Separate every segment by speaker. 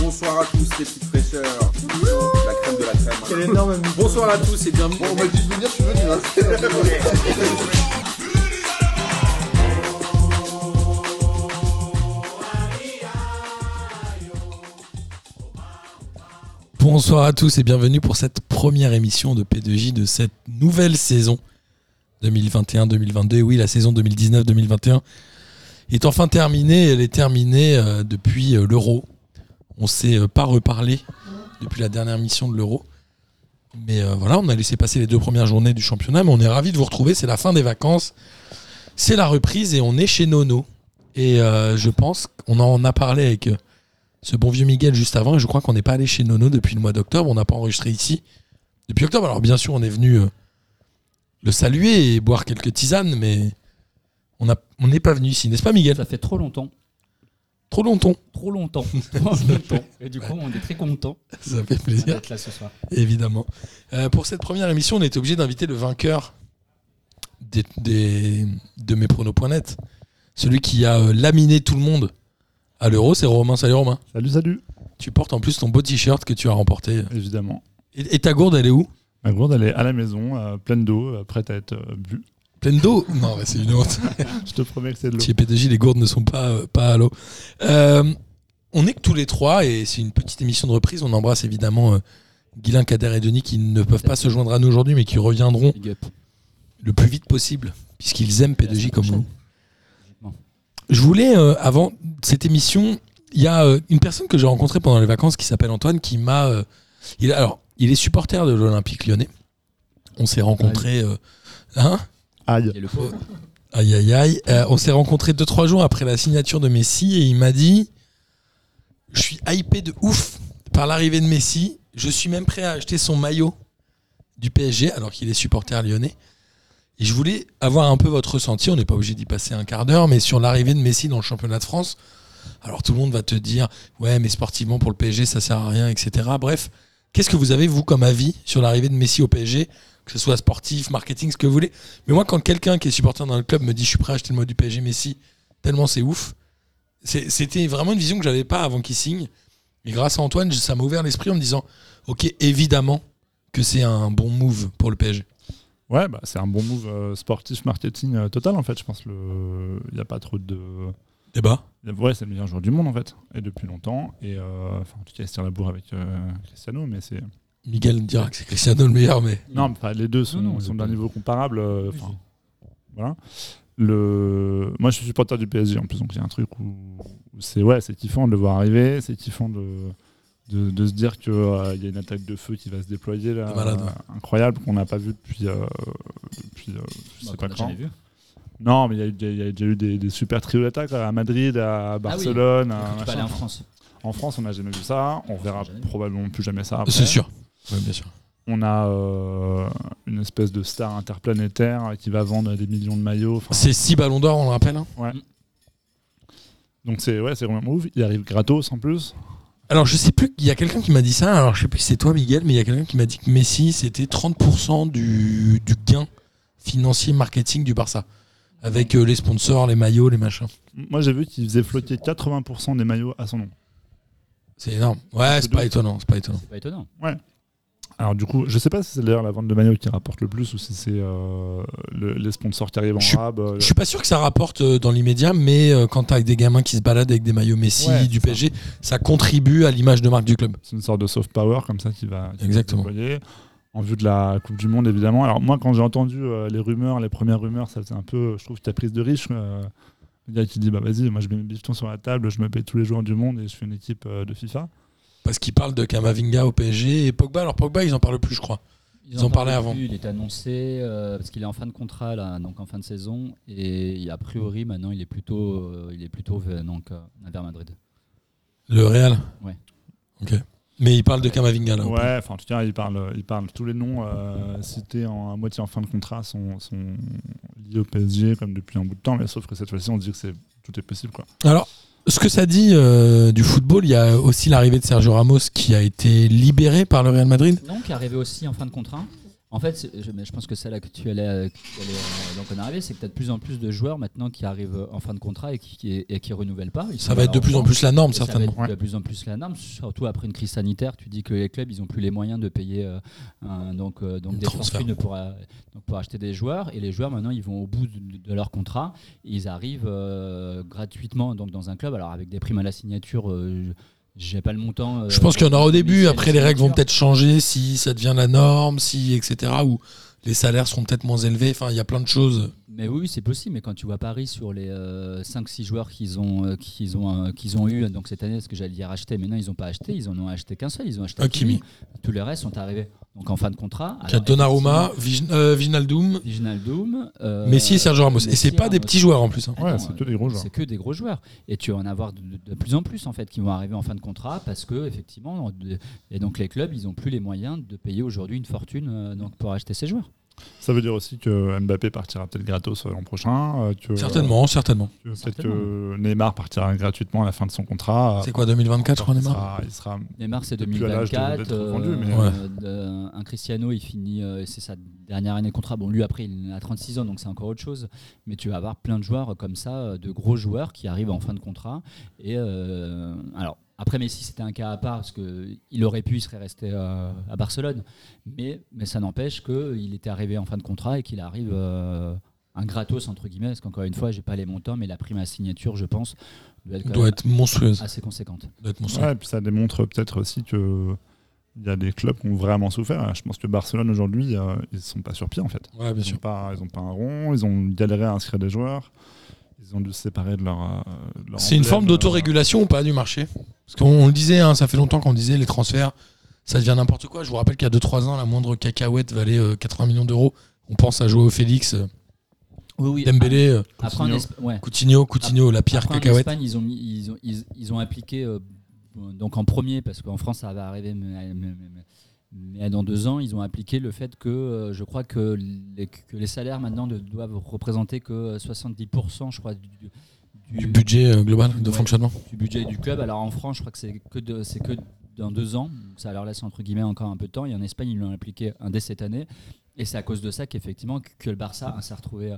Speaker 1: Bonsoir à tous les petites fraîcheurs. La crème de la crème. hein.
Speaker 2: Quel énorme
Speaker 1: Bonsoir à tous et bienvenue.
Speaker 3: On m'a dit de venir, je suis venu. hein.
Speaker 4: Bonsoir à tous et bienvenue pour cette première émission de P2J de cette nouvelle saison 2021-2022. Oui, la saison 2019-2021 est enfin terminée. Elle est terminée euh, depuis euh, l'Euro. On s'est euh, pas reparlé depuis la dernière mission de l'Euro. Mais euh, voilà, on a laissé passer les deux premières journées du championnat, mais on est ravis de vous retrouver. C'est la fin des vacances, c'est la reprise et on est chez Nono. Et euh, je pense qu'on en a parlé avec euh, ce bon vieux Miguel juste avant et je crois qu'on n'est pas allé chez Nono depuis le mois d'octobre. On n'a pas enregistré ici depuis octobre. Alors bien sûr, on est venu euh, le saluer et boire quelques tisanes, mais on n'a- on n'est pas venu ici, n'est-ce pas Miguel
Speaker 5: Ça fait trop longtemps.
Speaker 4: Trop longtemps.
Speaker 5: Trop longtemps. Trop longtemps. Et du coup, on est très content
Speaker 4: Ça fait plaisir.
Speaker 5: d'être là ce soir.
Speaker 4: Évidemment. Euh, pour cette première émission, on était obligé d'inviter le vainqueur des, des- de mes pronos.net. Celui qui a euh, laminé tout le monde à l'euro, c'est Romain. Salut Romain.
Speaker 2: Salut, salut.
Speaker 4: Tu portes en plus ton beau t-shirt que tu as remporté.
Speaker 2: Évidemment.
Speaker 4: Et, et ta gourde, elle est où
Speaker 2: Ma gourde, elle est à la maison, euh, pleine d'eau, euh, prête à être euh, bu.
Speaker 4: Pleine d'eau Non, bah, c'est une honte.
Speaker 2: Je te promets que c'est de l'eau.
Speaker 4: Chez P2J, les gourdes ne sont pas, euh, pas à l'eau. Euh, on est que tous les trois et c'est une petite émission de reprise. On embrasse évidemment euh, Guilain, Kader et Denis qui ne peuvent pas se joindre à nous aujourd'hui mais qui reviendront
Speaker 5: Big up.
Speaker 4: le plus vite possible, puisqu'ils aiment
Speaker 5: la
Speaker 4: P2J
Speaker 5: semaine
Speaker 4: comme vous.
Speaker 5: Bon.
Speaker 4: Je voulais, euh, avant cette émission, il y a euh, une personne que j'ai rencontrée pendant les vacances qui s'appelle Antoine, qui m'a... euh, il, alors, il est supporter de l'Olympique lyonnais. On s'est rencontrés... euh, hein
Speaker 2: Aïe.
Speaker 5: Et le pauvre.
Speaker 4: Aïe, aïe, aïe. Euh, on s'est rencontrés deux, trois jours après la signature de Messi et il m'a dit Je suis hypé de ouf par l'arrivée de Messi. Je suis même prêt à acheter son maillot du PSG alors qu'il est supporter lyonnais. Et je voulais avoir un peu votre ressenti. On n'est pas obligé d'y passer un quart d'heure, mais sur l'arrivée de Messi dans le championnat de France. Alors tout le monde va te dire Ouais, mais sportivement pour le PSG, ça sert à rien, etc. Bref, qu'est-ce que vous avez, vous, comme avis sur l'arrivée de Messi au PSG que ce soit sportif, marketing, ce que vous voulez. Mais moi, quand quelqu'un qui est supporter dans le club me dit je suis prêt à acheter le mot du PSG Messi, tellement c'est ouf, c'est- c'était vraiment une vision que j'avais pas avant qu'il signe. Et grâce à Antoine, ça m'a ouvert l'esprit en me disant ok, évidemment que c'est un bon move pour le PSG.
Speaker 2: Ouais, bah, c'est un bon move euh, sportif, marketing euh, total, en fait. Je pense le, il n'y a pas trop de.
Speaker 4: Débat
Speaker 2: Ouais, c'est le meilleur joueur du monde, en fait. Et depuis longtemps. Et, euh, enfin, en tout cas, il se tire la bourre avec euh, Cristiano, mais c'est.
Speaker 4: Miguel dira que c'est Cristiano le meilleur, mais
Speaker 2: Non, mais enfin, les deux sont,
Speaker 5: Non, non,
Speaker 2: sont
Speaker 5: ils
Speaker 2: d'un
Speaker 5: ont-
Speaker 2: niveau comparable. euh, enfin, voilà. Le... Moi, je suis supporter du PSG en plus, donc il y a un truc où, où c'est ouais, c'est kiffant de le voir arriver, c'est kiffant de, de, de se dire qu'il il y a une attaque de feu qui va se déployer là,
Speaker 4: De malade, ouais.
Speaker 2: incroyable, qu'on n'a pas vu depuis, euh, depuis euh, je
Speaker 5: Bah,
Speaker 2: sais
Speaker 5: qu'on
Speaker 2: pas
Speaker 5: a
Speaker 2: quand.
Speaker 5: jamais vu.
Speaker 2: Non, mais il y a eu- il y, a déjà eu des, des super trios d'attaque à Madrid,
Speaker 5: Ah
Speaker 2: à Barcelone, à
Speaker 5: Quand tu peux
Speaker 2: Ah, machin.
Speaker 5: aller en France.
Speaker 2: en France, on n'a jamais vu ça, on verra
Speaker 5: Jamais.
Speaker 2: probablement plus jamais ça.
Speaker 4: c'est
Speaker 2: après.
Speaker 4: sûr. Ah, Ouais, bien sûr.
Speaker 2: On a euh, une espèce de star interplanétaire qui va vendre des millions de maillots. Enfin,
Speaker 4: C'est 6 ballons d'or, on le rappelle. hein.
Speaker 2: Donc c'est ouais, c'est vraiment move. Il arrive gratos en plus.
Speaker 4: Alors je sais plus, il y a quelqu'un qui m'a dit ça, alors je sais plus si c'est toi Miguel, mais il y a quelqu'un qui m'a dit que Messi c'était 30% du, du gain financier marketing du Barça. Avec euh, les sponsors, les maillots, les machins.
Speaker 2: Moi j'ai vu qu'il faisait flotter 80% des maillots à son nom.
Speaker 4: C'est énorme. Ouais, c'est pas étonnant, c'est pas étonnant.
Speaker 5: C'est pas étonnant.
Speaker 2: Alors du coup, je sais pas si c'est d'ailleurs la vente de maillots qui rapporte le plus ou si c'est euh, le- les sponsors qui arrivent en
Speaker 4: Je suis-
Speaker 2: rab. euh,
Speaker 4: Je suis pas sûr que ça rapporte euh, dans l'immédiat, mais euh, quand t'as avec des gamins qui se baladent avec des maillots Messi,
Speaker 2: Ouais,
Speaker 4: du
Speaker 2: c'est ça.
Speaker 4: PSG, ça contribue à l'image de marque du club.
Speaker 2: C'est une sorte de soft power comme ça qui va qui va se
Speaker 4: Exactement.
Speaker 2: déployer en vue de la Coupe du Monde évidemment. Alors moi quand j'ai entendu euh, les rumeurs, les premières rumeurs, ça faisait un peu, je trouve, ta prise de riche. euh, le gars qui dit bah vas-y, moi je mets mes bifetons sur la table, je me paye tous les joueurs du monde et je fais une équipe euh, de FIFA.
Speaker 4: Parce qu'ils parlent de Kamavinga au PSG et Pogba. Alors Pogba, ils en parlent plus, je crois. Ils en parlaient
Speaker 5: parlent
Speaker 4: avant.
Speaker 5: plus, il est annoncé euh, parce qu'il est en fin de contrat là, donc en fin de saison, et a priori maintenant il est plutôt, euh, il est plutôt euh, donc euh, vers Madrid.
Speaker 4: Le Real.
Speaker 5: Ouais.
Speaker 4: Ok. Mais ils parlent de Kamavinga là.
Speaker 2: Ouais, enfin en tout cas, ils parlent, ils parlent tous les noms euh, cités en, à moitié en fin de contrat sont, sont liés au PSG comme depuis un bout de temps, mais sauf que cette fois-ci, on dit que c'est tout est possible quoi.
Speaker 4: Alors, ce que ça dit euh, du football, il y a aussi l'arrivée de Sergio Ramos qui a été libéré par le Real Madrid.
Speaker 5: Non, qui est arrivé aussi en fin de contrat. En fait, c'est- je, mais je pense que c'est là que tu allais, euh, que tu allais, euh, donc en arriver, c'est que tu as de plus en plus de joueurs maintenant qui arrivent euh, en fin de contrat et qui, qui- et qui renouvellent pas. Ils
Speaker 4: Ça
Speaker 5: sont
Speaker 4: va être
Speaker 5: là
Speaker 4: de
Speaker 5: en
Speaker 4: plus en
Speaker 5: juin.
Speaker 4: plus la norme,
Speaker 5: Et Bah, ça va
Speaker 4: certainement.
Speaker 5: être de plus en plus la norme, surtout après une crise sanitaire. Tu dis que les clubs, ils n'ont plus les moyens de payer euh, un- donc, euh, donc
Speaker 4: Des
Speaker 5: des
Speaker 4: transferts.
Speaker 5: fortunes pour, euh, donc pour acheter des joueurs. Et les joueurs, maintenant, ils vont au bout de, de leur contrat. Ils arrivent euh, gratuitement donc, dans un club, alors avec des primes à la signature. euh, j'ai pas le montant. euh,
Speaker 4: Je pense qu'il y en aura au
Speaker 5: mais c'est
Speaker 4: début.
Speaker 5: à la
Speaker 4: Après, les règles vont
Speaker 5: signature.
Speaker 4: peut-être changer si ça devient la norme, si etc. Ou les salaires seront peut-être moins élevés. Enfin, il y a plein de choses.
Speaker 5: Mais oui, oui, c'est possible. Mais quand tu vois Paris sur les 5-6 joueurs qu'ils ont, euh, qu'ils ont, euh, qu'ils ont eu donc cette année, ce que j'allais dire acheter, mais non, ils n'ont pas até. Ils en ont acheté qu'un seul. Ils ont acheté
Speaker 4: Un
Speaker 5: Hakimi.
Speaker 4: Ah, Kimi.
Speaker 5: Tous les restes sont arrivés donc en fin de contrat.
Speaker 4: Il y a
Speaker 5: Alors,
Speaker 4: Donnarumma, Vig- euh, Vinaldum,
Speaker 5: effectivement, Wijnaldum, euh,
Speaker 4: Messi et Sergio Ramos. Et
Speaker 5: Messi
Speaker 4: c'est pas des
Speaker 5: Ramos.
Speaker 4: petits joueurs en plus. hein.
Speaker 2: Ouais,
Speaker 5: Attends, euh,
Speaker 2: c'est que des gros joueurs.
Speaker 5: C'est que des gros joueurs. Et tu vas en avoir de, de plus en plus en fait qui vont arriver en fin de contrat parce que effectivement en- de- et donc les clubs ils n'ont plus les moyens de payer aujourd'hui une fortune euh, donc pour acheter ces joueurs.
Speaker 2: Ça veut dire aussi que Mbappé partira peut-être gratos euh, l'an prochain. euh, Que,
Speaker 4: Certainement, certainement.
Speaker 2: que Peut-être que Neymar partira gratuitement à la fin de son
Speaker 5: Ah.
Speaker 2: contrat.
Speaker 4: C'est quoi 2024, je crois,
Speaker 2: il
Speaker 4: Neymar
Speaker 2: sera, il sera-
Speaker 5: Neymar c'est
Speaker 2: C'est plus à l'âge de-
Speaker 5: 2024.
Speaker 2: d'être vendu, mais-
Speaker 5: euh, de- un Cristiano il finit euh, c'est sa dernière année de contrat. Bon lui après il a 36 ans donc c'est encore autre chose. Mais tu vas avoir plein de joueurs comme ça, euh, de gros joueurs qui arrivent en fin de contrat. Et euh, alors après Messi c'était un cas à part parce que il aurait pu il serait resté euh, à Barcelone. Mais, mais ça n'empêche qu'il était arrivé en fin de contrat et qu'il arrive euh, un gratos entre guillemets parce qu'encore une fois j'ai pas les montants mais la prime à signature je pense doit être, quand
Speaker 4: Doit
Speaker 5: même
Speaker 4: être monstrueuse.
Speaker 5: assez conséquente.
Speaker 4: Doit être monstrueuse.
Speaker 2: Ouais, et puis ça démontre peut-être aussi que il y a des clubs qui ont vraiment souffert. Je pense que Barcelone aujourd'hui, euh, ils sont pas sur pied en fait.
Speaker 4: Ouais, bien
Speaker 2: Ils n'ont
Speaker 4: sûr.
Speaker 2: pas, ils ont pas un rond, ils ont galéré à inscrire des joueurs, ils ont dû se séparer de leur. euh, de leur
Speaker 4: C'est une
Speaker 2: emblème,
Speaker 4: forme
Speaker 2: euh,
Speaker 4: d'autorégulation ou pas du marché Parce qu'on on le disait, hein, ça fait longtemps qu'on disait les transferts, ça devient n'importe quoi. Je vous rappelle qu'il y a 2-3 ans, la moindre cacahuète valait euh, 80 millions d'euros. On pense à jouer au Félix, euh,
Speaker 5: Oui, oui.
Speaker 4: Dembélé, euh,
Speaker 5: Après, en
Speaker 2: Coutinho.
Speaker 5: Esp- ouais.
Speaker 4: Coutinho, Coutinho, la pierre
Speaker 5: Après, en
Speaker 4: cacahuète.
Speaker 5: Espagne, ils ont, mis- ils ont, ils, ils ont appliqué euh, bon, donc en premier, parce qu'en France, ça va arriver, mais, mais- mais- mais- mais dans deux ans, ils ont appliqué le fait que euh, je crois que les, que les salaires maintenant ne doivent représenter que 70%, je crois, du, du-
Speaker 4: Du budget euh, global de
Speaker 5: Ouais.
Speaker 4: fonctionnement.
Speaker 5: du budget du club. Alors en France, je crois que c'est que, de- c'est que dans deux ans, donc ça leur laisse entre guillemets encore un peu de temps. Et en Espagne, ils l'ont appliqué un dès cette année. Et c'est à cause de ça qu'effectivement que- que le Barça hein, s'est retrouvé euh,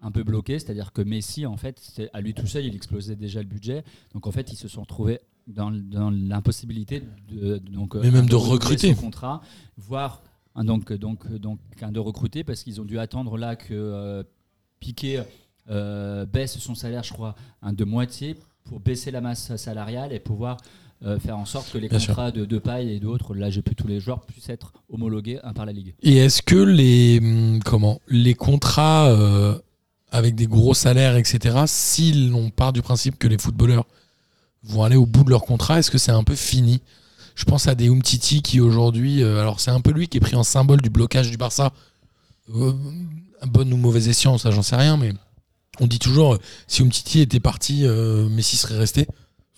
Speaker 5: un peu bloqué, c'est-à-dire que Messi, en fait, c'est- à lui tout seul, il explosait déjà le budget. Donc en fait, ils se sont retrouvés dans, l- dans l'impossibilité de, de- donc euh,
Speaker 4: Mais même de
Speaker 5: renouveler
Speaker 4: recruter.
Speaker 5: son contrat, voire hein, donc donc donc hein, de recruter parce qu'ils ont dû attendre là que euh, Piqué euh, baisse son salaire, je crois, hein, de moitié pour baisser la masse salariale et pouvoir euh, faire en sorte que les
Speaker 4: Bien sûr.
Speaker 5: contrats de, de paille et d'autres, là j'ai plus tous les joueurs, puissent être homologués hein, par la Ligue.
Speaker 4: Et est-ce que les hum, comment les contrats euh, avec des gros salaires, etc. Si l'on part du principe que les footballeurs vont aller au bout de leur contrat, est-ce que c'est un peu fini Je pense à des Umtiti qui aujourd'hui, euh, alors c'est un peu lui qui est pris en symbole du blocage du Barça. Euh, bonne ou mauvaise escient, ça j'en sais rien, mais on dit toujours euh, si Umtiti était parti, euh, Messi serait resté.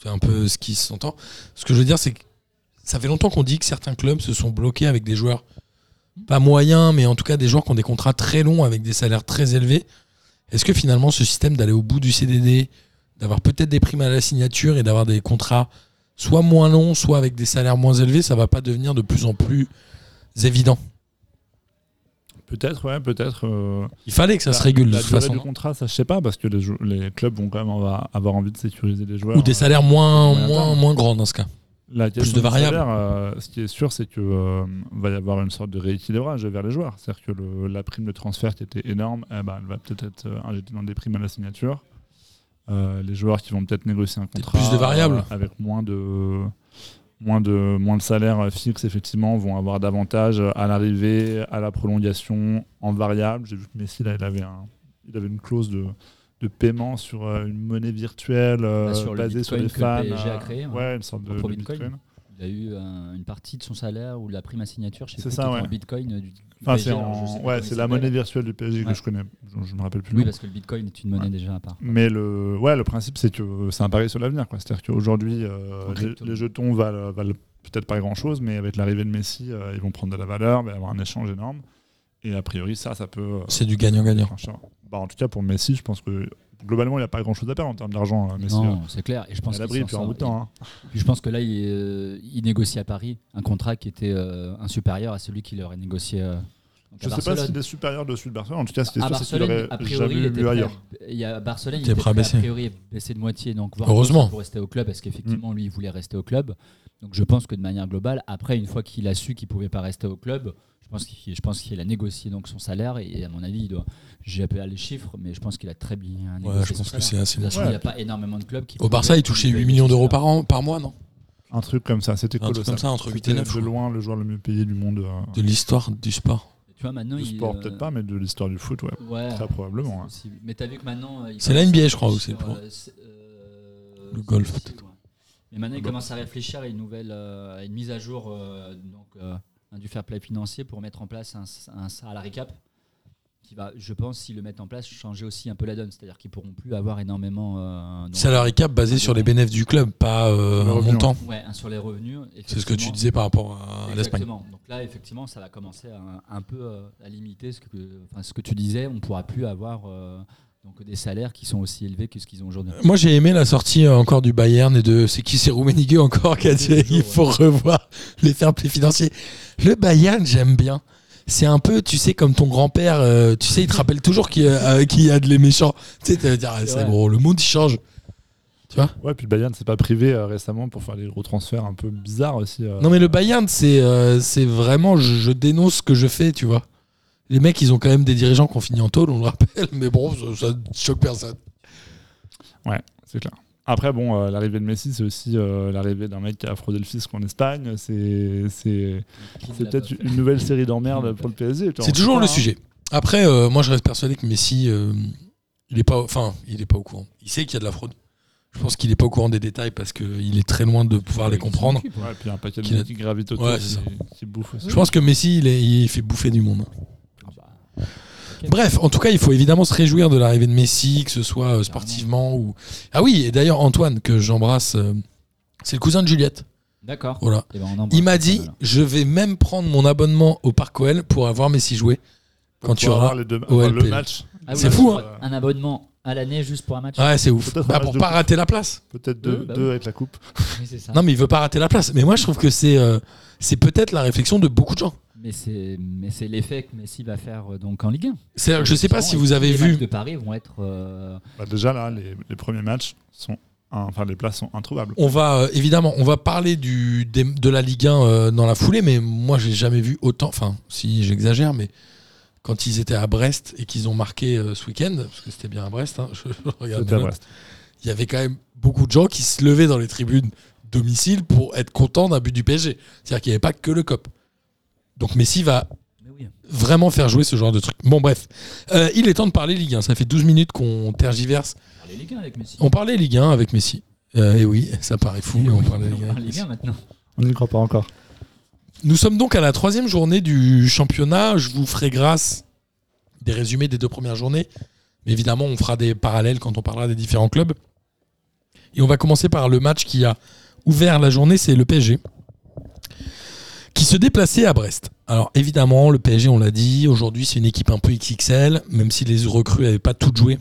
Speaker 4: C'est un peu ce qui s'entend. Ce que je veux dire, c'est que ça fait longtemps qu'on dit que certains clubs se sont bloqués avec des joueurs pas moyens, mais en tout cas des joueurs qui ont des contrats très longs avec des salaires très élevés. Est-ce que finalement ce système d'aller au bout du CDD, d'avoir peut-être des primes à la signature et d'avoir des contrats soit moins longs, soit avec des salaires moins élevés, ça va pas devenir de plus en plus évident
Speaker 2: Peut-être, ouais, peut-être. euh,
Speaker 4: Il fallait que ça
Speaker 2: la-
Speaker 4: se régule de
Speaker 2: La
Speaker 4: toute
Speaker 2: durée
Speaker 4: façon.
Speaker 2: du
Speaker 4: non
Speaker 2: contrat, ça je sais pas, parce que les, jou- les clubs vont quand même avoir, avoir envie de sécuriser des joueurs.
Speaker 4: Ou des salaires moins,
Speaker 2: moyen
Speaker 4: moins,
Speaker 2: terme.
Speaker 4: moins grands dans ce cas.
Speaker 2: La question
Speaker 4: de
Speaker 2: du
Speaker 4: variables.
Speaker 2: salaire, euh, ce qui est sûr, c'est que euh, va y avoir une sorte de rééquilibrage vers les joueurs. C'est-à-dire que le- la prime de transfert qui était énorme, eh ben, elle va peut-être être euh, injectée dans des primes à la signature. Euh, les joueurs qui vont peut-être négocier un contrat
Speaker 4: plus de variables.
Speaker 2: euh, avec moins de moins de moins de salaire euh, fixe effectivement vont avoir davantage à l'arrivée, à la prolongation, en variable. J'ai vu que Messi là, il avait un- il avait une clause de de paiement sur euh, une monnaie virtuelle euh,
Speaker 5: Bah, sur le
Speaker 2: basée sur
Speaker 5: Bitcoin
Speaker 2: les
Speaker 5: que le
Speaker 2: fans.
Speaker 5: PSG a
Speaker 2: euh,
Speaker 5: créé, hein. ouais.
Speaker 2: ouais, une sorte de,
Speaker 5: Propre
Speaker 2: de
Speaker 5: Bitcoin.
Speaker 2: Bitcoin.
Speaker 5: Il a eu un- une partie de son salaire ou de la prime à signature, je sais
Speaker 2: C'est
Speaker 5: plus,
Speaker 2: ça,
Speaker 5: peut-être
Speaker 2: ouais.
Speaker 5: en bitcoin. euh, Du, du
Speaker 2: Enfin,
Speaker 5: PSG,
Speaker 2: c'est
Speaker 5: alors je sais
Speaker 2: en-
Speaker 5: pas
Speaker 2: ouais,
Speaker 5: comment
Speaker 2: c'est
Speaker 5: il
Speaker 2: la
Speaker 5: s'appelle.
Speaker 2: monnaie virtuelle du PSG que
Speaker 5: Ouais.
Speaker 2: je connais. Je, je me rappelle plus. le
Speaker 5: Oui,
Speaker 2: nom.
Speaker 5: parce que le bitcoin est une monnaie déjà à part.
Speaker 2: Mais le, ouais, le principe, c'est que c'est un pari sur l'avenir. quoi. C'est-à-dire qu'aujourd'hui, euh,
Speaker 5: En
Speaker 2: les,
Speaker 5: crypto.
Speaker 2: les jetons valent, valent peut-être pas grand-chose, mais avec l'arrivée de Messi, euh, ils vont prendre de la valeur, il va y avoir un échange énorme. Et a priori, ça, ça peut. euh,
Speaker 4: C'est du gagnant-gagnant.
Speaker 2: être un char. Bah, en tout cas, pour Messi, je pense que globalement, il n'y a pas grand-chose à perdre en termes d'argent. euh, Messi, euh,
Speaker 5: Non, c'est clair. Et je pense
Speaker 2: à
Speaker 5: qu'il
Speaker 2: l'abri,
Speaker 5: s'en
Speaker 2: puis en
Speaker 5: sort-
Speaker 2: bout de temps. hein.
Speaker 5: Puis Je pense que là, il, euh, il négocie à Paris un contrat qui était euh, un supérieur à celui qu'il aurait négocié euh, Donc,
Speaker 2: Je
Speaker 5: à
Speaker 2: sais pas
Speaker 5: Barcelone.
Speaker 2: s'il est supérieur de celui de Barcelone. En tout cas, c'était
Speaker 5: à
Speaker 2: sûr, c'est qu'il
Speaker 5: Barcelone,
Speaker 2: l'aurait
Speaker 5: a
Speaker 2: jamais
Speaker 5: priori, il
Speaker 2: vu
Speaker 5: était prêt à-
Speaker 2: ailleurs.
Speaker 5: il y a Barcelone, il
Speaker 4: T'es
Speaker 5: était
Speaker 4: prêt à
Speaker 5: prêt,
Speaker 4: baisser.
Speaker 5: a priori baissé de moitié. Donc, voir
Speaker 4: Heureusement.
Speaker 5: pour rester au club, parce qu'effectivement, lui, il voulait rester au club. Donc, je pense que de manière globale, après, une fois qu'il a su qu'il pouvait pas rester au club, je pense qu'il, je pense qu'il a négocié donc son salaire et à mon avis, il doit. J'ai appelé les chiffres, mais je pense qu'il a très bien négocié.
Speaker 4: Ouais, je
Speaker 5: son
Speaker 4: pense que
Speaker 5: salaire.
Speaker 4: c'est assez
Speaker 5: De toute façon,
Speaker 2: Ouais.
Speaker 5: Il n'y a pas énormément de clubs qui.
Speaker 4: Au Barça, il touchait 8 millions d'euros par an, par mois, non
Speaker 2: Un truc comme ça, c'était
Speaker 4: Un truc
Speaker 2: colossal.
Speaker 4: comme ça, entre 8
Speaker 2: C'était
Speaker 4: et 9.
Speaker 2: de loin le joueur le mieux payé du monde. euh,
Speaker 4: De l'histoire du sport.
Speaker 5: Tu vois, maintenant,
Speaker 2: du
Speaker 5: il,
Speaker 2: sport,
Speaker 5: euh,
Speaker 2: peut-être pas, mais de l'histoire du foot, ouais.
Speaker 5: Ouais.
Speaker 2: Très probablement. ouais.
Speaker 5: C'est possible. Mais t'as vu que maintenant. euh, il
Speaker 4: hein. C'est
Speaker 5: commence
Speaker 4: la NBA,
Speaker 5: à
Speaker 4: je crois, où c'est le
Speaker 5: réfléchir,
Speaker 4: pro.
Speaker 5: euh, c'est, euh,
Speaker 4: Le
Speaker 5: c'est
Speaker 4: golf,
Speaker 5: possible, ouais. Mais maintenant, il
Speaker 2: Le golf.
Speaker 5: commence à réfléchir à une nouvelle. euh, à une mise à jour euh, donc, euh, du fair play financier pour mettre en place un, un salary cap qui va, je pense, s'ils le mettent en place, changer aussi un peu la donne. C'est-à-dire qu'ils pourront plus avoir énormément. euh, donc-
Speaker 4: Salary cap basé sur les bénéfices du club, pas euh,
Speaker 2: Le
Speaker 4: un
Speaker 2: revenu,
Speaker 4: montant.
Speaker 5: Ouais, un sur les revenus.
Speaker 4: C'est ce que tu
Speaker 5: effectivement.
Speaker 4: disais par rapport à l'Espagne.
Speaker 5: Exactement. Donc là, effectivement, ça va commencer à, un peu euh, à limiter ce que, enfin, ce que tu disais. On ne pourra plus avoir euh, donc des salaires qui sont aussi élevés que ce qu'ils ont aujourd'hui.
Speaker 4: Moi j'ai aimé la sortie euh, encore du Bayern et de c'est qui c'est Rummenigge encore qui a dit il faut revoir les fair play financiers. Le Bayern j'aime bien. C'est un peu tu sais comme ton grand-père euh, tu sais il te rappelle toujours qu'il y, a- euh, qu'il y a de les méchants. Tu sais tu vas dire ah,
Speaker 5: C'est
Speaker 4: c'est
Speaker 5: vrai.
Speaker 4: bon le monde il change.
Speaker 2: Ouais, puis le Bayern s'est pas privé euh, récemment pour faire des gros transferts un peu bizarres aussi. euh.
Speaker 4: Non mais le Bayern c'est euh, c'est vraiment je, je dénonce ce que je fais tu vois. Les mecs ils ont quand même des dirigeants qui ont fini en tôle on le rappelle mais bon ça, ça choque personne.
Speaker 2: Ouais, c'est clair. Après, bon, euh, l'arrivée de Messi, c'est aussi euh, l'arrivée d'un mec qui a fraudé le fisc en Espagne. C'est c'est-
Speaker 5: Qui ne
Speaker 2: c'est
Speaker 5: l'a
Speaker 2: peut-être
Speaker 5: pas fait.
Speaker 2: une nouvelle série d'emmerdes pour le PSG. tu vois,
Speaker 4: C'est
Speaker 2: on sait
Speaker 4: toujours
Speaker 2: pas,
Speaker 4: le
Speaker 2: hein.
Speaker 4: sujet. Après, euh, moi, je reste persuadé que Messi, euh, il est pas, enfin, il est pas au courant. Il sait qu'il y a de la fraude. Je pense qu'il est pas au courant des détails parce qu'il est très loin de pouvoir les comprendre.
Speaker 2: hein. Ouais, puis un paquet de
Speaker 4: Qu'il a-
Speaker 2: mecs qui gravitent autour
Speaker 4: Ouais, c'est
Speaker 2: qui,
Speaker 4: ça.
Speaker 2: qui bouffent aussi.
Speaker 4: Je pense que Messi, il, est- il fait bouffer du monde.
Speaker 5: Ah bah,
Speaker 4: Bref, en tout cas, il faut évidemment se réjouir de l'arrivée de Messi, que ce soit euh, sportivement ou. Ah oui, et d'ailleurs Antoine que j'embrasse, euh, c'est le cousin de Juliette.
Speaker 5: D'accord.
Speaker 4: Voilà.
Speaker 5: Eh ben, on embrasse
Speaker 4: Il m'a
Speaker 5: ça,
Speaker 4: dit,
Speaker 5: alors.
Speaker 4: je vais même prendre mon abonnement au Parc OL pour avoir Messi jouer. Quand
Speaker 2: Pour
Speaker 4: tu
Speaker 2: avoir
Speaker 4: auras.
Speaker 2: les deux-
Speaker 4: OLP.
Speaker 2: avoir le match,
Speaker 5: Ah oui,
Speaker 4: c'est fou,
Speaker 2: hein.
Speaker 5: Un abonnement à l'année juste pour un match.
Speaker 4: Ouais, c'est ouf.
Speaker 2: Peut-être un
Speaker 4: Bah,
Speaker 2: match
Speaker 4: pour
Speaker 2: de
Speaker 4: pas
Speaker 2: foot.
Speaker 4: rater la place.
Speaker 2: peut-être deux,
Speaker 5: Oui, bah
Speaker 2: deux
Speaker 5: oui.
Speaker 2: avec la coupe.
Speaker 5: Oui, c'est ça.
Speaker 4: Ah. Non, mais il veut pas rater la place. Mais moi, je trouve que c'est euh, c'est peut-être la réflexion de beaucoup de gens.
Speaker 5: Mais c'est mais c'est l'effet que Messi va faire euh, donc en Ligue 1.
Speaker 4: C'est-à-dire que je sais pas si vous avez
Speaker 5: les matchs
Speaker 4: vu.
Speaker 5: de Paris vont être. euh,
Speaker 2: Bah, déjà, là, les, les premiers matchs sont. un- Enfin, les places sont introuvables.
Speaker 4: On va euh, évidemment, on va parler du des- de la Ligue 1 euh, dans la foulée, mais moi, j'ai jamais vu autant. Enfin, si j'exagère, mais quand ils étaient à Brest et qu'ils ont marqué euh, ce week-end, parce que c'était bien à Brest, hein, je, je regarde
Speaker 2: C'était à
Speaker 4: mes notes,
Speaker 2: Brest.
Speaker 4: il y avait quand même beaucoup de gens qui se levaient dans les tribunes domicile pour être contents d'un but du PSG. C'est-à-dire qu'il n'y avait pas que le COP. Donc Messi va
Speaker 5: Mais oui.
Speaker 4: vraiment faire jouer ce genre de truc. Bon, bref. Euh, il est temps de parler Ligue 1. Ça fait 12 minutes qu'on tergiverse.
Speaker 5: On les Ligue 1 avec Messi.
Speaker 4: On parlait Ligue 1 avec Messi. Euh, et oui, ça paraît fou, mais on parlait Ligue 1 avec
Speaker 5: Ligue
Speaker 4: Messi.
Speaker 5: 1 maintenant.
Speaker 2: On n'y croit pas encore.
Speaker 4: Nous sommes donc à la troisième journée du championnat. Je vous ferai grâce des résumés des deux premières journées. Mais évidemment, on fera des parallèles quand on parlera des différents clubs. Et on va commencer par le match qui a ouvert la journée, c'est le PSG, qui se déplaçait à Brest. Alors évidemment, le PSG, on l'a dit, aujourd'hui c'est une équipe un peu XXL, même si les recrues n'avaient pas toutes joué,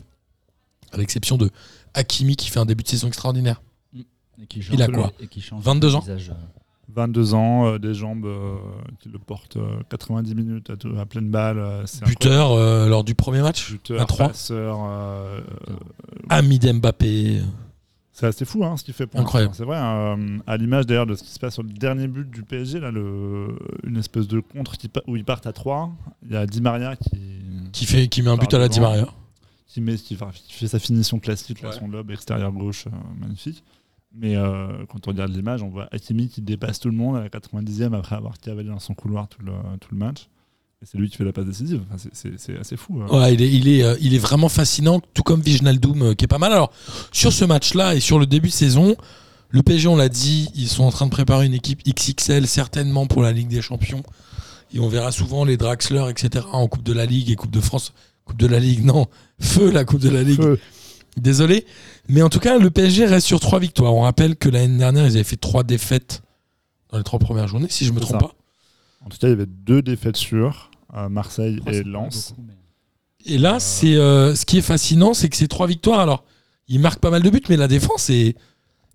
Speaker 4: à l'exception de Hakimi qui fait un début de saison extraordinaire.
Speaker 5: Et qui
Speaker 4: Il a
Speaker 5: change-
Speaker 4: quoi
Speaker 5: et qui change
Speaker 4: 22 ans
Speaker 5: le visage, euh,
Speaker 2: 22 ans, euh, des jambes euh, qui le portent euh, 90 minutes à, tout- à pleine balle. euh, c'est
Speaker 4: Buteur euh, lors du premier match,
Speaker 2: Buteur,
Speaker 4: à 3,
Speaker 2: passeur, euh, euh,
Speaker 4: ami d'Mbappé.
Speaker 2: c'est assez fou hein, ce qu'il fait. pour
Speaker 4: Incroyable.
Speaker 2: l'instant. C'est vrai, hein, euh, à l'image d'ailleurs de ce qui se passe sur le dernier but du PSG, là, le, une espèce de contre qui pa- où ils partent à 3. Il y a Di Maria qui,
Speaker 4: qui fait qui met un but à la Di Maria.
Speaker 2: qui, met, qui, enfin, qui fait sa finition classique, là,
Speaker 4: Ouais.
Speaker 2: son lobe extérieur gauche, euh, magnifique. Mais euh, quand on regarde l'image, on voit Hakimi qui dépasse tout le monde à la 90e après avoir cavalé dans son couloir tout le, tout le match. Et c'est lui qui fait la passe décisive. Enfin, c'est- c'est c'est assez fou. euh.
Speaker 4: Ouais, il est, il est, euh, il est vraiment fascinant, tout comme Vignaldoum euh, qui est pas mal. Alors, sur ce match-là et sur le début de saison, le PSG, on l'a dit, ils sont en train de préparer une équipe XXL, certainement pour la Ligue des Champions. Et on verra souvent les Draxler, etc., en Coupe de la Ligue et Coupe de France. Coupe de la Ligue, non, feu la Coupe de la Ligue.
Speaker 2: Feu.
Speaker 4: Désolé. Mais en tout cas, le PSG reste sur trois victoires. On rappelle que l'année dernière, ils avaient fait trois défaites dans les trois premières journées, si je me
Speaker 2: C'est
Speaker 4: trompe
Speaker 2: ça.
Speaker 4: pas.
Speaker 2: En tout cas, il y avait deux défaites sûres, à Marseille
Speaker 5: trois,
Speaker 2: et
Speaker 5: c'est pas
Speaker 2: Lens.
Speaker 5: beaucoup, mais-
Speaker 4: Et là, c'est euh, ce qui est fascinant, c'est que ces trois victoires, alors, ils marquent pas mal de buts, mais la défense est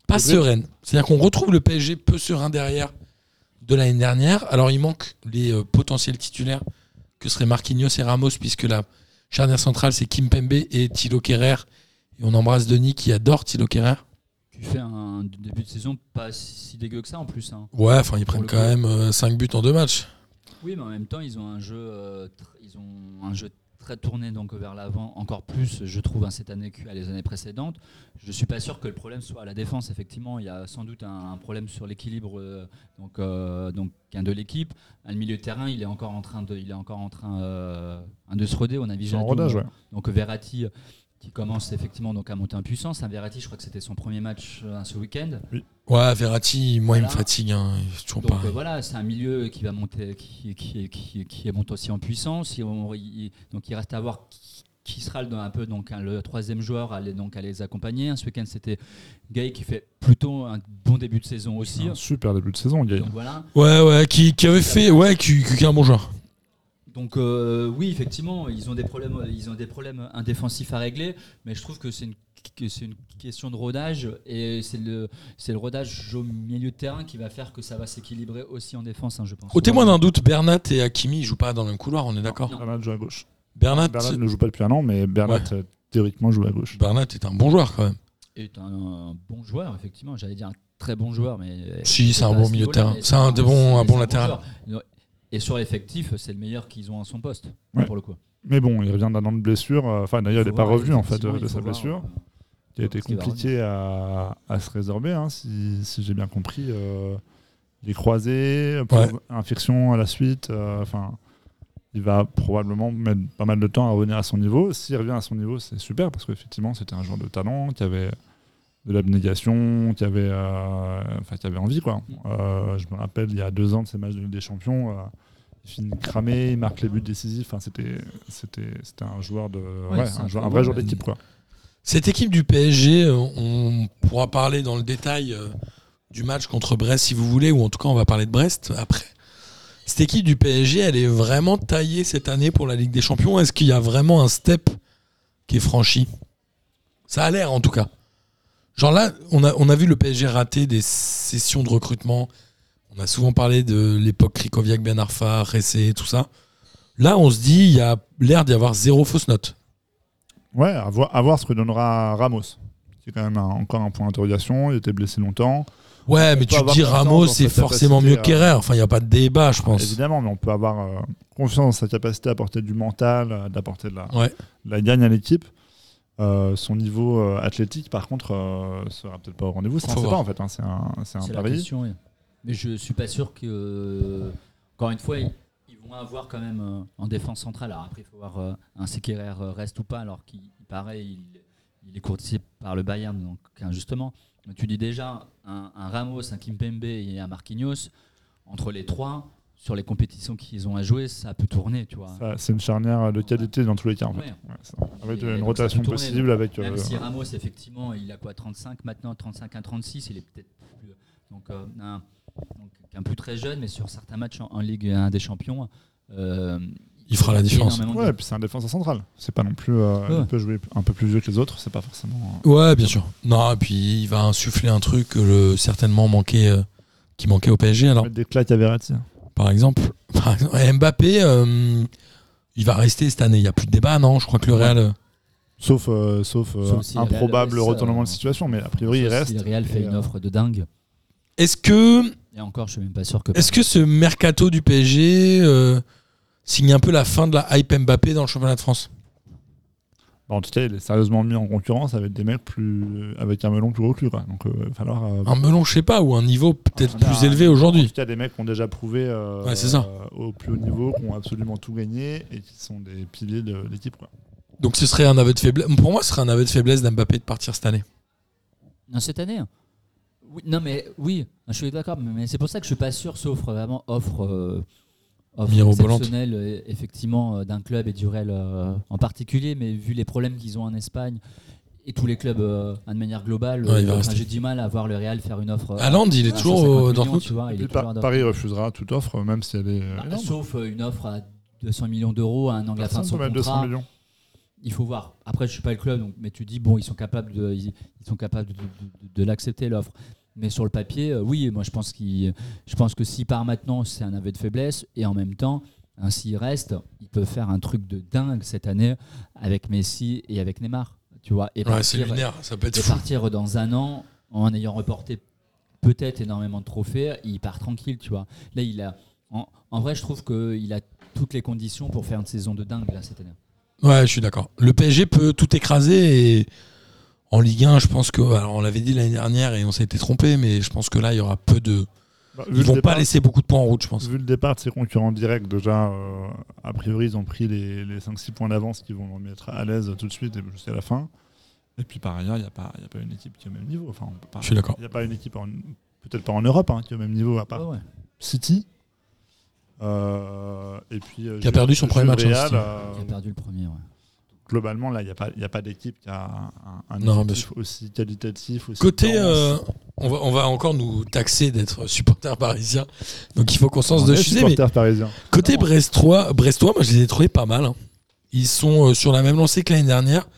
Speaker 4: pas
Speaker 2: C'est vrai.
Speaker 4: sereine. C'est-à-dire qu'on retrouve le PSG peu serein derrière de l'année dernière. Alors, il manque les euh, potentiels titulaires que seraient Marquinhos et Ramos, puisque la charnière centrale, c'est Kim Pembe et Thilo Kerrer. Et on embrasse Denis qui adore Thilo Kerrer.
Speaker 5: Tu fais un début de saison pas si dégueu que ça en plus. hein.
Speaker 4: Ouais, enfin, ils prennent
Speaker 5: le
Speaker 4: quand
Speaker 5: coup.
Speaker 4: même 5 buts en deux matchs.
Speaker 5: Oui, mais en même temps, ils ont un jeu, euh, tr- ils ont un jeu très tourné donc vers l'avant, encore plus, je trouve, hein, cette année qu'à les années précédentes. Je suis pas sûr que le problème soit à la défense. Effectivement, il y a sans doute un, un problème sur l'équilibre euh, donc euh, donc hein, de l'équipe. Ah, Le milieu de terrain, il est encore en train de, il est encore en train euh, hein, de se roder. On a
Speaker 2: C'est
Speaker 5: Vigilato,
Speaker 2: en rodage, ouais.
Speaker 5: donc Verratti euh, qui commence effectivement donc à monter en puissance. Un Verratti, je crois que c'était son premier match euh, ce week-end.
Speaker 4: Ouais, Verratti, moi, il me
Speaker 5: Voilà.
Speaker 4: fatigue. hein, c'est toujours
Speaker 5: Donc
Speaker 4: pareil.
Speaker 5: euh, voilà, c'est un milieu qui va monter, qui, qui, qui, qui monte aussi en puissance. Il- on- il- donc il reste à voir qui, qui sera le, un peu donc hein, le troisième joueur à les, donc à les accompagner. Ce week-end c'était Gay qui fait plutôt un bon début de saison aussi. hein.
Speaker 2: Un super début de saison, Gaël.
Speaker 5: Donc voilà.
Speaker 4: Ouais, ouais, qui, qui avait fait. Ouais, qui, qui est un bon joueur.
Speaker 5: Donc euh, oui, effectivement, ils ont des problèmes, ils ont des problèmes indéfensifs à régler, mais je trouve que c'est une que c'est une question de rodage et c'est le c'est le rodage au milieu de terrain qui va faire que ça va s'équilibrer aussi en défense, hein, je pense.
Speaker 4: Au témoin d'un doute, Bernat et Hakimi ils jouent pas dans le même couloir, on est d'accord
Speaker 5: Non.
Speaker 2: Bernat joue à gauche.
Speaker 4: Bernat,
Speaker 2: Bernat ne joue pas depuis un an, mais Bernat,
Speaker 4: Ouais.
Speaker 2: euh, théoriquement, joue à gauche.
Speaker 4: Bernat est un bon joueur quand même.
Speaker 5: est un bon joueur, effectivement. J'allais dire un très bon joueur, mais. euh,
Speaker 4: Si, c'est un
Speaker 5: pas
Speaker 4: bon
Speaker 5: à ce
Speaker 4: milieu de
Speaker 5: niveau-là,
Speaker 4: terrain.
Speaker 5: mais
Speaker 4: C'est un des bons- un
Speaker 5: c'est
Speaker 4: bon latéral.
Speaker 5: joueur. Et sur l'effectif, c'est le meilleur qu'ils ont à son poste,
Speaker 2: Ouais.
Speaker 5: pour le coup.
Speaker 2: Mais bon, il revient d'un an de blessure. euh, Enfin, d'ailleurs, il n'est
Speaker 5: Faut
Speaker 2: pas
Speaker 5: voir,
Speaker 2: revenu en fait
Speaker 5: effectivement,
Speaker 2: euh,
Speaker 5: il
Speaker 2: de
Speaker 5: faut
Speaker 2: sa
Speaker 5: voir,
Speaker 2: blessure,
Speaker 5: euh,
Speaker 2: qui a été
Speaker 5: ce qu'il va
Speaker 2: compliqué à, à se résorber, hein, si, si j'ai bien compris. euh, il est croisé, pour-
Speaker 4: Ouais.
Speaker 2: infection à la suite. euh, Enfin, il va probablement mettre pas mal de temps à revenir à son niveau. S'il revient à son niveau, c'est super parce qu'effectivement, c'était un joueur de talent qui avait de l'abnégation, qui avait, euh, enfin, qui avait envie quoi.
Speaker 5: Mm.
Speaker 2: Euh, je me rappelle, il y a deux ans de ces matchs de Ligue des Champions. euh, il finit cramé, il marque les buts décisifs. Enfin, c'était, c'était, c'était un joueur de, ouais,
Speaker 5: c'est
Speaker 2: un,
Speaker 5: un
Speaker 2: joueur-
Speaker 5: très
Speaker 2: un vrai
Speaker 5: bon
Speaker 2: joueur
Speaker 5: mec.
Speaker 2: d'équipe quoi.
Speaker 4: Cette équipe du PSG, euh, on pourra parler dans le détail euh, du match contre Brest si vous voulez, ou en tout cas on va parler de Brest après. Cette équipe du PSG, elle est vraiment taillée cette année pour la Ligue des Champions. Est-ce qu'il y a vraiment un step qui est franchi Ça a l'air en tout cas. Genre là, on a, on a vu le PSG rater des sessions de recrutement. On a souvent parlé de l'époque Krikoviak, Ben Arfa, Ressé, tout ça. Là, on se dit, il y a l'air d'y avoir zéro fausse note.
Speaker 2: Ouais, à voir, à voir ce que donnera Ramos. C'est quand même un- encore un point d'interrogation. Il était blessé longtemps.
Speaker 4: Ouais, mais
Speaker 2: peut
Speaker 4: tu
Speaker 2: avoir
Speaker 4: dis
Speaker 2: confiance
Speaker 4: Ramos,
Speaker 2: dans
Speaker 4: c'est
Speaker 2: sa
Speaker 4: forcément
Speaker 2: capacité
Speaker 4: mieux
Speaker 2: à-
Speaker 4: qu'Herrera. Enfin, il n'y a pas de débat, je pense.
Speaker 2: Évidemment, mais on peut avoir euh, confiance dans sa capacité à apporter du mental, euh, d'apporter de la,
Speaker 4: Ouais.
Speaker 2: de la gagne à l'équipe. Euh, son niveau euh, athlétique, par contre, euh, sera peut-être pas au rendez-vous. Ça,
Speaker 4: Faut
Speaker 2: on sait
Speaker 4: voir.
Speaker 2: pas en fait. hein. C'est un, c'est un
Speaker 5: C'est la
Speaker 2: pari.
Speaker 5: question, oui. Mais je suis pas sûr que. euh, Encore une fois, ils ils vont avoir quand même euh, en défense centrale. Alors après, il faut voir euh, un Sekerer euh, reste ou pas, alors qu'il il paraît, il, il est courtisé par le Bayern, donc injustement. Mais tu dis déjà un, un Ramos, un Kimpembe et un Marquinhos, entre les trois, sur les compétitions qu'ils ont à jouer, ça peut tourner, tu vois.
Speaker 2: Ça, C'est une charnière de qualité dans tous les cas. En fait.
Speaker 5: Ouais.
Speaker 2: Ouais, ça-
Speaker 5: Et
Speaker 2: avec une
Speaker 5: donc, ça
Speaker 2: rotation
Speaker 5: peut tourner,
Speaker 2: possible, avec euh,
Speaker 5: Même si Ramos, effectivement, il a quoi 35 maintenant, 35 à 36, il est peut-être plus. Donc, euh, un, donc, un plus très jeune, mais sur certains matchs en, en Ligue 1 des Champions. euh,
Speaker 4: Il fera la différence.
Speaker 5: énormément de-
Speaker 2: Ouais, et puis c'est un défenseur central. C'est pas non plus. euh,
Speaker 5: Ouais.
Speaker 2: Il peut jouer un peu plus vieux que les autres, c'est pas forcément. euh,
Speaker 4: Ouais, bien sûr. Non, et puis il va insuffler un truc que le, certainement manquait, euh, qui manquait au PSG. Alors,
Speaker 2: Mettre des claques à Verratti.
Speaker 4: par exemple, par exemple, et Mbappé, euh, il va rester cette année. Il n'y a plus de débat, non Je crois que le Real. euh,
Speaker 2: Sauf, euh, sauf euh,
Speaker 5: Sauf si le Real
Speaker 2: improbable
Speaker 5: reste,
Speaker 2: retournement
Speaker 5: euh,
Speaker 2: de situation, mais a priori il
Speaker 5: Sauf
Speaker 2: reste.
Speaker 5: Si le Real fait
Speaker 2: Et,
Speaker 5: une
Speaker 2: euh,
Speaker 5: offre de dingue.
Speaker 4: Est-ce que,
Speaker 5: Et encore, je suis même pas sûr que.
Speaker 4: est-ce que ce mercato du PSG euh, signe un peu la fin de la hype Mbappé dans le championnat de France
Speaker 2: bah, en tout cas, il est sérieusement mis en concurrence avec des mecs plus. avec un melon plus gros que lui, quoi. Donc euh, il va falloir. euh,
Speaker 4: Un melon, je sais pas, ou un niveau peut-être
Speaker 2: Ah,
Speaker 4: plus élevé
Speaker 2: en
Speaker 4: aujourd'hui
Speaker 2: tout cas, des mecs qui ont déjà prouvé euh,
Speaker 4: Ouais, c'est ça.
Speaker 2: euh, au plus haut niveau, qui ont absolument tout gagné et qui sont des piliers de l'équipe. quoi.
Speaker 4: Donc ce serait un aveu de faiblesse. Pour moi, ce serait un aveu de faiblesse d'Mbappé de partir cette année.
Speaker 5: Non, cette année. hein. Oui, non, mais oui, je suis d'accord, mais, mais c'est pour ça que je suis pas sûr, sauf vraiment offre, euh, offre
Speaker 4: Mirobolante.
Speaker 5: exceptionnelle, euh, effectivement, euh, d'un club et du Real euh, en particulier, mais vu les problèmes qu'ils ont en Espagne et tous les clubs euh, de manière globale,
Speaker 4: Ouais, il va
Speaker 5: euh,
Speaker 4: rester.
Speaker 5: j'ai du mal à voir le Real faire une offre. euh,
Speaker 4: Haaland, il est
Speaker 5: à
Speaker 4: toujours
Speaker 5: 150
Speaker 4: au
Speaker 5: millions,
Speaker 4: Dortmund.
Speaker 5: tu vois, il
Speaker 2: Et
Speaker 5: est
Speaker 2: puis, Par-
Speaker 5: toujours à Dortmund.
Speaker 2: Paris refusera toute offre, même si elle est. euh,
Speaker 5: Bah,
Speaker 2: énorme. Ah,
Speaker 5: sauf euh, une offre à 200 millions d'euros à un an de la fin
Speaker 2: Personne
Speaker 5: de
Speaker 2: peut
Speaker 5: son
Speaker 2: mettre
Speaker 5: contrat.
Speaker 2: millions.
Speaker 5: il faut voir. Après, je suis pas le club, donc, mais tu dis bon, ils sont capables de, ils, ils sont capables de, de- de- de l'accepter l'offre. Mais sur le papier, euh, oui, moi je pense qu'il, je pense que s'il part maintenant, c'est un aveu de faiblesse et en même temps, Hein, S'il reste, il peut faire un truc de dingue cette année avec Messi et avec Neymar. Tu vois, et
Speaker 4: Ouais, c'est
Speaker 5: partir-
Speaker 4: lunaire, ça peut être
Speaker 5: de
Speaker 4: fou.
Speaker 5: partir dans un an en ayant reporté peut-être énormément de trophées, il part tranquille, tu vois. Là, il a. En, en vrai, je trouve qu'il a toutes les conditions pour faire une saison de dingue là cette année.
Speaker 4: Ouais, je suis d'accord. Le PSG peut tout écraser et en Ligue 1, je pense que. Alors, on l'avait dit l'année dernière et on s'était trompé, mais je pense que là, il y aura peu de.
Speaker 2: Bah, vu
Speaker 4: Ils
Speaker 2: le
Speaker 4: vont
Speaker 2: départ-
Speaker 4: pas laisser beaucoup de points en route, je pense.
Speaker 2: Vu le départ de ses concurrents directs, déjà, euh, a priori, ils ont pris les, les 5-6 points d'avance qui vont leur mettre à l'aise tout de suite et jusqu'à la fin. Et puis par ailleurs, il n'y a, pas- il y a pas une équipe qui est au même niveau. Enfin, on peut pas-
Speaker 4: Je suis d'accord.
Speaker 2: Il n'y a pas une équipe, en- peut-être pas en Europe, hein, qui est au même niveau, à part
Speaker 5: Ouais, ouais.
Speaker 2: City. Euh, et puis, euh,
Speaker 4: Qui a
Speaker 2: Ju-
Speaker 4: perdu son
Speaker 2: Ju-
Speaker 4: premier match, hein,
Speaker 2: Real,
Speaker 4: City.
Speaker 2: euh,
Speaker 5: Il a perdu le premier. ouais.
Speaker 2: globalement, là, il n'y a pas, il y a pas d'équipe qui a un, un
Speaker 4: Non, bien
Speaker 2: effectif aussi qualitatif. Aussi
Speaker 4: Côté.
Speaker 2: dense.
Speaker 4: euh, on, va, on va encore nous taxer d'être supporters parisiens. Donc, il faut qu'on sens
Speaker 2: On
Speaker 4: de
Speaker 2: est
Speaker 4: chuter. Mais
Speaker 2: supporter parisien.
Speaker 4: côté Brestois, Brestois, moi, je les ai trouvés pas mal. hein. Ils sont euh, sur la même lancée que l'année dernière.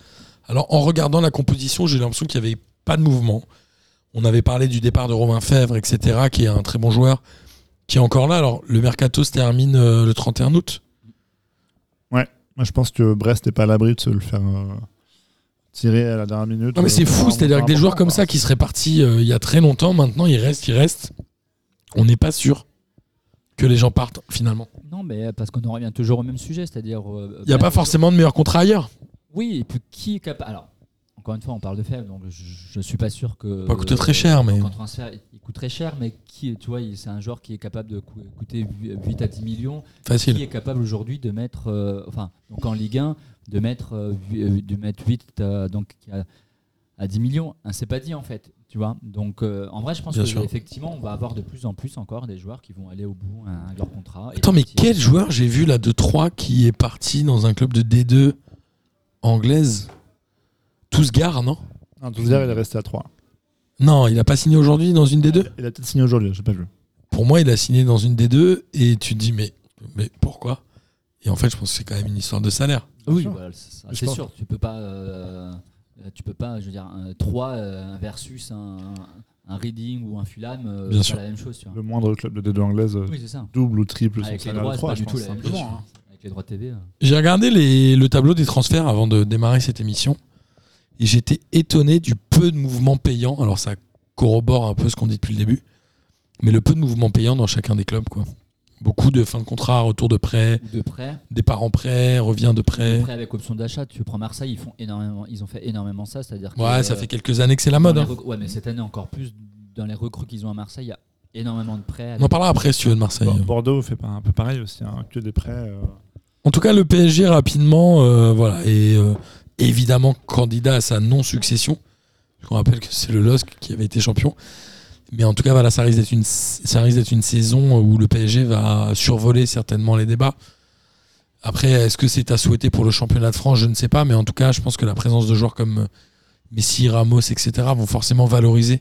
Speaker 4: Alors, en regardant la composition, j'ai l'impression qu'il n'y avait pas de mouvement. On avait parlé du départ de Romain Fèvre, etc., qui est un très bon joueur, qui est encore là. Alors, le mercato se termine euh, le 31 août.
Speaker 2: Moi, je pense que Brest n'est pas à l'abri de se le faire euh, tirer à la dernière minute.
Speaker 4: Non mais c'est
Speaker 2: Euh,
Speaker 4: fou,
Speaker 2: par-
Speaker 4: c'est-à-dire
Speaker 2: par
Speaker 4: que des
Speaker 2: un
Speaker 4: joueurs
Speaker 2: moment,
Speaker 4: comme
Speaker 2: quoi.
Speaker 4: ça qui seraient partis euh, il y a très longtemps, maintenant ils restent, ils restent. On n'est pas sûr que les gens partent finalement.
Speaker 5: Non, mais euh, parce qu'on en revient toujours au même sujet, c'est-à-dire. euh, bah,
Speaker 4: Il n'y a pas forcément de meilleur contrat ailleurs.
Speaker 5: Oui, et puis qui est capable. Alors, encore une fois, on parle de faible, donc je ne suis pas sûr que.
Speaker 4: Pas coûter très cher, mais-
Speaker 5: qu'en transfert, il- il coûte très cher, mais qui, tu vois, il- c'est un joueur qui est capable de cou- coûter 8 à 10 millions. qui
Speaker 4: Facile.
Speaker 5: est capable aujourd'hui de mettre, euh, enfin, donc en Ligue 1, de mettre, euh, vi- euh, de mettre 8 euh, donc, à, à 10 millions Hein, C'est pas dit en fait, tu vois. Donc euh, en vrai, je pense
Speaker 4: Bien
Speaker 5: que
Speaker 4: sûr.
Speaker 5: effectivement, on va avoir de plus en plus encore des joueurs qui vont aller au bout hein, de leur contrat. et
Speaker 4: Attends mais
Speaker 5: partir.
Speaker 4: quel joueur j'ai vu là de 3 qui est parti dans un club de D2 anglaise Tousgar, non
Speaker 2: Un Touzard, il est resté à 3.
Speaker 4: Non, il n'a pas signé aujourd'hui dans une D2
Speaker 2: Il a peut-être signé aujourd'hui, j'ai pas vu.
Speaker 4: Pour moi, il a signé dans une D2 et tu te dis mais, mais pourquoi Et en fait, je pense que c'est quand même une histoire de salaire.
Speaker 5: Oui,
Speaker 2: sûr.
Speaker 5: voilà, c'est ça,
Speaker 2: Je
Speaker 5: c'est
Speaker 2: pense.
Speaker 5: sûr. Tu peux pas, euh, euh, tu peux pas, je veux dire, 3 versus un, un Reading ou un Fulham, euh,
Speaker 4: Bien
Speaker 5: c'est
Speaker 4: sûr.
Speaker 5: pas la même chose, tu vois.
Speaker 2: Le moindre club de D2 anglaise, euh,
Speaker 5: Oui, c'est ça.
Speaker 2: double ou
Speaker 4: Ah,
Speaker 2: triple son
Speaker 5: Avec les
Speaker 2: salaire
Speaker 5: droits,
Speaker 2: de
Speaker 5: c'est pas
Speaker 2: 3,
Speaker 5: du
Speaker 2: je
Speaker 5: tout
Speaker 2: pense.
Speaker 5: la même chose.
Speaker 2: simplement, hein.
Speaker 5: Avec les droits TV. euh.
Speaker 4: J'ai regardé les- le tableau des transferts avant de démarrer cette émission et j'étais étonné du peu de mouvements payants. Alors ça corrobore un peu ce qu'on dit depuis le début, mais le peu de mouvements payants dans chacun des clubs. quoi. Beaucoup de fin de contrat, retour de prêt,
Speaker 5: Ou de près.
Speaker 4: départ en prêt, revient de prêt.
Speaker 5: Après, avec option d'achat, tu prends Marseille, ils, font énormément, ils ont fait énormément ça. C'est-à-dire que,
Speaker 4: Ouais, ça
Speaker 5: euh,
Speaker 4: fait quelques années que c'est la
Speaker 5: dans
Speaker 4: mode.
Speaker 5: les
Speaker 4: hein.
Speaker 5: rec- Ouais, mais cette année encore plus, dans les recrues qu'ils ont à Marseille, il y a énormément de prêts.
Speaker 4: hein. On en parlera après si tu veux de Marseille.
Speaker 2: Bon, hein. Bordeaux fait pas un peu pareil aussi, hein, que des prêts. euh,
Speaker 4: En tout cas, le PSG rapidement, euh, voilà, et euh, évidemment candidat à sa non-succession. Je vous rappelle que c'est le LOSC qui avait été champion. Mais en tout cas, voilà, ça risque d'être une, ça risque d'être une saison où le PSG va survoler certainement les débats. Après, est-ce que c'est à souhaiter pour le championnat de France Je ne sais pas, mais en tout cas, je pense que la présence de joueurs comme euh, Messi, Ramos, etc. vont forcément valoriser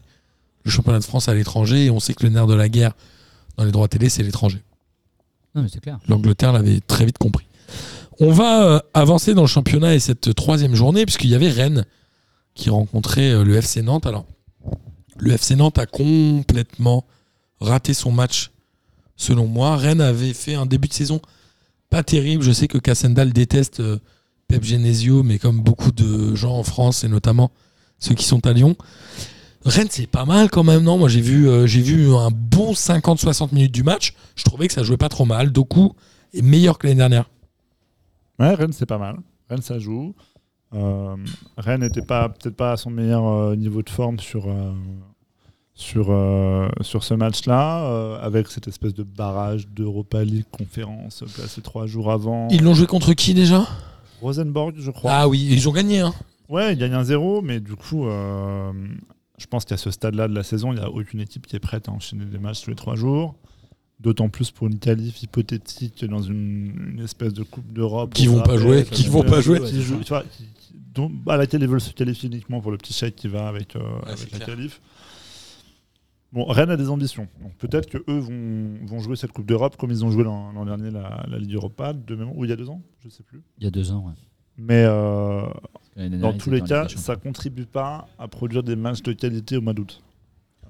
Speaker 4: le championnat de France à l'étranger. Et on sait que le nerf de la guerre dans les droits télé, c'est l'étranger.
Speaker 5: Non, mais c'est clair.
Speaker 4: L'Angleterre l'avait très vite compris. On va euh, avancer dans le championnat et cette troisième journée, puisqu'il y avait Rennes qui rencontrait euh, le FC Nantes. Alors, le FC Nantes a complètement raté son match, selon moi. Rennes avait fait un début de saison pas terrible. Je sais que Cassendal déteste euh, Pep Genesio, mais comme beaucoup de gens en France, et notamment ceux qui sont à Lyon, Rennes, c'est pas mal quand même, non Moi, j'ai vu, euh, j'ai vu un bon 50-60 minutes du match. Je trouvais que ça jouait pas trop mal. Doku est meilleur que l'année dernière.
Speaker 2: Ouais, Rennes, c'est pas mal. Rennes, ça joue. Euh, Rennes n'était pas, peut-être pas à son meilleur euh, niveau de forme sur, euh, sur, euh, sur ce match-là, euh, avec cette espèce de barrage d'Europa League conférence euh, placé trois jours avant.
Speaker 4: Ils l'ont joué contre qui déjà
Speaker 2: Rosenborg, je crois.
Speaker 4: Ah oui, ils ont gagné. Hein.
Speaker 2: Ouais, il gagne un zéro, mais du coup, euh, je pense qu'à ce stade-là de la saison, il n'y a aucune équipe qui est prête à enchaîner des matchs tous les trois jours. D'autant plus pour une qualif hypothétique dans une, une espèce de Coupe d'Europe.
Speaker 4: Qui
Speaker 2: On
Speaker 4: vont
Speaker 2: rappelle,
Speaker 4: pas jouer,
Speaker 2: euh,
Speaker 4: qui vont pas jouer.
Speaker 2: qui jouent, tu vois, qui- qui- dont- à laquelle ils veulent se qualifier uniquement pour le petit chèque qui va avec, euh, avec
Speaker 4: c'est
Speaker 2: la
Speaker 4: clair.
Speaker 2: qualif. Bon, Rennes a des ambitions. Donc peut-être que eux vont, vont jouer cette Coupe d'Europe comme ils ont joué l'an l'an dernier la, la Ligue Europa, de même, ou il y a deux ans, je sais plus.
Speaker 5: Il y a deux ans. ouais.
Speaker 2: Mais euh,
Speaker 5: L'année dernière,
Speaker 2: dans
Speaker 5: ils
Speaker 2: tous les
Speaker 5: étaient en
Speaker 2: cas,
Speaker 5: Ligue des Champions.
Speaker 2: ça contribue pas à produire des matchs de qualité au mois d'août.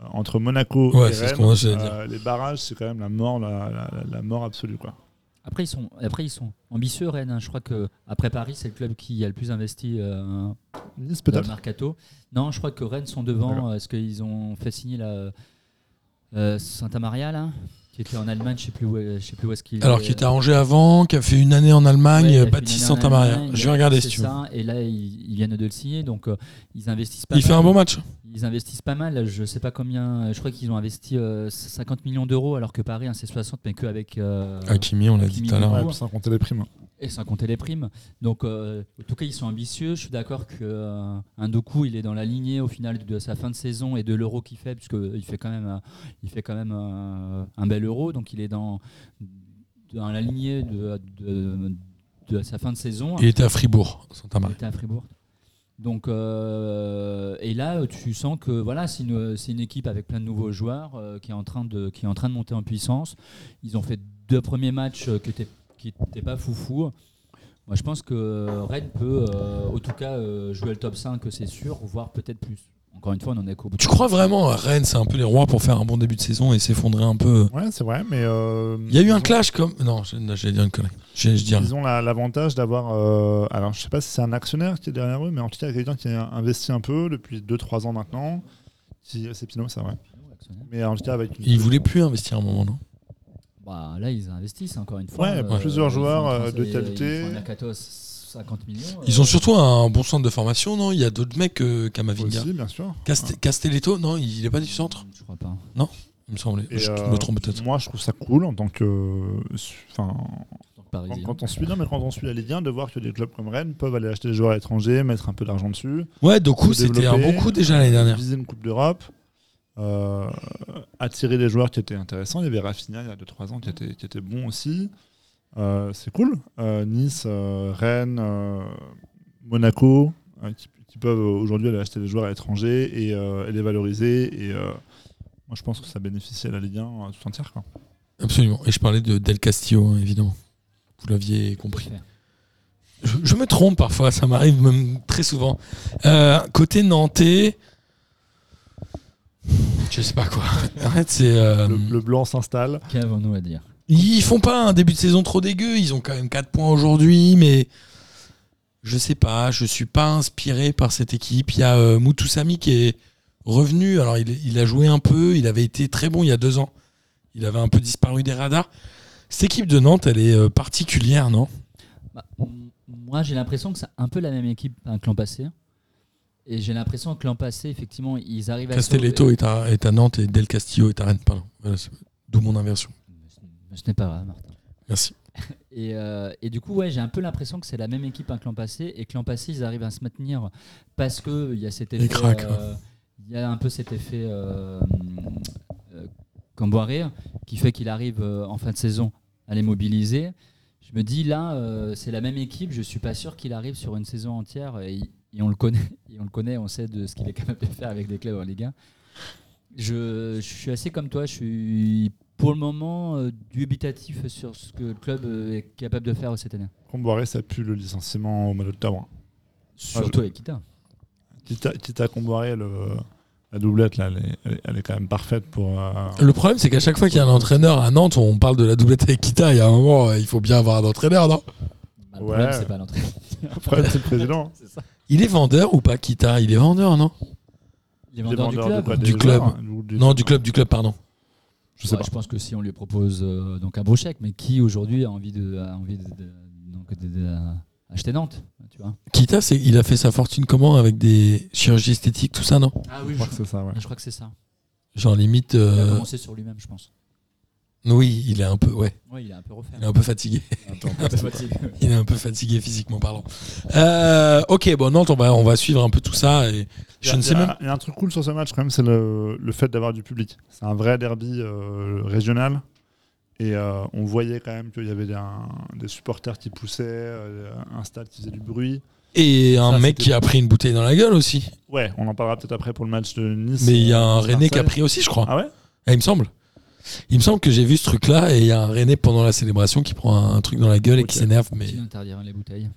Speaker 2: Euh, Entre Monaco
Speaker 4: Ouais,
Speaker 2: et
Speaker 4: c'est ce
Speaker 2: Rennes,
Speaker 4: qu'on- j'allais
Speaker 2: euh, les barrages, c'est quand même la mort, la, la- la mort absolue. Quoi.
Speaker 5: Après ils sont, après ils sont ambitieux Rennes. hein. Je crois que après Paris c'est le club qui a le plus investi euh, dans
Speaker 2: Nice
Speaker 5: le
Speaker 2: peut-être.
Speaker 5: mercato. Non, je crois que Rennes sont
Speaker 2: D'accord.
Speaker 5: devant. Est-ce qu'ils ont fait signer la euh, Santa Maria là, qui était en Allemagne, je sais plus où, je sais plus où est-ce qu'il.
Speaker 4: Alors,
Speaker 5: est.
Speaker 4: qui était à Angers avant, qui a fait une année en Allemagne,
Speaker 5: Ouais, il a
Speaker 4: euh,
Speaker 5: fait une
Speaker 4: Baptiste
Speaker 5: année en
Speaker 4: Santa Maria.
Speaker 5: Allemagne,
Speaker 4: Je vais regarder si
Speaker 5: c'est
Speaker 4: tu veux.
Speaker 5: ça, Et là ils, ils viennent de le signer, donc euh, ils investissent pas.
Speaker 4: Il fait
Speaker 5: mal.
Speaker 4: un bon match.
Speaker 5: Ils investissent pas mal, je sais pas combien, je crois qu'ils ont investi euh, 50 millions d'euros alors que Paris hein, c'est 60 mais que avec euh,
Speaker 4: Hakimi, on l'a dit
Speaker 5: Hakimi,
Speaker 4: tout à l'heure.
Speaker 5: ouais.
Speaker 2: Ouais, puis sans compter les primes. hein.
Speaker 5: et sans compter les primes. Donc euh, en tout cas ils sont ambitieux, je suis d'accord que euh, Ndoku, il est dans la lignée au final de sa fin de saison et de l'euro qu'il fait puisque il fait quand même euh, il fait quand même euh, un bel euro donc il est dans dans la lignée de, de- de sa fin de saison.
Speaker 4: Il était à Fribourg, Santa
Speaker 5: Il
Speaker 4: Maria.
Speaker 5: était à Fribourg. Donc, euh, et là, tu sens que voilà, c'est une, c'est une équipe avec plein de nouveaux joueurs euh, qui, est en train de, qui est en train de monter en puissance. Ils ont fait deux premiers matchs euh, que t'es- qui n'étaient pas foufou. Moi, je pense que Rennes peut, euh, en tout cas, euh, jouer le top 5, c'est sûr, voire peut-être plus. Encore une fois, on en est qu'au bout.
Speaker 4: Tu crois vraiment à Rennes, c'est un peu les rois pour faire un bon début de saison et s'effondrer un peu
Speaker 2: Ouais, c'est vrai, mais. euh,
Speaker 4: Il y a eu
Speaker 2: ils
Speaker 4: un
Speaker 2: ont-
Speaker 4: clash comme. Non, je- non, j'allais dire une connerie. Je, je dis rien.
Speaker 2: Ils ont la- l'avantage d'avoir. euh, alors, je sais pas si c'est un actionnaire qui est derrière eux, mais en tout cas, quelqu'un qui a investi un peu depuis 2-3 ans maintenant. Qui- C'est Pinot, c'est vrai. Mais en tout cas, avec. une-
Speaker 4: Ils voulaient plus investir à un moment, non
Speaker 5: Bah, là, ils investissent encore une fois.
Speaker 2: Ouais, plusieurs
Speaker 5: ils font
Speaker 2: joueurs,
Speaker 5: un
Speaker 2: euh,
Speaker 5: transfert-
Speaker 2: de
Speaker 5: ils font un
Speaker 2: qualité.
Speaker 5: mercato à 50 millions. euh,
Speaker 4: Ils ont surtout un bon centre de formation, non Il y a d'autres mecs euh, Camavinga.
Speaker 2: Aussi, bien sûr.
Speaker 4: Cast- Castelletto, non, il est pas du centre,
Speaker 5: Je crois pas.
Speaker 4: il me semblait.
Speaker 2: Et,
Speaker 4: je
Speaker 2: euh,
Speaker 4: me trompe peut-être.
Speaker 2: Moi, je trouve ça cool en tant que. euh, Enfin,
Speaker 5: Donc,
Speaker 2: Quand,
Speaker 5: Parisien.
Speaker 2: quand on suit, non, mais quand on suit la Ligue 1, de voir que des clubs comme Rennes peuvent aller acheter des joueurs à l'étranger, mettre un peu d'argent dessus,
Speaker 4: Ouais, Doku,
Speaker 2: faut
Speaker 4: c'était un
Speaker 2: développer,
Speaker 4: bon coup déjà l'année dernière.
Speaker 2: viser une Coupe d'Europe, euh, attirer des joueurs qui étaient intéressants. Il y avait Rafinha il y a 2-3 ans qui était, qui était bon aussi. Euh, c'est cool. Euh, nice, euh, Rennes, euh, Monaco, euh, qui, qui peuvent aujourd'hui aller acheter des joueurs à l'étranger et, euh, et les valoriser. Et euh, moi, je pense que ça bénéficie à la Ligue 1 euh, tout entière. Quoi.
Speaker 4: Absolument. Et je parlais de Del Castillo, hein, évidemment. Vous l'aviez compris.
Speaker 5: Parfait.
Speaker 4: Je, je me trompe parfois, ça m'arrive même très souvent. Euh, côté Nantais. Je sais pas quoi. Arrête, c'est. euh,
Speaker 2: Le, le blanc s'installe.
Speaker 5: Qu'avons-nous à dire
Speaker 4: Ils font pas un début de saison trop dégueu. Ils ont quand même 4 points aujourd'hui, mais je sais pas. Je suis pas inspiré par cette équipe. Il y a euh, Mutusami qui est revenu. Alors, il, il a joué un peu. Il avait été très bon il y a deux ans. Il avait un peu disparu des radars. Cette équipe de Nantes, elle est euh, particulière, non
Speaker 5: Bah, m- Moi, j'ai l'impression que c'est un peu la même équipe hein, que l'an passé. Et j'ai l'impression que l'an passé, effectivement, ils
Speaker 4: Bah,
Speaker 5: arrivent à.
Speaker 4: Castelletto
Speaker 5: sauver-
Speaker 4: est à, est à Nantes et Del Castillo est à Rennes. Pardon. Voilà, c'est- D'où mon inversion.
Speaker 5: Mais Ce n'est pas vrai, Martin.
Speaker 4: Merci.
Speaker 5: Et, euh, et du coup, ouais, j'ai un peu l'impression que c'est la même équipe hein, que l'an passé et que l'an passé, ils arrivent à se maintenir parce qu'il y a cet effet.
Speaker 4: craquent,
Speaker 5: euh, Il y a un peu cet effet euh, euh, Camboiré qui fait qu'il arrive euh, en fin de saison à les mobiliser. Je me dis là, euh, c'est la même équipe, je suis pas sûr qu'il arrive sur une saison entière et, et on le connaît, et on le connaît, on sait de ce qu'il est capable de faire avec des clubs en Ligue 1. Je, je suis assez comme toi, je suis pour le moment euh, dubitatif sur ce que le club euh, est capable de faire cette année.
Speaker 2: Comboiré, ça pue le licenciement au mois d'octobre. hein.
Speaker 5: Surtout avec Kita.
Speaker 2: Quitte à, quitte à comparer le, la doublette, là, elle est, elle est- elle est quand même parfaite pour. euh,
Speaker 4: Le problème, c'est qu'à chaque fois qu'il y a un entraîneur à Nantes, on parle de la doublette avec Kita. Il y a un moment, euh, il faut bien avoir un entraîneur, non
Speaker 5: Bah, le problème,
Speaker 2: Ouais.
Speaker 5: c'est pas l'entrée.
Speaker 2: pour être le président.
Speaker 4: Il est vendeur ou pas, Kita Il est vendeur, non
Speaker 5: Les
Speaker 2: Des
Speaker 5: vendeurs du club.
Speaker 2: vendeurs de quoi,
Speaker 4: Du
Speaker 2: des
Speaker 4: club.
Speaker 2: joueurs, hein, ou des-
Speaker 4: Non, du club, du club, pardon.
Speaker 2: Je sais
Speaker 5: Ouais,
Speaker 2: pas.
Speaker 5: Je pense que si on lui propose euh, donc un beau chèque, mais qui aujourd'hui a envie de, a envie de, de- donc de- de- acheter Nantes, tu vois
Speaker 4: Kita, c'est, il a fait sa fortune comment Avec des chirurgies esthétiques, tout ça, non
Speaker 5: Ah
Speaker 2: Je crois que c'est ça, ouais.
Speaker 5: Je crois que c'est ça.
Speaker 4: Genre limite.
Speaker 5: Il a
Speaker 4: euh,
Speaker 5: commencé sur lui-même, je pense.
Speaker 4: Oui, il est un peu, ouais,
Speaker 5: Oui, il a un peu refait.
Speaker 4: il est un peu fatigué.
Speaker 5: Un peu fatigué.
Speaker 4: Il est un peu fatigué physiquement parlant. Euh, ok, bon Nantes, on va, on va suivre un peu tout ça. Et je ne sais
Speaker 2: Il y a-
Speaker 4: même.
Speaker 2: Il y a un truc cool sur ce match, quand même, c'est le, le fait d'avoir du public. C'est un vrai derby euh, régional. Et euh, on voyait quand même qu'il y avait des, un- des supporters qui poussaient, euh, un stade qui faisait du bruit.
Speaker 4: Et un
Speaker 2: Ça,
Speaker 4: mec
Speaker 2: c'était-
Speaker 4: qui a pris une bouteille dans la gueule aussi.
Speaker 2: Ouais, on en parlera peut-être après pour le match de Nice.
Speaker 4: Mais il y a un
Speaker 2: euh,
Speaker 4: René qui a
Speaker 2: Marseille.
Speaker 4: pris aussi, je crois.
Speaker 2: Ah ouais
Speaker 4: Ah, il me semble. Il me semble que j'ai vu ce truc-là et il y a un René pendant la célébration qui prend un, un truc dans la gueule et qui
Speaker 2: Ok.
Speaker 4: s'énerve. Mais,
Speaker 5: Qui interdira les bouteilles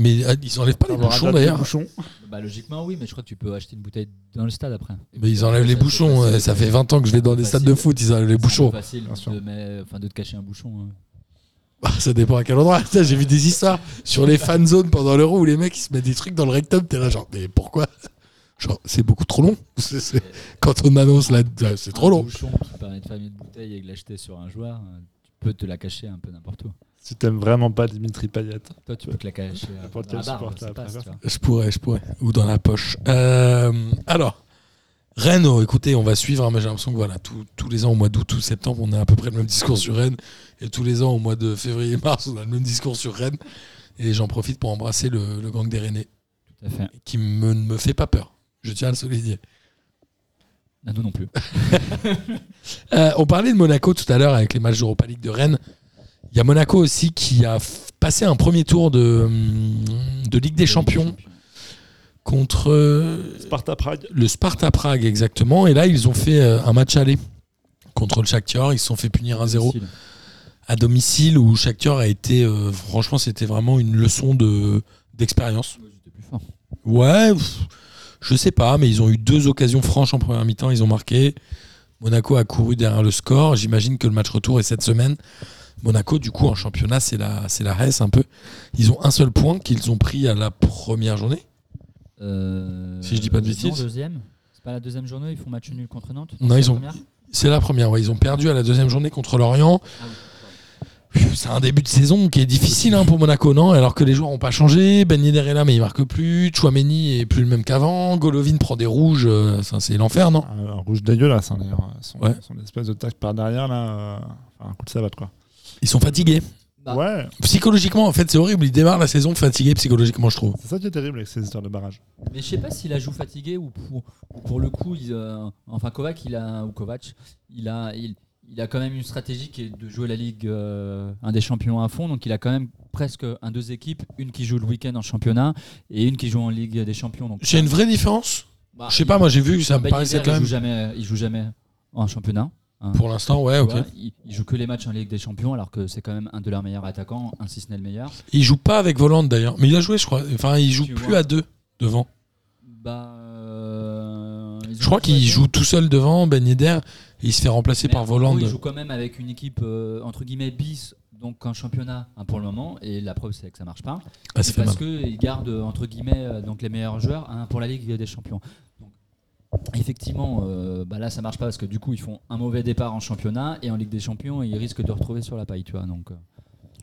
Speaker 4: mais ah, ils enlèvent pas les
Speaker 2: On aura
Speaker 4: bouchons
Speaker 2: déjà des
Speaker 4: d'ailleurs.
Speaker 2: bouchons.
Speaker 5: Bah logiquement oui, mais je crois que tu peux acheter une bouteille dans le stade après.
Speaker 4: Mais ils enlèvent les
Speaker 5: Ça, c'est
Speaker 4: bouchons.
Speaker 5: facile.
Speaker 4: euh, Ça fait 20 ans que je vais dans des stades de
Speaker 5: Facile.
Speaker 4: foot, ils enlèvent les
Speaker 5: C'est un peu
Speaker 4: bouchons.
Speaker 5: facile
Speaker 2: Bien sûr.
Speaker 5: de, mais- enfin, de te cacher un bouchon. hein.
Speaker 4: Bah, ça dépend à quel endroit. Putain, J'ai vu des histoires sur les fan zones pendant l'euro où les mecs ils se mettent des trucs dans le rectum. T'es là, genre, mais pourquoi Genre, c'est beaucoup trop long. C'est- c'est- Quand on annonce là, c'est trop
Speaker 5: Un
Speaker 4: long.
Speaker 5: bouchon qui permet de faire une bouteille et de l'acheter sur un joueur, euh, tu peux te la cacher un peu n'importe où.
Speaker 2: Si t'aimes vraiment pas Dimitri Payet.
Speaker 5: Toi, tu peux te la cacher euh,
Speaker 2: N'importe
Speaker 5: dans
Speaker 2: quel
Speaker 5: la barre,
Speaker 2: supporter
Speaker 5: ça passe,
Speaker 2: préfère.
Speaker 5: tu vois.
Speaker 4: Je pourrais, je pourrais. Ou dans la poche. Euh, alors, Rennes, oh, écoutez, on va suivre. hein, mais J'ai l'impression que voilà, tous- tous les ans, au mois d'août ou septembre, on a à peu près le même discours sur Rennes. Et tous les ans, au mois de février-mars, on a le même discours sur Rennes. Et j'en profite pour embrasser le, le gang des Rennais,
Speaker 5: Tout à fait.
Speaker 4: qui me- ne me fait pas peur. Je tiens à le souligner.
Speaker 5: Ah, nous non plus.
Speaker 4: Euh, on parlait de Monaco tout à l'heure avec les matchs d'Europa League de Rennes. Il y a Monaco aussi qui a f- passé un premier tour de, hum, de Ligue des Champions contre euh,
Speaker 2: Sparta Prague.
Speaker 4: le Sparta Prague exactement. Et là, ils ont fait euh, un match aller contre le Shakhtar. Ils se sont fait punir 1-0
Speaker 5: Difficile.
Speaker 4: à domicile où Shakhtar a été, euh, franchement, c'était vraiment une leçon de d'expérience.
Speaker 5: Moi, j'étais plus fort.
Speaker 4: Ouais, pff, je sais pas, mais ils ont eu deux occasions franches en première mi-temps, ils ont marqué. Monaco a couru derrière le score. J'imagine que le match retour est cette semaine. Monaco, du coup, en championnat, c'est la, c'est la Hesse un peu. Ils ont un seul point qu'ils ont pris à la première journée.
Speaker 5: Euh,
Speaker 4: Si je dis pas de
Speaker 5: non,
Speaker 4: bêtises.
Speaker 5: deuxième. C'est pas la deuxième journée, ils font match nul contre Nantes
Speaker 4: Non,
Speaker 5: C'est la
Speaker 4: ils ont-
Speaker 5: première
Speaker 4: C'est la première, ouais. Ils ont perdu à la deuxième journée contre Lorient.
Speaker 5: Ah
Speaker 4: Pff, C'est un début de saison qui est difficile hein, pour Monaco, non Alors que les joueurs n'ont pas changé. Ben Yedder est là, mais il marque plus. Chouameni est plus le même qu'avant. Golovin prend des rouges. euh, ça, c'est l'enfer, non
Speaker 2: Un, un rouge dégueulasse, hein, d'ailleurs. Son,
Speaker 4: Ouais.
Speaker 2: son espèce de tac par derrière, là. euh, enfin, un coup de savate, quoi.
Speaker 4: Ils sont fatigués.
Speaker 5: Ah.
Speaker 2: Ouais,
Speaker 4: Psychologiquement, en fait, c'est horrible. Il démarre la saison fatigué psychologiquement, je trouve.
Speaker 2: c'est ça qui est terrible avec ces histoires de barrage.
Speaker 5: Mais je sais pas s'il a joué fatigué ou pour, ou pour le coup, ils, euh, enfin Kovac, il a, ou Kovac, il a, il, il a quand même une stratégie qui est de jouer la Ligue euh, un des champions à fond. Donc il a quand même presque un deux équipes, une qui joue le week-end en championnat et une qui joue en Ligue des champions. Donc,
Speaker 4: C'est une vraie différence.
Speaker 5: bah,
Speaker 4: Je sais
Speaker 5: il-
Speaker 4: pas, moi j'ai vu que ça me
Speaker 5: Ben
Speaker 4: paraissait
Speaker 5: Yedder,
Speaker 4: quand
Speaker 5: il
Speaker 4: même.
Speaker 5: joue jamais, il joue jamais en championnat. hein.
Speaker 4: Pour l'instant, ouais,
Speaker 5: Tu
Speaker 4: ok.
Speaker 5: vois, il, il joue que les matchs en Ligue des Champions, alors que c'est quand même un de leurs meilleurs attaquants, un si ce n'est le meilleur.
Speaker 4: Il joue pas avec Volant d'ailleurs, mais il a joué, je crois. Enfin, il joue
Speaker 5: Tu
Speaker 4: plus
Speaker 5: vois.
Speaker 4: à deux devant.
Speaker 5: Bah, euh, ils ont
Speaker 4: Je crois
Speaker 5: joué à
Speaker 4: qu'il
Speaker 5: deux.
Speaker 4: joue tout seul devant, Ben Yedder, et il se fait remplacer
Speaker 5: Mais
Speaker 4: par
Speaker 5: en gros,
Speaker 4: Voland.
Speaker 5: Il joue quand même avec une équipe euh, entre guillemets bis, donc en championnat hein, pour le moment. Et la preuve c'est que ça marche pas.
Speaker 4: Ah,
Speaker 5: C'est
Speaker 4: ça fait mal.
Speaker 5: parce qu'il garde euh, entre guillemets euh, donc les meilleurs joueurs hein, pour la Ligue des Champions. Donc, effectivement, euh, bah là ça marche pas parce que du coup ils font un mauvais départ en championnat et en Ligue des Champions ils risquent de retrouver sur la paille, tu vois. Donc euh,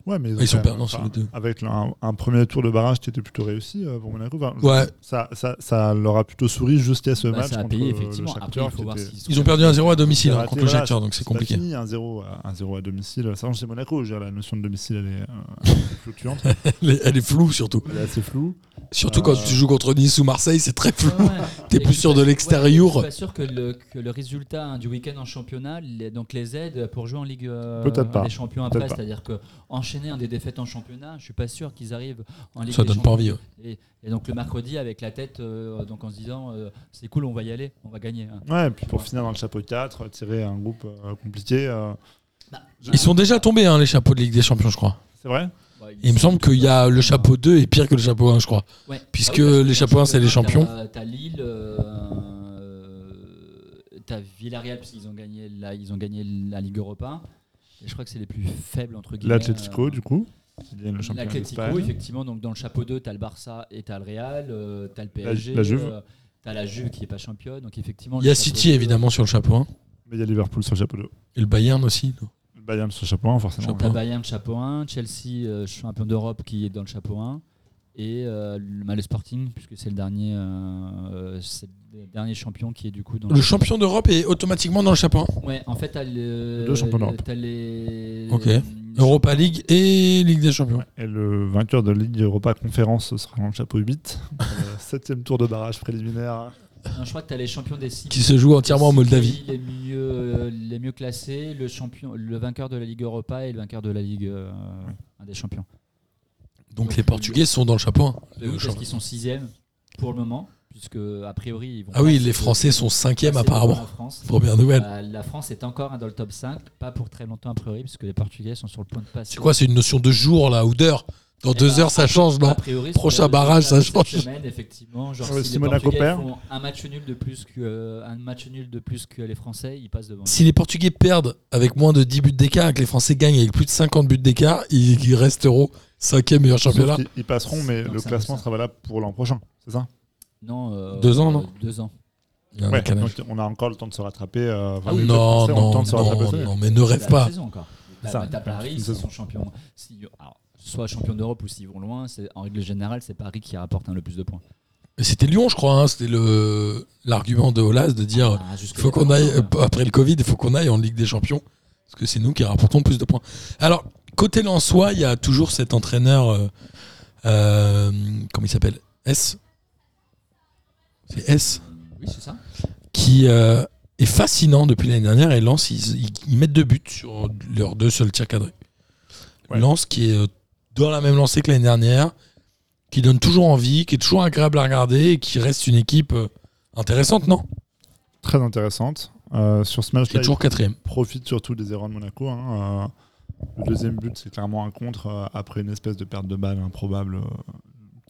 Speaker 2: Ouais, mais
Speaker 4: Ah, Ils sont
Speaker 2: quand
Speaker 4: perdants
Speaker 2: même-
Speaker 4: sur
Speaker 2: enfin,
Speaker 4: les deux.
Speaker 2: Avec le- un, un premier tour de barrage qui était plutôt réussi euh, pour Monaco. Enfin,
Speaker 4: Ouais.
Speaker 2: ça, ça, ça leur a plutôt souri jusqu'à ce
Speaker 5: bah,
Speaker 2: match.
Speaker 5: ça a
Speaker 2: contre euh,
Speaker 5: payé
Speaker 2: le
Speaker 5: effectivement. Après
Speaker 2: Shakhtar,
Speaker 5: il faut
Speaker 2: qui
Speaker 5: voir
Speaker 2: était- Bah,
Speaker 5: s'ils sont-
Speaker 4: Ils ont perdu un 0 à domicile hein,
Speaker 2: raté,
Speaker 4: contre le
Speaker 2: voilà,
Speaker 4: Shakhtar, donc c'est
Speaker 2: pas
Speaker 4: compliqué.
Speaker 2: fini, un 0 à, un zéro à domicile. Ça, chez Monaco, je veux dire, la notion de domicile, elle est euh, un peu fluctuante,
Speaker 4: Elle est, elle est floue surtout.
Speaker 2: elle est assez floue.
Speaker 4: Surtout
Speaker 2: Euh,
Speaker 4: quand tu joues contre Nice ou Marseille, c'est très flou.
Speaker 5: Ouais, ouais.
Speaker 4: T'es
Speaker 5: Et
Speaker 4: plus
Speaker 5: je suis
Speaker 4: sûr
Speaker 5: pas-
Speaker 4: de
Speaker 5: ouais,
Speaker 4: l'extérieur.
Speaker 5: je suis pas sûr que le, que le résultat hein, du week-end en championnat, les- donc les aides pour jouer en Ligue euh,
Speaker 2: Peut-être pas.
Speaker 5: des Champions
Speaker 2: Peut-être
Speaker 5: après,
Speaker 2: pas.
Speaker 5: c'est-à-dire que enchaîner un des défaites en championnat, je suis pas sûr qu'ils arrivent en Ligue
Speaker 4: Ça
Speaker 5: des
Speaker 4: donne pas
Speaker 5: Champions.
Speaker 4: envie. ouais.
Speaker 5: Et, et donc le mercredi avec la tête, euh, donc en se disant euh, c'est cool, on va y aller, on va gagner. hein.
Speaker 2: Ouais, et puis pour finir dans le chapeau 4, tirer un groupe euh, compliqué, euh,
Speaker 4: Ils sont déjà tombés, hein, les chapeaux de Ligue des Champions, je crois.
Speaker 2: c'est vrai
Speaker 5: Bah, ils
Speaker 4: Il me
Speaker 5: sont
Speaker 4: semble
Speaker 5: plutôt
Speaker 4: qu'il y a
Speaker 5: dans-
Speaker 4: le chapeau 2 est pire que le chapeau 1, je crois.
Speaker 5: Ouais.
Speaker 4: puisque
Speaker 5: Ah oui, parce que
Speaker 4: les
Speaker 5: dans
Speaker 4: chapeaux un, c'est les
Speaker 5: championnat,
Speaker 4: champions.
Speaker 5: t'as- T'as Lille, euh, t'as Villarreal puisqu'ils ont gagné la, ils ont gagné la Ligue Europa. Et je crois que c'est les plus faibles entre guillemets.
Speaker 2: L'Atlético,
Speaker 5: euh,
Speaker 2: du coup, qui gagne le championnat
Speaker 5: L'Atlético,
Speaker 2: d'Espagne.
Speaker 5: effectivement, donc dans le chapeau 2, tu as le Barça et tu as le Real, euh, tu as le
Speaker 2: La-
Speaker 5: PSG,
Speaker 2: la Juve.
Speaker 5: tu as euh, la Juve qui est pas championne. Donc effectivement,
Speaker 4: Il y a
Speaker 5: le chapeau
Speaker 4: City,
Speaker 5: deux,
Speaker 4: évidemment, sur le chapeau 1.
Speaker 2: Mais il y a Liverpool sur le chapeau 2.
Speaker 4: Et le Bayern aussi.
Speaker 2: Le Bayern sur le chapeau 1, forcément.
Speaker 4: Chapeau
Speaker 5: T'as Bayern, chapeau 1, Chelsea, euh, champion d'Europe qui est dans le chapeau 1, et euh, le, bah, le Sporting, puisque c'est le, dernier, euh, euh, c'est le dernier champion qui est du coup dans
Speaker 4: Le champion d'Europe est automatiquement dans le chapeau hein. 1.
Speaker 5: Ouais, en fait, tu as le,
Speaker 2: deux champions d'Europe.
Speaker 5: t'as les. euh,
Speaker 4: Ok. Europa League et Ligue des Champions.
Speaker 2: Et le vainqueur de Ligue Europa Conférence ce sera dans le chapeau 8. Euh, Septième tour de barrage préliminaire.
Speaker 5: Non, je crois que tu as les champions des six
Speaker 4: Qui se joue entièrement en Moldavie.
Speaker 5: Les mieux, euh, les mieux classés, le, champion, le vainqueur de la Ligue Europa et le vainqueur de la Ligue euh, un des champions.
Speaker 4: Donc les Portugais sont dans le chapeau 1.
Speaker 5: Eux, parce qu'ils sont sixième pour le moment, puisque a priori ils vont.
Speaker 4: Ah oui,
Speaker 5: pas
Speaker 4: les
Speaker 5: se-
Speaker 4: Français sont
Speaker 5: passer
Speaker 4: cinquième
Speaker 5: devant
Speaker 4: apparemment.
Speaker 5: la France.
Speaker 4: Première nouvelle.
Speaker 5: Euh, la France est encore hein, dans le top 5, pas pour très longtemps a priori, puisque les Portugais sont sur le point de passer.
Speaker 4: C'est quoi C'est une notion de jour là ou d'heure Dans
Speaker 5: Eh
Speaker 4: deux
Speaker 5: ben,
Speaker 4: heures, ça change, non
Speaker 5: A priori,
Speaker 4: Prochain
Speaker 5: sur-
Speaker 4: barrage,
Speaker 5: sur-
Speaker 4: ça
Speaker 5: cette
Speaker 4: change.
Speaker 5: semaine, effectivement, genre,
Speaker 2: Sur le
Speaker 5: si les
Speaker 2: Simon
Speaker 5: Portugais
Speaker 2: Acopère.
Speaker 5: font un match nul de plus que euh, un match nul de plus que les Français, ils passent devant.
Speaker 4: Si les Portugais perdent avec moins de 10 buts d'écart et que les Français gagnent avec plus de 50 buts d'écart, ils ils resteront cinquième meilleur championnat.
Speaker 2: Sauf qu'ils- Ils passeront, mais
Speaker 5: Non,
Speaker 2: le
Speaker 5: c'est un peu
Speaker 2: classement
Speaker 5: ça.
Speaker 2: sera valable pour l'an prochain, c'est ça
Speaker 5: Non, euh,
Speaker 4: Deux ans, non
Speaker 5: Deux ans.
Speaker 4: Il y a un
Speaker 2: Ouais,
Speaker 4: décalage.
Speaker 2: donc on a encore le temps de se rattraper. euh, enfin,
Speaker 5: Ah oui,
Speaker 2: les
Speaker 4: non,
Speaker 2: clubs français ont le temps
Speaker 4: non,
Speaker 2: de se rattraper
Speaker 4: non,
Speaker 2: cette année.
Speaker 4: non, mais ne rêve
Speaker 5: la
Speaker 4: pas.
Speaker 5: saison encore. T'as
Speaker 2: Ça,
Speaker 5: t'as Paris,
Speaker 2: une
Speaker 5: ils
Speaker 2: saison.
Speaker 5: sont champions. Si- alors, soit champions d'Europe ou s'ils vont loin, c'est- en règle générale, c'est Paris qui rapporte hein, le plus de points.
Speaker 4: Mais C'était Lyon, je crois. hein, C'était le l'argument de Olas de dire
Speaker 5: Ah, jusque-
Speaker 4: il Oh, faut qu'on aille euh, après le Covid, il faut qu'on aille en Ligue des Champions parce que c'est nous qui rapportons le plus de points. Alors côté Lensois, il y a toujours cet entraîneur, euh, euh, comment il s'appelle S. C'est S
Speaker 5: Oui, c'est ça.
Speaker 4: qui euh, est fascinant depuis l'année dernière et Lens, ils, ils- ils mettent deux buts sur leurs deux seuls tirs cadrés.
Speaker 2: Ouais.
Speaker 4: Lens qui est euh, dans la même lancée que l'année dernière, qui donne toujours envie, qui est toujours agréable à regarder et qui reste une équipe euh, intéressante, non
Speaker 2: Très intéressante. Euh, sur ce
Speaker 4: Qui est
Speaker 2: match-là,
Speaker 4: toujours quatrième.
Speaker 2: profite surtout des erreurs de Monaco. hein. Euh, le deuxième but, c'est clairement un contre euh, après une espèce de perte de balle improbable, euh,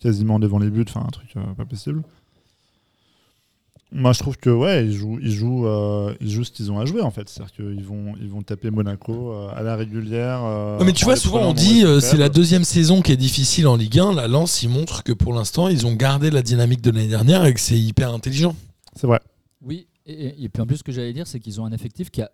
Speaker 2: quasiment devant les buts, enfin un truc euh, pas possible. Moi, je trouve que ouais, ils jouent, ils jouent, euh, ils jouent ce qu'ils ont à jouer en fait. C'est-à-dire qu'ils vont, ils vont taper Monaco euh, à la régulière. euh,
Speaker 4: Ouais, mais tu
Speaker 2: en
Speaker 4: vois,
Speaker 2: les
Speaker 4: souvent
Speaker 2: prenant
Speaker 4: on
Speaker 2: dans
Speaker 4: dit
Speaker 2: les
Speaker 4: euh, c'est la
Speaker 2: faibles.
Speaker 4: deuxième saison qui est difficile en Ligue 1. La Lens, ils montrent que pour l'instant, ils ont gardé la dynamique de l'année dernière et que c'est hyper intelligent.
Speaker 2: C'est vrai.
Speaker 5: Oui, et- et, et puis en plus, ce que j'allais dire, c'est qu'ils ont un effectif qui a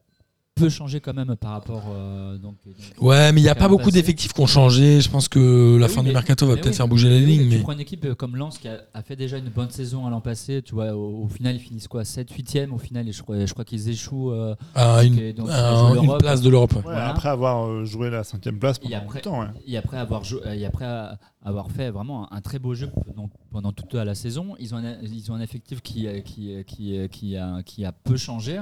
Speaker 5: peu changé quand même par rapport. euh, donc, donc-
Speaker 4: Ouais, mais il n'y a
Speaker 5: Quand
Speaker 4: pas
Speaker 5: même
Speaker 4: beaucoup
Speaker 5: passé.
Speaker 4: d'effectifs qui ont changé. Je pense que la
Speaker 5: Mais
Speaker 4: fin
Speaker 5: oui,
Speaker 4: du
Speaker 5: mais-
Speaker 4: mercato va
Speaker 5: mais
Speaker 4: peut-être
Speaker 5: oui.
Speaker 4: faire bouger
Speaker 5: Oui,
Speaker 4: les
Speaker 5: mais
Speaker 4: lignes.
Speaker 5: Tu
Speaker 4: Mais...
Speaker 5: prends une équipe euh, comme Lens qui a, a fait déjà une bonne saison à l'an passé. Tu vois, au, au final, ils finissent quoi 7 8 e au final, et je crois, je crois qu'ils échouent. euh,
Speaker 4: Ah, une,
Speaker 5: et donc, ils
Speaker 4: un-
Speaker 5: jouent
Speaker 4: une
Speaker 5: l'Europe.
Speaker 4: place de l'Europe. ouais.
Speaker 2: Ouais,
Speaker 5: Voilà.
Speaker 2: Après avoir euh, joué la cinquième place
Speaker 5: Et
Speaker 2: pendant
Speaker 5: après-
Speaker 2: longtemps, ouais.
Speaker 5: Et après avoir, jou- euh, et après euh, avoir fait vraiment un, un très beau jeu pendant, pendant toute la saison, ils ont un, ils ont un effectif qui, euh, qui, euh, qui, euh, qui a, qui a peu changé.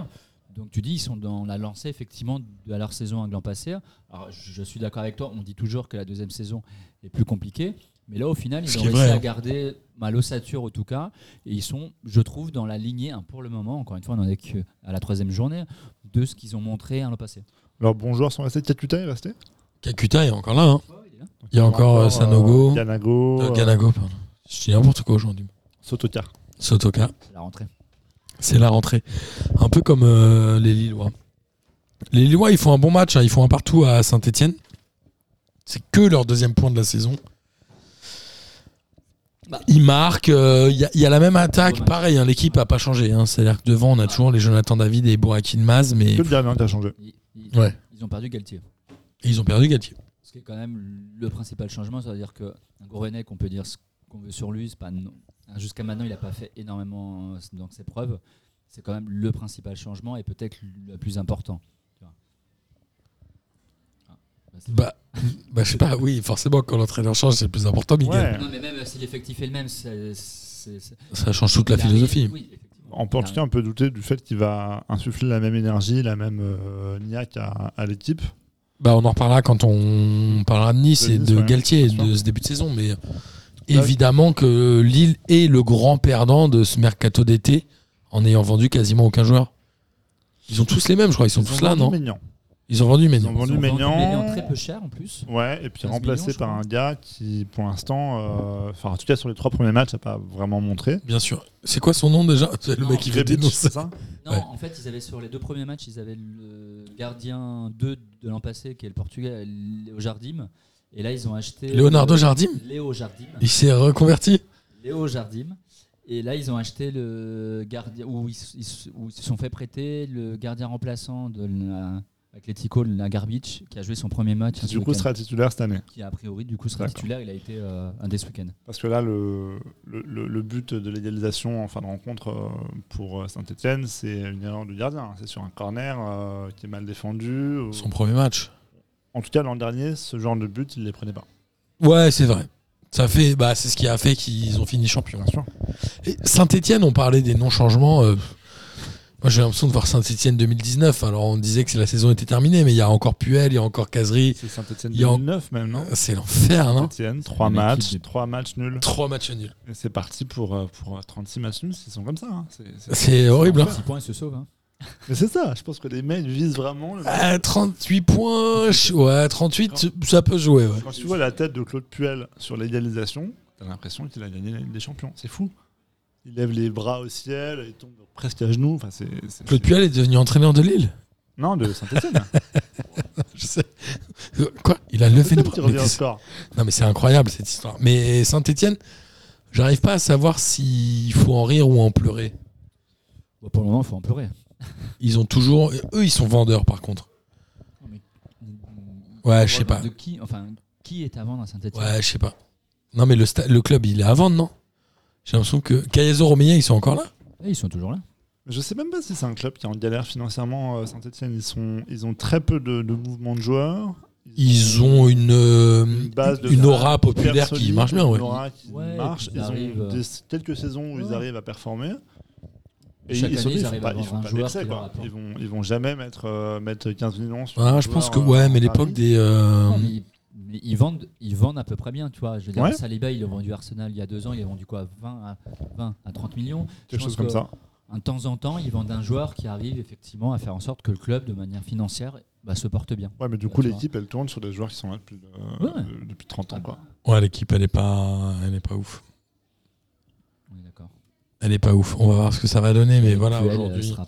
Speaker 5: Donc tu dis, ils sont dans la lancée effectivement de leur saison à l'an passé. Alors je je suis d'accord avec toi, on dit toujours que la deuxième saison est plus compliquée. Mais là, au final,
Speaker 4: Ce
Speaker 5: ils ont
Speaker 4: qui est
Speaker 5: réussi
Speaker 4: vrai, hein.
Speaker 5: à garder bah, l'ossature, en tout cas. Et ils sont, je trouve, dans la lignée, hein, pour le moment, encore une fois, on n'en est qu'à la troisième journée, de ce qu'ils ont montré à l'an passé.
Speaker 2: Leurs bons joueurs sont restés. Tatuta est resté.
Speaker 4: Kakuta est encore là. hein.
Speaker 5: il est là.
Speaker 4: Il y a encore, euh, Sanogo,
Speaker 2: euh, Ganago,
Speaker 4: euh, Ganago, pardon. Je dis n'importe quoi aujourd'hui.
Speaker 2: Sotoka.
Speaker 4: Sotoka,
Speaker 5: C'est la rentrée.
Speaker 4: c'est la rentrée. Un peu comme euh, les Lillois. Les Lillois, ils font un bon match. hein. Ils font un partout à Saint-Etienne. C'est que leur deuxième point de la saison.
Speaker 5: Bah.
Speaker 4: Ils marquent. euh, Il y, a- il y a la même attaque.
Speaker 5: Dommage.
Speaker 4: Pareil, hein, l'équipe n'a pas changé. hein. C'est-à-dire que devant, on a toujours les Jonathan David et Bourakin Maz. Mais
Speaker 2: Que le dernier qui a changé.
Speaker 5: Ils- ils-
Speaker 4: Ouais.
Speaker 5: ils ont perdu Galtier.
Speaker 4: ils ont perdu Galtier.
Speaker 5: Ce qui est quand même le principal changement, c'est-à-dire que Gourvenec, on peut dire ce qu'on veut sur lui, c'est pas non. Jusqu'à maintenant, il n'a pas fait énormément euh, dans ses preuves. C'est quand même le principal changement et peut-être le plus important. tu vois. Ah, bah, c'est-
Speaker 4: Bah, bah, je sais pas, oui, forcément, quand l'entraîneur change, c'est le plus important, Miguel.
Speaker 2: Ouais.
Speaker 5: Non, mais même euh, si l'effectif est le même, c'est- c'est- c'est-
Speaker 4: Ça change toute la
Speaker 5: il arrive-
Speaker 4: philosophie.
Speaker 5: oui, effectivement.
Speaker 2: On peut en tout cas un peu douter du fait qu'il va insuffler la même énergie, la même euh, niaque à, à l'équipe.
Speaker 4: Bah, on en reparlera quand on parlera de Nice
Speaker 2: De
Speaker 4: et
Speaker 2: Nice,
Speaker 4: de
Speaker 2: ouais,
Speaker 4: Galtier et
Speaker 2: bien
Speaker 4: de
Speaker 2: sûr.
Speaker 4: ce début de saison, mais évidemment que Lille est le grand perdant de ce mercato d'été en ayant vendu quasiment aucun joueur. Ils ont tous les mêmes, je crois, ils sont tous là,
Speaker 2: vendu
Speaker 4: non
Speaker 2: Maignan.
Speaker 4: Ils ont vendu mais
Speaker 2: Ils ont
Speaker 5: Ils ont
Speaker 2: vendu Maignan.
Speaker 5: très peu cher en plus.
Speaker 2: Ouais, et puis
Speaker 5: 15
Speaker 2: remplacé
Speaker 5: millions, je
Speaker 2: par
Speaker 5: crois.
Speaker 2: un gars qui, pour l'instant, euh, enfin, en tout cas sur les trois premiers matchs, n'a pas vraiment montré.
Speaker 4: Bien sûr. C'est quoi son nom déjà C'est Le
Speaker 5: Non,
Speaker 4: mec qui fait
Speaker 2: Rebic,
Speaker 4: dénoncer.
Speaker 2: c'est ça
Speaker 5: Non,
Speaker 4: Ouais.
Speaker 5: en fait, ils avaient sur les deux premiers matchs, ils avaient le gardien 2 de l'an passé, qui est le Portugais, Léo Jardim. Et là, ils ont acheté.
Speaker 4: Leonardo
Speaker 5: le-
Speaker 4: Jardim
Speaker 5: Léo Jardim.
Speaker 4: Il s'est reconverti
Speaker 5: Léo Jardim. Et là, ils ont acheté le gardien. Où ils, s- ils s- où ils se sont fait prêter le gardien remplaçant de l'Atletico, la Garbage, qui a joué son premier match.
Speaker 2: Qui
Speaker 5: ce
Speaker 2: du coup
Speaker 5: week-end.
Speaker 2: sera titulaire cette année.
Speaker 5: Qui, a priori, du coup, sera
Speaker 2: D'accord.
Speaker 5: titulaire. Il a été euh, un des ce week-end.
Speaker 2: Parce que là, le, le, le- le but de l'égalisation en fin de rencontre euh, pour Saint-Etienne, c'est une erreur du gardien. C'est sur un corner euh, qui est mal défendu.
Speaker 4: Son premier match.
Speaker 2: En tout cas, l'an dernier, ce genre de but, il ne les prenait pas.
Speaker 4: Ouais, c'est vrai. Ça fait, bah, c'est ce qui a fait qu'ils ont fini champion.
Speaker 2: sûr.
Speaker 4: Saint-Etienne, on parlait des non-changements. euh, moi, j'ai l'impression de voir Saint-Etienne 2019. Alors, on disait que la saison était terminée, mais il y a encore Puel, il y a encore Casery.
Speaker 2: C'est Saint-Etienne
Speaker 4: Il y a en-
Speaker 2: 2009 même, non
Speaker 4: C'est l'enfer, non
Speaker 2: Saint-Etienne, 3
Speaker 5: Une équipe
Speaker 2: matchs,
Speaker 5: de-
Speaker 2: 3 matchs nuls.
Speaker 4: Trois matchs nuls.
Speaker 2: Et C'est parti pour, euh, pour 36 matchs euh, nuls, ils sont comme ça. hein. C'est- c'est-
Speaker 4: C'est horrible. hein.
Speaker 5: Six points, ils se sauvent. hein.
Speaker 2: Mais c'est ça, je pense que les mecs visent vraiment. le-
Speaker 4: Ah, 38 points. je- Ouais, 38, ça peut jouer. Ouais.
Speaker 2: Quand tu vois la tête de Claude Puel sur l'égalisation, t'as l'impression qu'il a gagné la Ligue des Champions. C'est fou. Il lève les bras au ciel, il tombe presque à genoux. Enfin, c'est, c'est-
Speaker 4: Claude Puel est devenu entraîneur de Lille.
Speaker 2: Non, de Saint-Etienne.
Speaker 4: Je sais. Quoi Il a levé le bras.
Speaker 2: qui
Speaker 4: Mais
Speaker 2: revient au
Speaker 4: t'es-
Speaker 2: score.
Speaker 4: Non, mais c'est incroyable cette histoire. Mais Saint-Etienne, j'arrive pas à savoir s'il faut en rire ou en pleurer.
Speaker 5: Bon, pour le moment, il faut en pleurer.
Speaker 4: Ils ont toujours. Eux, ils sont vendeurs par contre. Ouais, je sais pas.
Speaker 5: De qui, enfin, qui est à vendre à Saint-Etienne
Speaker 4: Ouais, je sais pas. Non, mais le, sta- le club, il est à vendre, non J'ai l'impression que. Cayazo Romagna, ils sont encore là
Speaker 5: Ils sont toujours là.
Speaker 2: Je sais même pas si c'est un club qui est en galère financièrement. euh, Saint-Etienne, ils, sont, ils ont très peu de, de mouvements de joueurs.
Speaker 4: Ils ont une, euh,
Speaker 2: une base de
Speaker 4: une
Speaker 2: fans
Speaker 4: aura
Speaker 2: hyper
Speaker 4: populaire qui
Speaker 2: solide,
Speaker 4: marche bien, ouais.
Speaker 2: Une aura qui
Speaker 5: Ouais, et
Speaker 2: marche.
Speaker 5: puis ils
Speaker 2: Ils
Speaker 5: arrivent,
Speaker 2: ont
Speaker 5: euh,
Speaker 2: des- quelques saisons où ils
Speaker 5: ouais.
Speaker 2: arrivent à performer.
Speaker 5: Chaque année,
Speaker 2: surtout,
Speaker 5: ils arrivent à
Speaker 2: ils
Speaker 5: avoir
Speaker 2: font
Speaker 5: un
Speaker 2: pas
Speaker 5: joueur
Speaker 2: d'excès,
Speaker 5: qui
Speaker 2: quoi.
Speaker 5: leur apporte.
Speaker 2: Ils vont, ils vont jamais mettre, euh, mettre 15 millions sur
Speaker 4: Ah,
Speaker 2: un
Speaker 4: je pense que.
Speaker 2: joueur,
Speaker 4: Ouais,
Speaker 2: euh,
Speaker 4: mais
Speaker 2: à
Speaker 4: l'époque
Speaker 2: Paris.
Speaker 4: des. euh,
Speaker 5: Non, mais, mais ils vendent, ils vendent à peu près bien, tu vois. Je veux dire,
Speaker 2: Ouais.
Speaker 5: Saliba, ils l'ont vendu à Arsenal il y a deux ans, ils l'ont vendu quoi 20 à, 20 à 30 millions. Je
Speaker 2: Quelque
Speaker 5: pense
Speaker 2: chose comme
Speaker 5: que,
Speaker 2: ça.
Speaker 5: De temps en temps, ils vendent un joueur qui arrive effectivement à faire en sorte que le club, de manière financière, bah, se porte bien.
Speaker 2: Ouais, mais du
Speaker 5: Là,
Speaker 2: coup,
Speaker 5: tu vois.
Speaker 2: l'équipe, elle tourne sur des joueurs qui sont là depuis, euh,
Speaker 5: Ouais. Ah
Speaker 2: de- depuis 30 ans. Quoi.
Speaker 4: Ouais, l'équipe, elle est pas. Elle est pas ouf.
Speaker 5: On est d'accord.
Speaker 4: Elle est pas ouf. On va voir ce que ça va donner, mais voilà,
Speaker 5: Actuel,
Speaker 4: aujourd'hui.
Speaker 5: elle sera,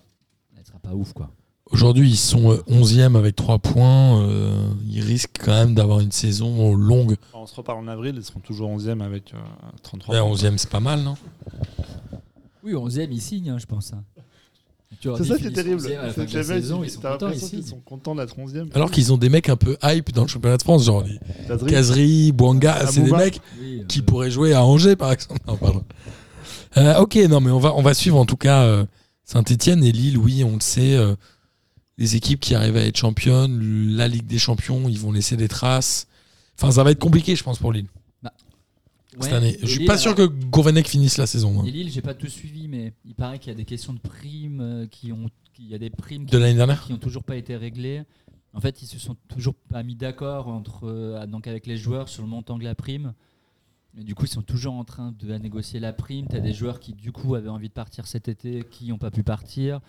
Speaker 5: elle sera pas ouf, quoi.
Speaker 4: Aujourd'hui, ils sont euh, 11e avec 3 points. euh, ils risquent quand même d'avoir une saison longue.
Speaker 2: On se reparle en avril, ils seront toujours 11e avec euh, 33
Speaker 4: Ouais,
Speaker 2: points.
Speaker 4: 11e, c'est pas mal, non
Speaker 5: Oui, 11ème, ils signent, hein, je pense. hein. Tu leur
Speaker 2: C'est
Speaker 5: dis,
Speaker 2: ça qui est
Speaker 5: finissent
Speaker 2: terrible.
Speaker 5: 11e à la fin
Speaker 2: C'est
Speaker 5: de
Speaker 2: que
Speaker 5: la
Speaker 2: les mecs,
Speaker 5: saison, ils sont
Speaker 2: t'as
Speaker 5: contents, ils
Speaker 2: l'impression
Speaker 5: signent.
Speaker 2: qu'ils sont contents d'être 11e.
Speaker 4: Alors qu'ils ont des mecs un peu hype dans le championnat de France, genre les
Speaker 2: Tazri,
Speaker 4: Kazri, Bouanga, c'est des
Speaker 2: Amouma.
Speaker 4: mecs
Speaker 5: Oui, euh,
Speaker 4: qui pourrait jouer à Angers, par exemple. Non, pardon. Euh, ok, non, mais on va, on va suivre en tout cas Saint-Etienne et Lille, oui, on le sait. euh, les équipes qui arrivent à être championnes, la Ligue des Champions, ils vont laisser des traces. Enfin, ça va être compliqué, je pense, pour Lille cette
Speaker 5: ouais.
Speaker 4: année.
Speaker 5: Et
Speaker 4: Je suis
Speaker 5: Lille,
Speaker 4: pas sûr
Speaker 5: alors-
Speaker 4: que Gourvenec finisse la saison. hein.
Speaker 5: Et Lille, j'ai pas tout suivi, mais il paraît qu'il y a des questions de primes euh, qui ont, qu'il y a des primes qui,
Speaker 4: De l'année dernière
Speaker 5: qui ont toujours pas été réglées. En fait, ils se sont toujours pas mis d'accord entre euh, donc avec les joueurs sur le montant de la prime. Et du coup, ils sont toujours en train de négocier la prime. Tu as des joueurs qui, du coup, avaient envie de partir cet été, qui n'ont pas pu partir.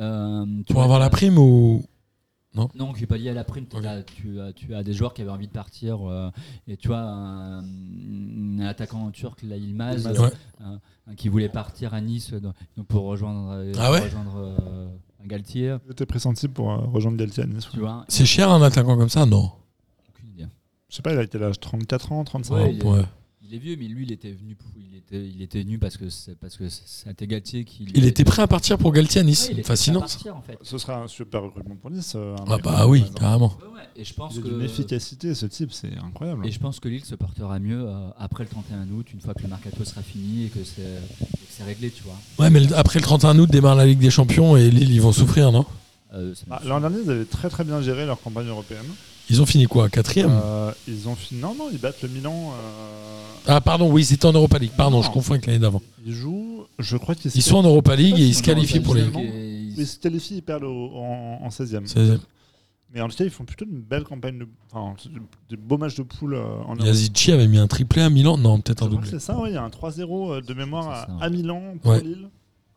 Speaker 5: Euh, tu
Speaker 4: Pour
Speaker 5: vois,
Speaker 4: avoir
Speaker 5: t'as-
Speaker 4: la prime ou.
Speaker 5: non, qui n'est pas lié à la prime.
Speaker 4: Ok.
Speaker 5: T'as- tu, as, tu as des joueurs qui avaient envie de partir. euh, et tu vois, un, un attaquant turc, là, Ilmaz,
Speaker 4: Ilmaz. Ouais.
Speaker 5: euh, un- qui voulait partir à Nice euh, donc pour rejoindre, euh,
Speaker 4: Ah ouais
Speaker 5: rejoindre euh, un Galtier.
Speaker 2: J'étais pressenti pour euh, rejoindre Galtier à Nice.
Speaker 5: Tu vois,
Speaker 4: C'est cher un attaquant comme ça Non.
Speaker 5: aucune idée.
Speaker 2: Je sais pas, il a été là 34 ans, 35
Speaker 5: Ouais,
Speaker 2: ans.
Speaker 5: il est-
Speaker 4: Ouais.
Speaker 5: Il est vieux, mais lui, il était venu, pour- il était, il était venu parce que c'est- parce que c'était Galtier qui. lui
Speaker 4: Il
Speaker 5: avait-
Speaker 4: était prêt à partir pour Galtier à Nice.
Speaker 5: Ouais, il était prêt à
Speaker 4: Fascinant. ça.
Speaker 5: partir, en fait.
Speaker 2: Ce sera un super recrutement pour Nice. euh, un
Speaker 4: Ah
Speaker 2: mec comme
Speaker 4: bah
Speaker 2: ça,
Speaker 4: oui,
Speaker 2: par exemple.
Speaker 4: carrément.
Speaker 5: Ouais, ouais. Et je pense
Speaker 2: Il a
Speaker 5: que.
Speaker 2: d'une efficacité, ce type, c'est incroyable.
Speaker 5: Et je pense que Lille se portera mieux euh, après le 31 août, une fois que le mercato sera fini et que c'est et que c'est réglé, tu vois.
Speaker 4: Ouais, mais le- après le 31 août démarre la Ligue des Champions et Lille, ils vont souffrir, non
Speaker 5: Euh, ça me
Speaker 2: Ah, L'an dernier, ils avaient très très bien géré leur campagne européenne.
Speaker 4: Ils ont fini quoi Quatrième
Speaker 2: Euh, ils ont fini. Non, non, ils battent le Milan. euh,
Speaker 4: Ah pardon, oui, c'était en Europa League. Pardon, je
Speaker 2: Non.
Speaker 4: confonds avec l'année d'avant.
Speaker 2: Ils jouent. Je crois qu'ils
Speaker 4: Ils sont en Europa League et ils se qualifient pour les.
Speaker 5: Ils
Speaker 2: Mais ils se qualifient, ils perdent au- en, en 16e.
Speaker 4: 16e.
Speaker 2: Mais en tout cas, ils font plutôt une belle campagne de. Enfin, des beaux matchs de poule euh, en Europe.
Speaker 4: Yazici avait mis un triplé à Milan. Non, peut-être un
Speaker 2: Je crois que
Speaker 4: doublé.
Speaker 2: c'est ça, ouais, il y a un 3-0 euh, de mémoire
Speaker 5: C'est ça,
Speaker 2: à,
Speaker 5: ouais.
Speaker 2: à Milan pour
Speaker 4: Ouais.
Speaker 2: Lille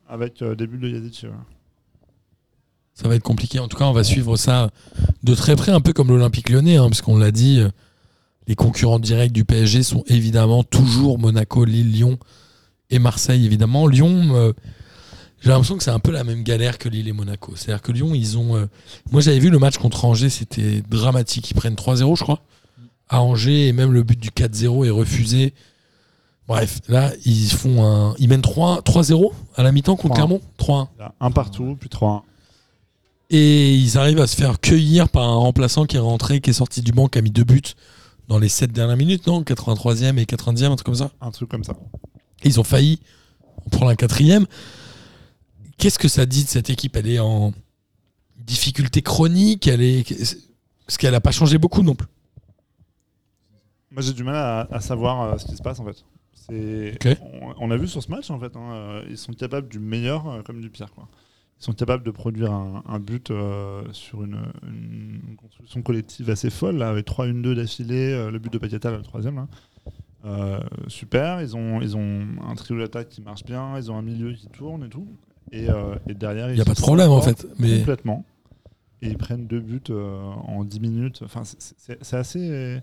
Speaker 2: avec euh, des buts de Yazici. ouais.
Speaker 4: Ça va être compliqué. En tout cas, on va suivre ça de très près, un peu comme l'Olympique lyonnais, hein, parce qu'on l'a dit, euh, les concurrents directs du PSG sont évidemment toujours Monaco, Lille, Lyon et Marseille, évidemment. Lyon, euh, j'ai l'impression que c'est un peu la même galère que Lille et Monaco. C'est-à-dire que Lyon, ils ont. euh, Moi, j'avais vu le match contre Angers, c'était dramatique. Ils prennent 3-0, je crois, à Angers, et même le but du 4-0 est refusé. Bref, là, ils font un. Ils mènent 3 3-0 à la mi-temps contre
Speaker 2: 3-1.
Speaker 4: Clermont 3-1
Speaker 2: Il y a un partout, puis 3-1.
Speaker 4: et ils arrivent à se faire cueillir par un remplaçant qui est rentré, qui est sorti du banc, qui a mis deux buts dans les sept dernières minutes, non 83e et 90e, un truc comme ça.
Speaker 2: Un truc comme ça.
Speaker 4: Et ils ont failli en prendre un quatrième. Qu'est-ce que ça dit de cette équipe Elle est en difficulté chronique, elle est... parce qu'elle n'a pas changé beaucoup non plus.
Speaker 2: Moi, j'ai du mal à, à savoir euh, ce qui se passe en fait. C'est-
Speaker 4: Ok.
Speaker 2: On, on a vu sur ce match en fait, hein, euh, ils sont capables du meilleur euh, comme du pire. Quoi. Ils sont capables de produire un, un but euh, sur une, une construction collective assez folle, là, avec 3-1-2 d'affilée, euh, le but de Paqueta, là, le troisième. Là. Euh, super, ils ont, ils ont un trio d'attaque qui marche bien, ils ont un milieu qui tourne et tout. Et, euh, et derrière,
Speaker 4: Il
Speaker 2: ils
Speaker 4: n'y a
Speaker 2: se
Speaker 4: pas de problème en
Speaker 2: remportent
Speaker 4: fait. Mais
Speaker 2: Complètement. Et ils prennent deux buts euh, en 10 minutes. Enfin, c'est- c'est c'est assez.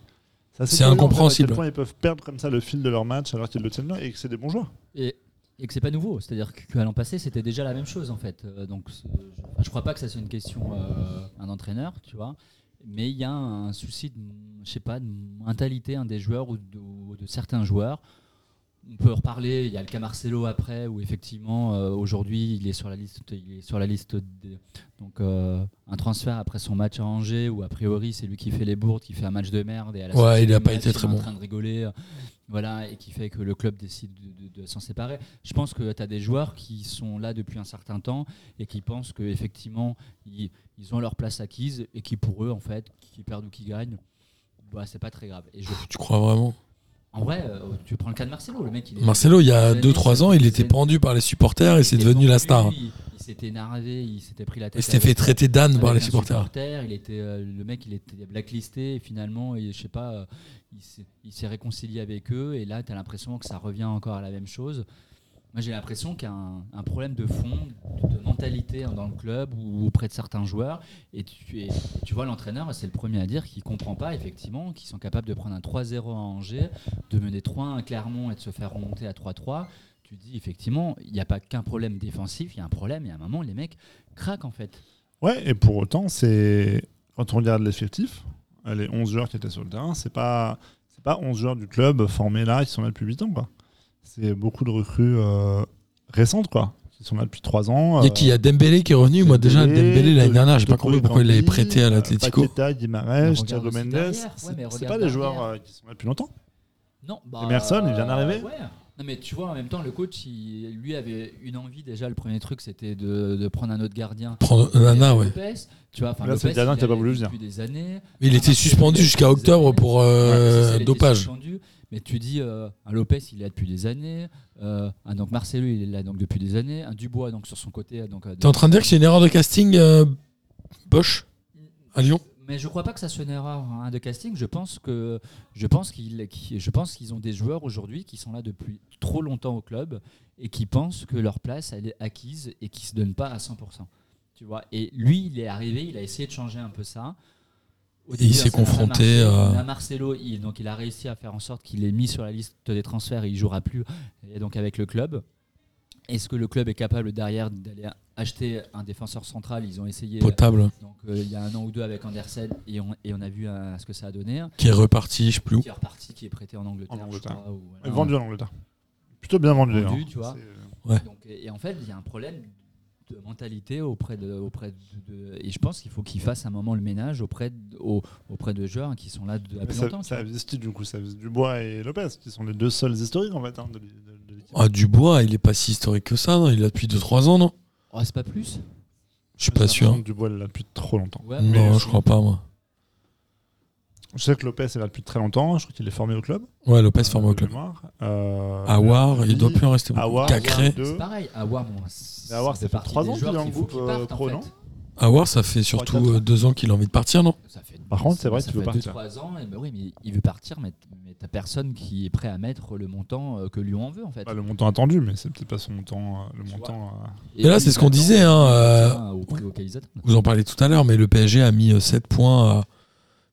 Speaker 4: C'est
Speaker 2: assez curieux, en fait, à
Speaker 4: incompréhensible.
Speaker 2: quel point ils peuvent perdre comme ça le fil de leur match alors qu'ils le tiennent bien et que c'est des bons joueurs.
Speaker 5: Et, et que c'est pas nouveau. C'est-à-dire que- qu'à l'an passé, c'était déjà la même chose, en fait. Euh, donc, c'est- je, enfin, je crois pas que ça soit une question euh, un entraîneur, tu vois. Mais il y a un souci, de, je sais pas, de mentalité hein, des joueurs ou de, ou de certains joueurs. On peut en reparler. Il y a le cas Marcelo après, où effectivement, euh, aujourd'hui, il est sur la liste, il est sur la liste des- donc euh, un transfert après son match à Angers, où a priori, c'est lui qui fait les bourdes, qui fait un match de merde. Et à la
Speaker 4: Ouais,
Speaker 5: sortie
Speaker 4: il
Speaker 5: du
Speaker 4: a pas
Speaker 5: match,
Speaker 4: été
Speaker 5: il
Speaker 4: très
Speaker 5: est en
Speaker 4: bon.
Speaker 5: train de rigoler. euh, voilà, et qui fait que le club décide de, de- de s'en séparer. Je pense que tu as des joueurs qui sont là depuis un certain temps et qui pensent qu'effectivement, ils, ils ont leur place acquise et qui, pour eux, en fait, qui perdent ou qui gagnent, bah, c'est pas très grave. Et je-
Speaker 4: tu crois vraiment
Speaker 5: en vrai, euh, tu prends le cas de Marcelo, le mec, il est.
Speaker 4: Marcelo, il y a
Speaker 5: Des
Speaker 4: 2-3
Speaker 5: années,
Speaker 4: ans, il
Speaker 5: des
Speaker 4: était
Speaker 5: années.
Speaker 4: pendu par les supporters et c'est
Speaker 5: il
Speaker 4: devenu la
Speaker 5: était
Speaker 4: star.
Speaker 5: tendu, Il, il s'était énervé, il s'était pris la tête.
Speaker 4: Il s'était
Speaker 5: avec-
Speaker 4: fait traiter d'âne
Speaker 5: avec
Speaker 4: par les
Speaker 5: un
Speaker 4: supporters.
Speaker 5: supporter, il était, euh, le mec, il était blacklisté et finalement, il- je sais pas, euh, il s'est- il s'est réconcilié avec eux et là, tu as l'impression que ça revient encore à la même chose. Moi, j'ai l'impression qu'il y a un, un problème de fond, de mentalité hein, dans le club ou auprès de certains joueurs. Et tu, et tu vois, l'entraîneur, c'est le premier à dire qu'il comprend pas, effectivement, qu'ils sont capables de prendre un 3-0 à Angers, de mener 3-1 à Clermont et de se faire remonter à 3-3. Tu te dis, effectivement, il n'y a pas qu'un problème défensif, il y a un problème, il y a un moment, les mecs craquent, en fait.
Speaker 2: Ouais, et pour autant, c'est quand on regarde l'effectif, euh, les 11 joueurs qui étaient sur le terrain, c'est pas c'est pas 11 joueurs du club formés là qui sont là depuis 8 ans quoi. C'est beaucoup de recrues euh, récentes quoi, qui sont là depuis 3 ans.
Speaker 4: Il y a
Speaker 2: euh,
Speaker 4: qui Il y a Dembélé qui est revenu. Moi, déjà,
Speaker 2: Dembélé, euh,
Speaker 4: Dembélé l'année
Speaker 2: de-
Speaker 4: dernière, j'ai
Speaker 2: de
Speaker 4: pas compris
Speaker 2: Kobe
Speaker 4: pourquoi il l'avait
Speaker 2: Bryant,
Speaker 4: prêté à l'Atletico.
Speaker 2: euh, Paqueta,
Speaker 5: Mais
Speaker 2: Guimaraes,
Speaker 5: regarde
Speaker 2: Thiago
Speaker 5: aussi
Speaker 2: Mendes.
Speaker 5: derrière, ouais,
Speaker 2: c'est
Speaker 5: mais
Speaker 2: c'est
Speaker 5: regarde
Speaker 2: pas des joueurs
Speaker 5: derrière.
Speaker 2: euh, qui sont là depuis longtemps.
Speaker 5: Non, bah,
Speaker 2: Emerson, il vient d'arriver.
Speaker 5: ouais. Non, mais tu vois, en même temps, le coach, il- lui avait une envie déjà. Le premier truc, c'était de, de prendre un autre gardien.
Speaker 4: Prendre Nana, Euh, ouais.
Speaker 5: Lopez, tu vois, enfin,
Speaker 2: Là, c'est
Speaker 5: Lopez,
Speaker 2: le gardien
Speaker 5: il
Speaker 2: que t'as pas
Speaker 5: allait
Speaker 2: voulu
Speaker 5: depuis des années. Ah,
Speaker 4: Il était
Speaker 5: Marcelo,
Speaker 4: suspendu
Speaker 5: il a
Speaker 4: jusqu'à
Speaker 5: été
Speaker 4: octobre
Speaker 5: suspendu.
Speaker 4: pour
Speaker 5: Ouais, c'est ça,
Speaker 4: euh,
Speaker 5: il a été
Speaker 4: dopage.
Speaker 5: suspendu. Mais tu dis, euh, un Lopez, il est là depuis des années. Euh, un donc Marcelo, il est là donc depuis des années. Un Dubois, donc sur son côté. Donc, euh,
Speaker 4: T'es en train de dire que c'est une erreur de casting euh, Bosch à Lyon
Speaker 5: Mais je crois pas que ça soit une erreur hein, de casting. Je pense que je pense qu'ils qui- je pense qu'ils ont des joueurs aujourd'hui qui sont là depuis trop longtemps au club et qui pensent que leur place elle est acquise et qui se donnent pas à 100%. Tu vois. Et lui, il est arrivé, il a essayé de changer un peu ça. Au
Speaker 4: Et
Speaker 5: début,
Speaker 4: il s'est
Speaker 5: ça n'a pas
Speaker 4: confronté,
Speaker 5: marché.
Speaker 4: euh,
Speaker 5: On a Marcelo, il, donc il a réussi à faire en sorte qu'il est mis sur la liste des transferts et il jouera plus. Et donc avec le club, est-ce que le club est capable derrière d'aller acheter un défenseur central Ils ont essayé.
Speaker 4: Potable, hein.
Speaker 5: Donc euh, il y a un an ou deux avec Andersen et on, et on a vu euh, ce que ça a donné.
Speaker 4: qui est reparti, je sais plus où.
Speaker 5: Qui est reparti, qui est prêté en Angleterre.
Speaker 2: En Angleterre.
Speaker 5: je crois, ou voilà.
Speaker 2: Vendu en Angleterre. Plutôt bien vendu.
Speaker 5: Vendu,
Speaker 2: hein.
Speaker 5: tu vois.
Speaker 2: C'est, euh,
Speaker 5: Donc, et, et en fait, il y a un problème de mentalité auprès de. Auprès de, de- et je pense qu'il faut qu'il fasse un moment le ménage auprès de, au- auprès de joueurs qui sont là depuis
Speaker 2: mais
Speaker 5: plus
Speaker 2: ça,
Speaker 5: longtemps. tu
Speaker 2: ça
Speaker 5: vois.
Speaker 2: vise qui, du coup Ça vise Dubois et Lopez, qui sont les deux seuls historiques en fait hein, de, de- de l'équipe.
Speaker 4: Ah, Dubois, il est pas si historique que ça, non Il a depuis 2-3 ans, non
Speaker 5: Oh, c'est pas plus
Speaker 4: Je suis pas
Speaker 2: J'ai l'impression
Speaker 4: sûr.
Speaker 2: que Dubois est là depuis trop longtemps.
Speaker 5: Ouais, mais- euh,
Speaker 4: Non, je crois pas, moi.
Speaker 2: Je sais que Lopez est là depuis très longtemps. Je crois qu'il est formé au club.
Speaker 4: Ouais, Lopez formé au
Speaker 2: de
Speaker 4: club.
Speaker 2: mémoire. Euh,
Speaker 4: Awar, il doit plus en rester beaucoup.
Speaker 2: Awar,
Speaker 4: Cacré.
Speaker 2: deux.
Speaker 5: C'est pareil. Awar, bon,
Speaker 2: Mais Awar, ça fait
Speaker 5: partie
Speaker 2: trois
Speaker 5: des
Speaker 2: ans qu'il
Speaker 5: joueurs
Speaker 2: est en
Speaker 5: qu'il faut
Speaker 2: groupe,
Speaker 5: qu'il
Speaker 2: euh,
Speaker 5: parte, en
Speaker 2: pro,
Speaker 5: fait.
Speaker 2: non
Speaker 4: Awar, ça fait surtout
Speaker 2: quatre ans.
Speaker 4: euh, deux ans qu'il a envie de partir, non
Speaker 5: Ça fait-
Speaker 2: Par contre, c'est vrai
Speaker 5: ça
Speaker 2: qu'il veut
Speaker 5: fait
Speaker 2: partir.
Speaker 5: deux, trois ans, et ben oui, mais il veut partir, mais, t- mais t'as personne qui est prêt à mettre le montant euh, que Lyon en veut en fait.
Speaker 2: Pas Bah, le montant attendu, mais c'est peut-être pas son montant. euh, Le
Speaker 5: Tu
Speaker 2: montant. euh,
Speaker 5: Et
Speaker 4: Mais là,
Speaker 5: eux,
Speaker 4: c'est
Speaker 5: ils
Speaker 4: ce qu'on
Speaker 5: attendent,
Speaker 4: disait, hein,
Speaker 5: ils
Speaker 4: euh,
Speaker 5: attendent au prix auquel ils attendent.
Speaker 4: Vous en parlez tout à l'heure, mais le PSG a mis 7 points à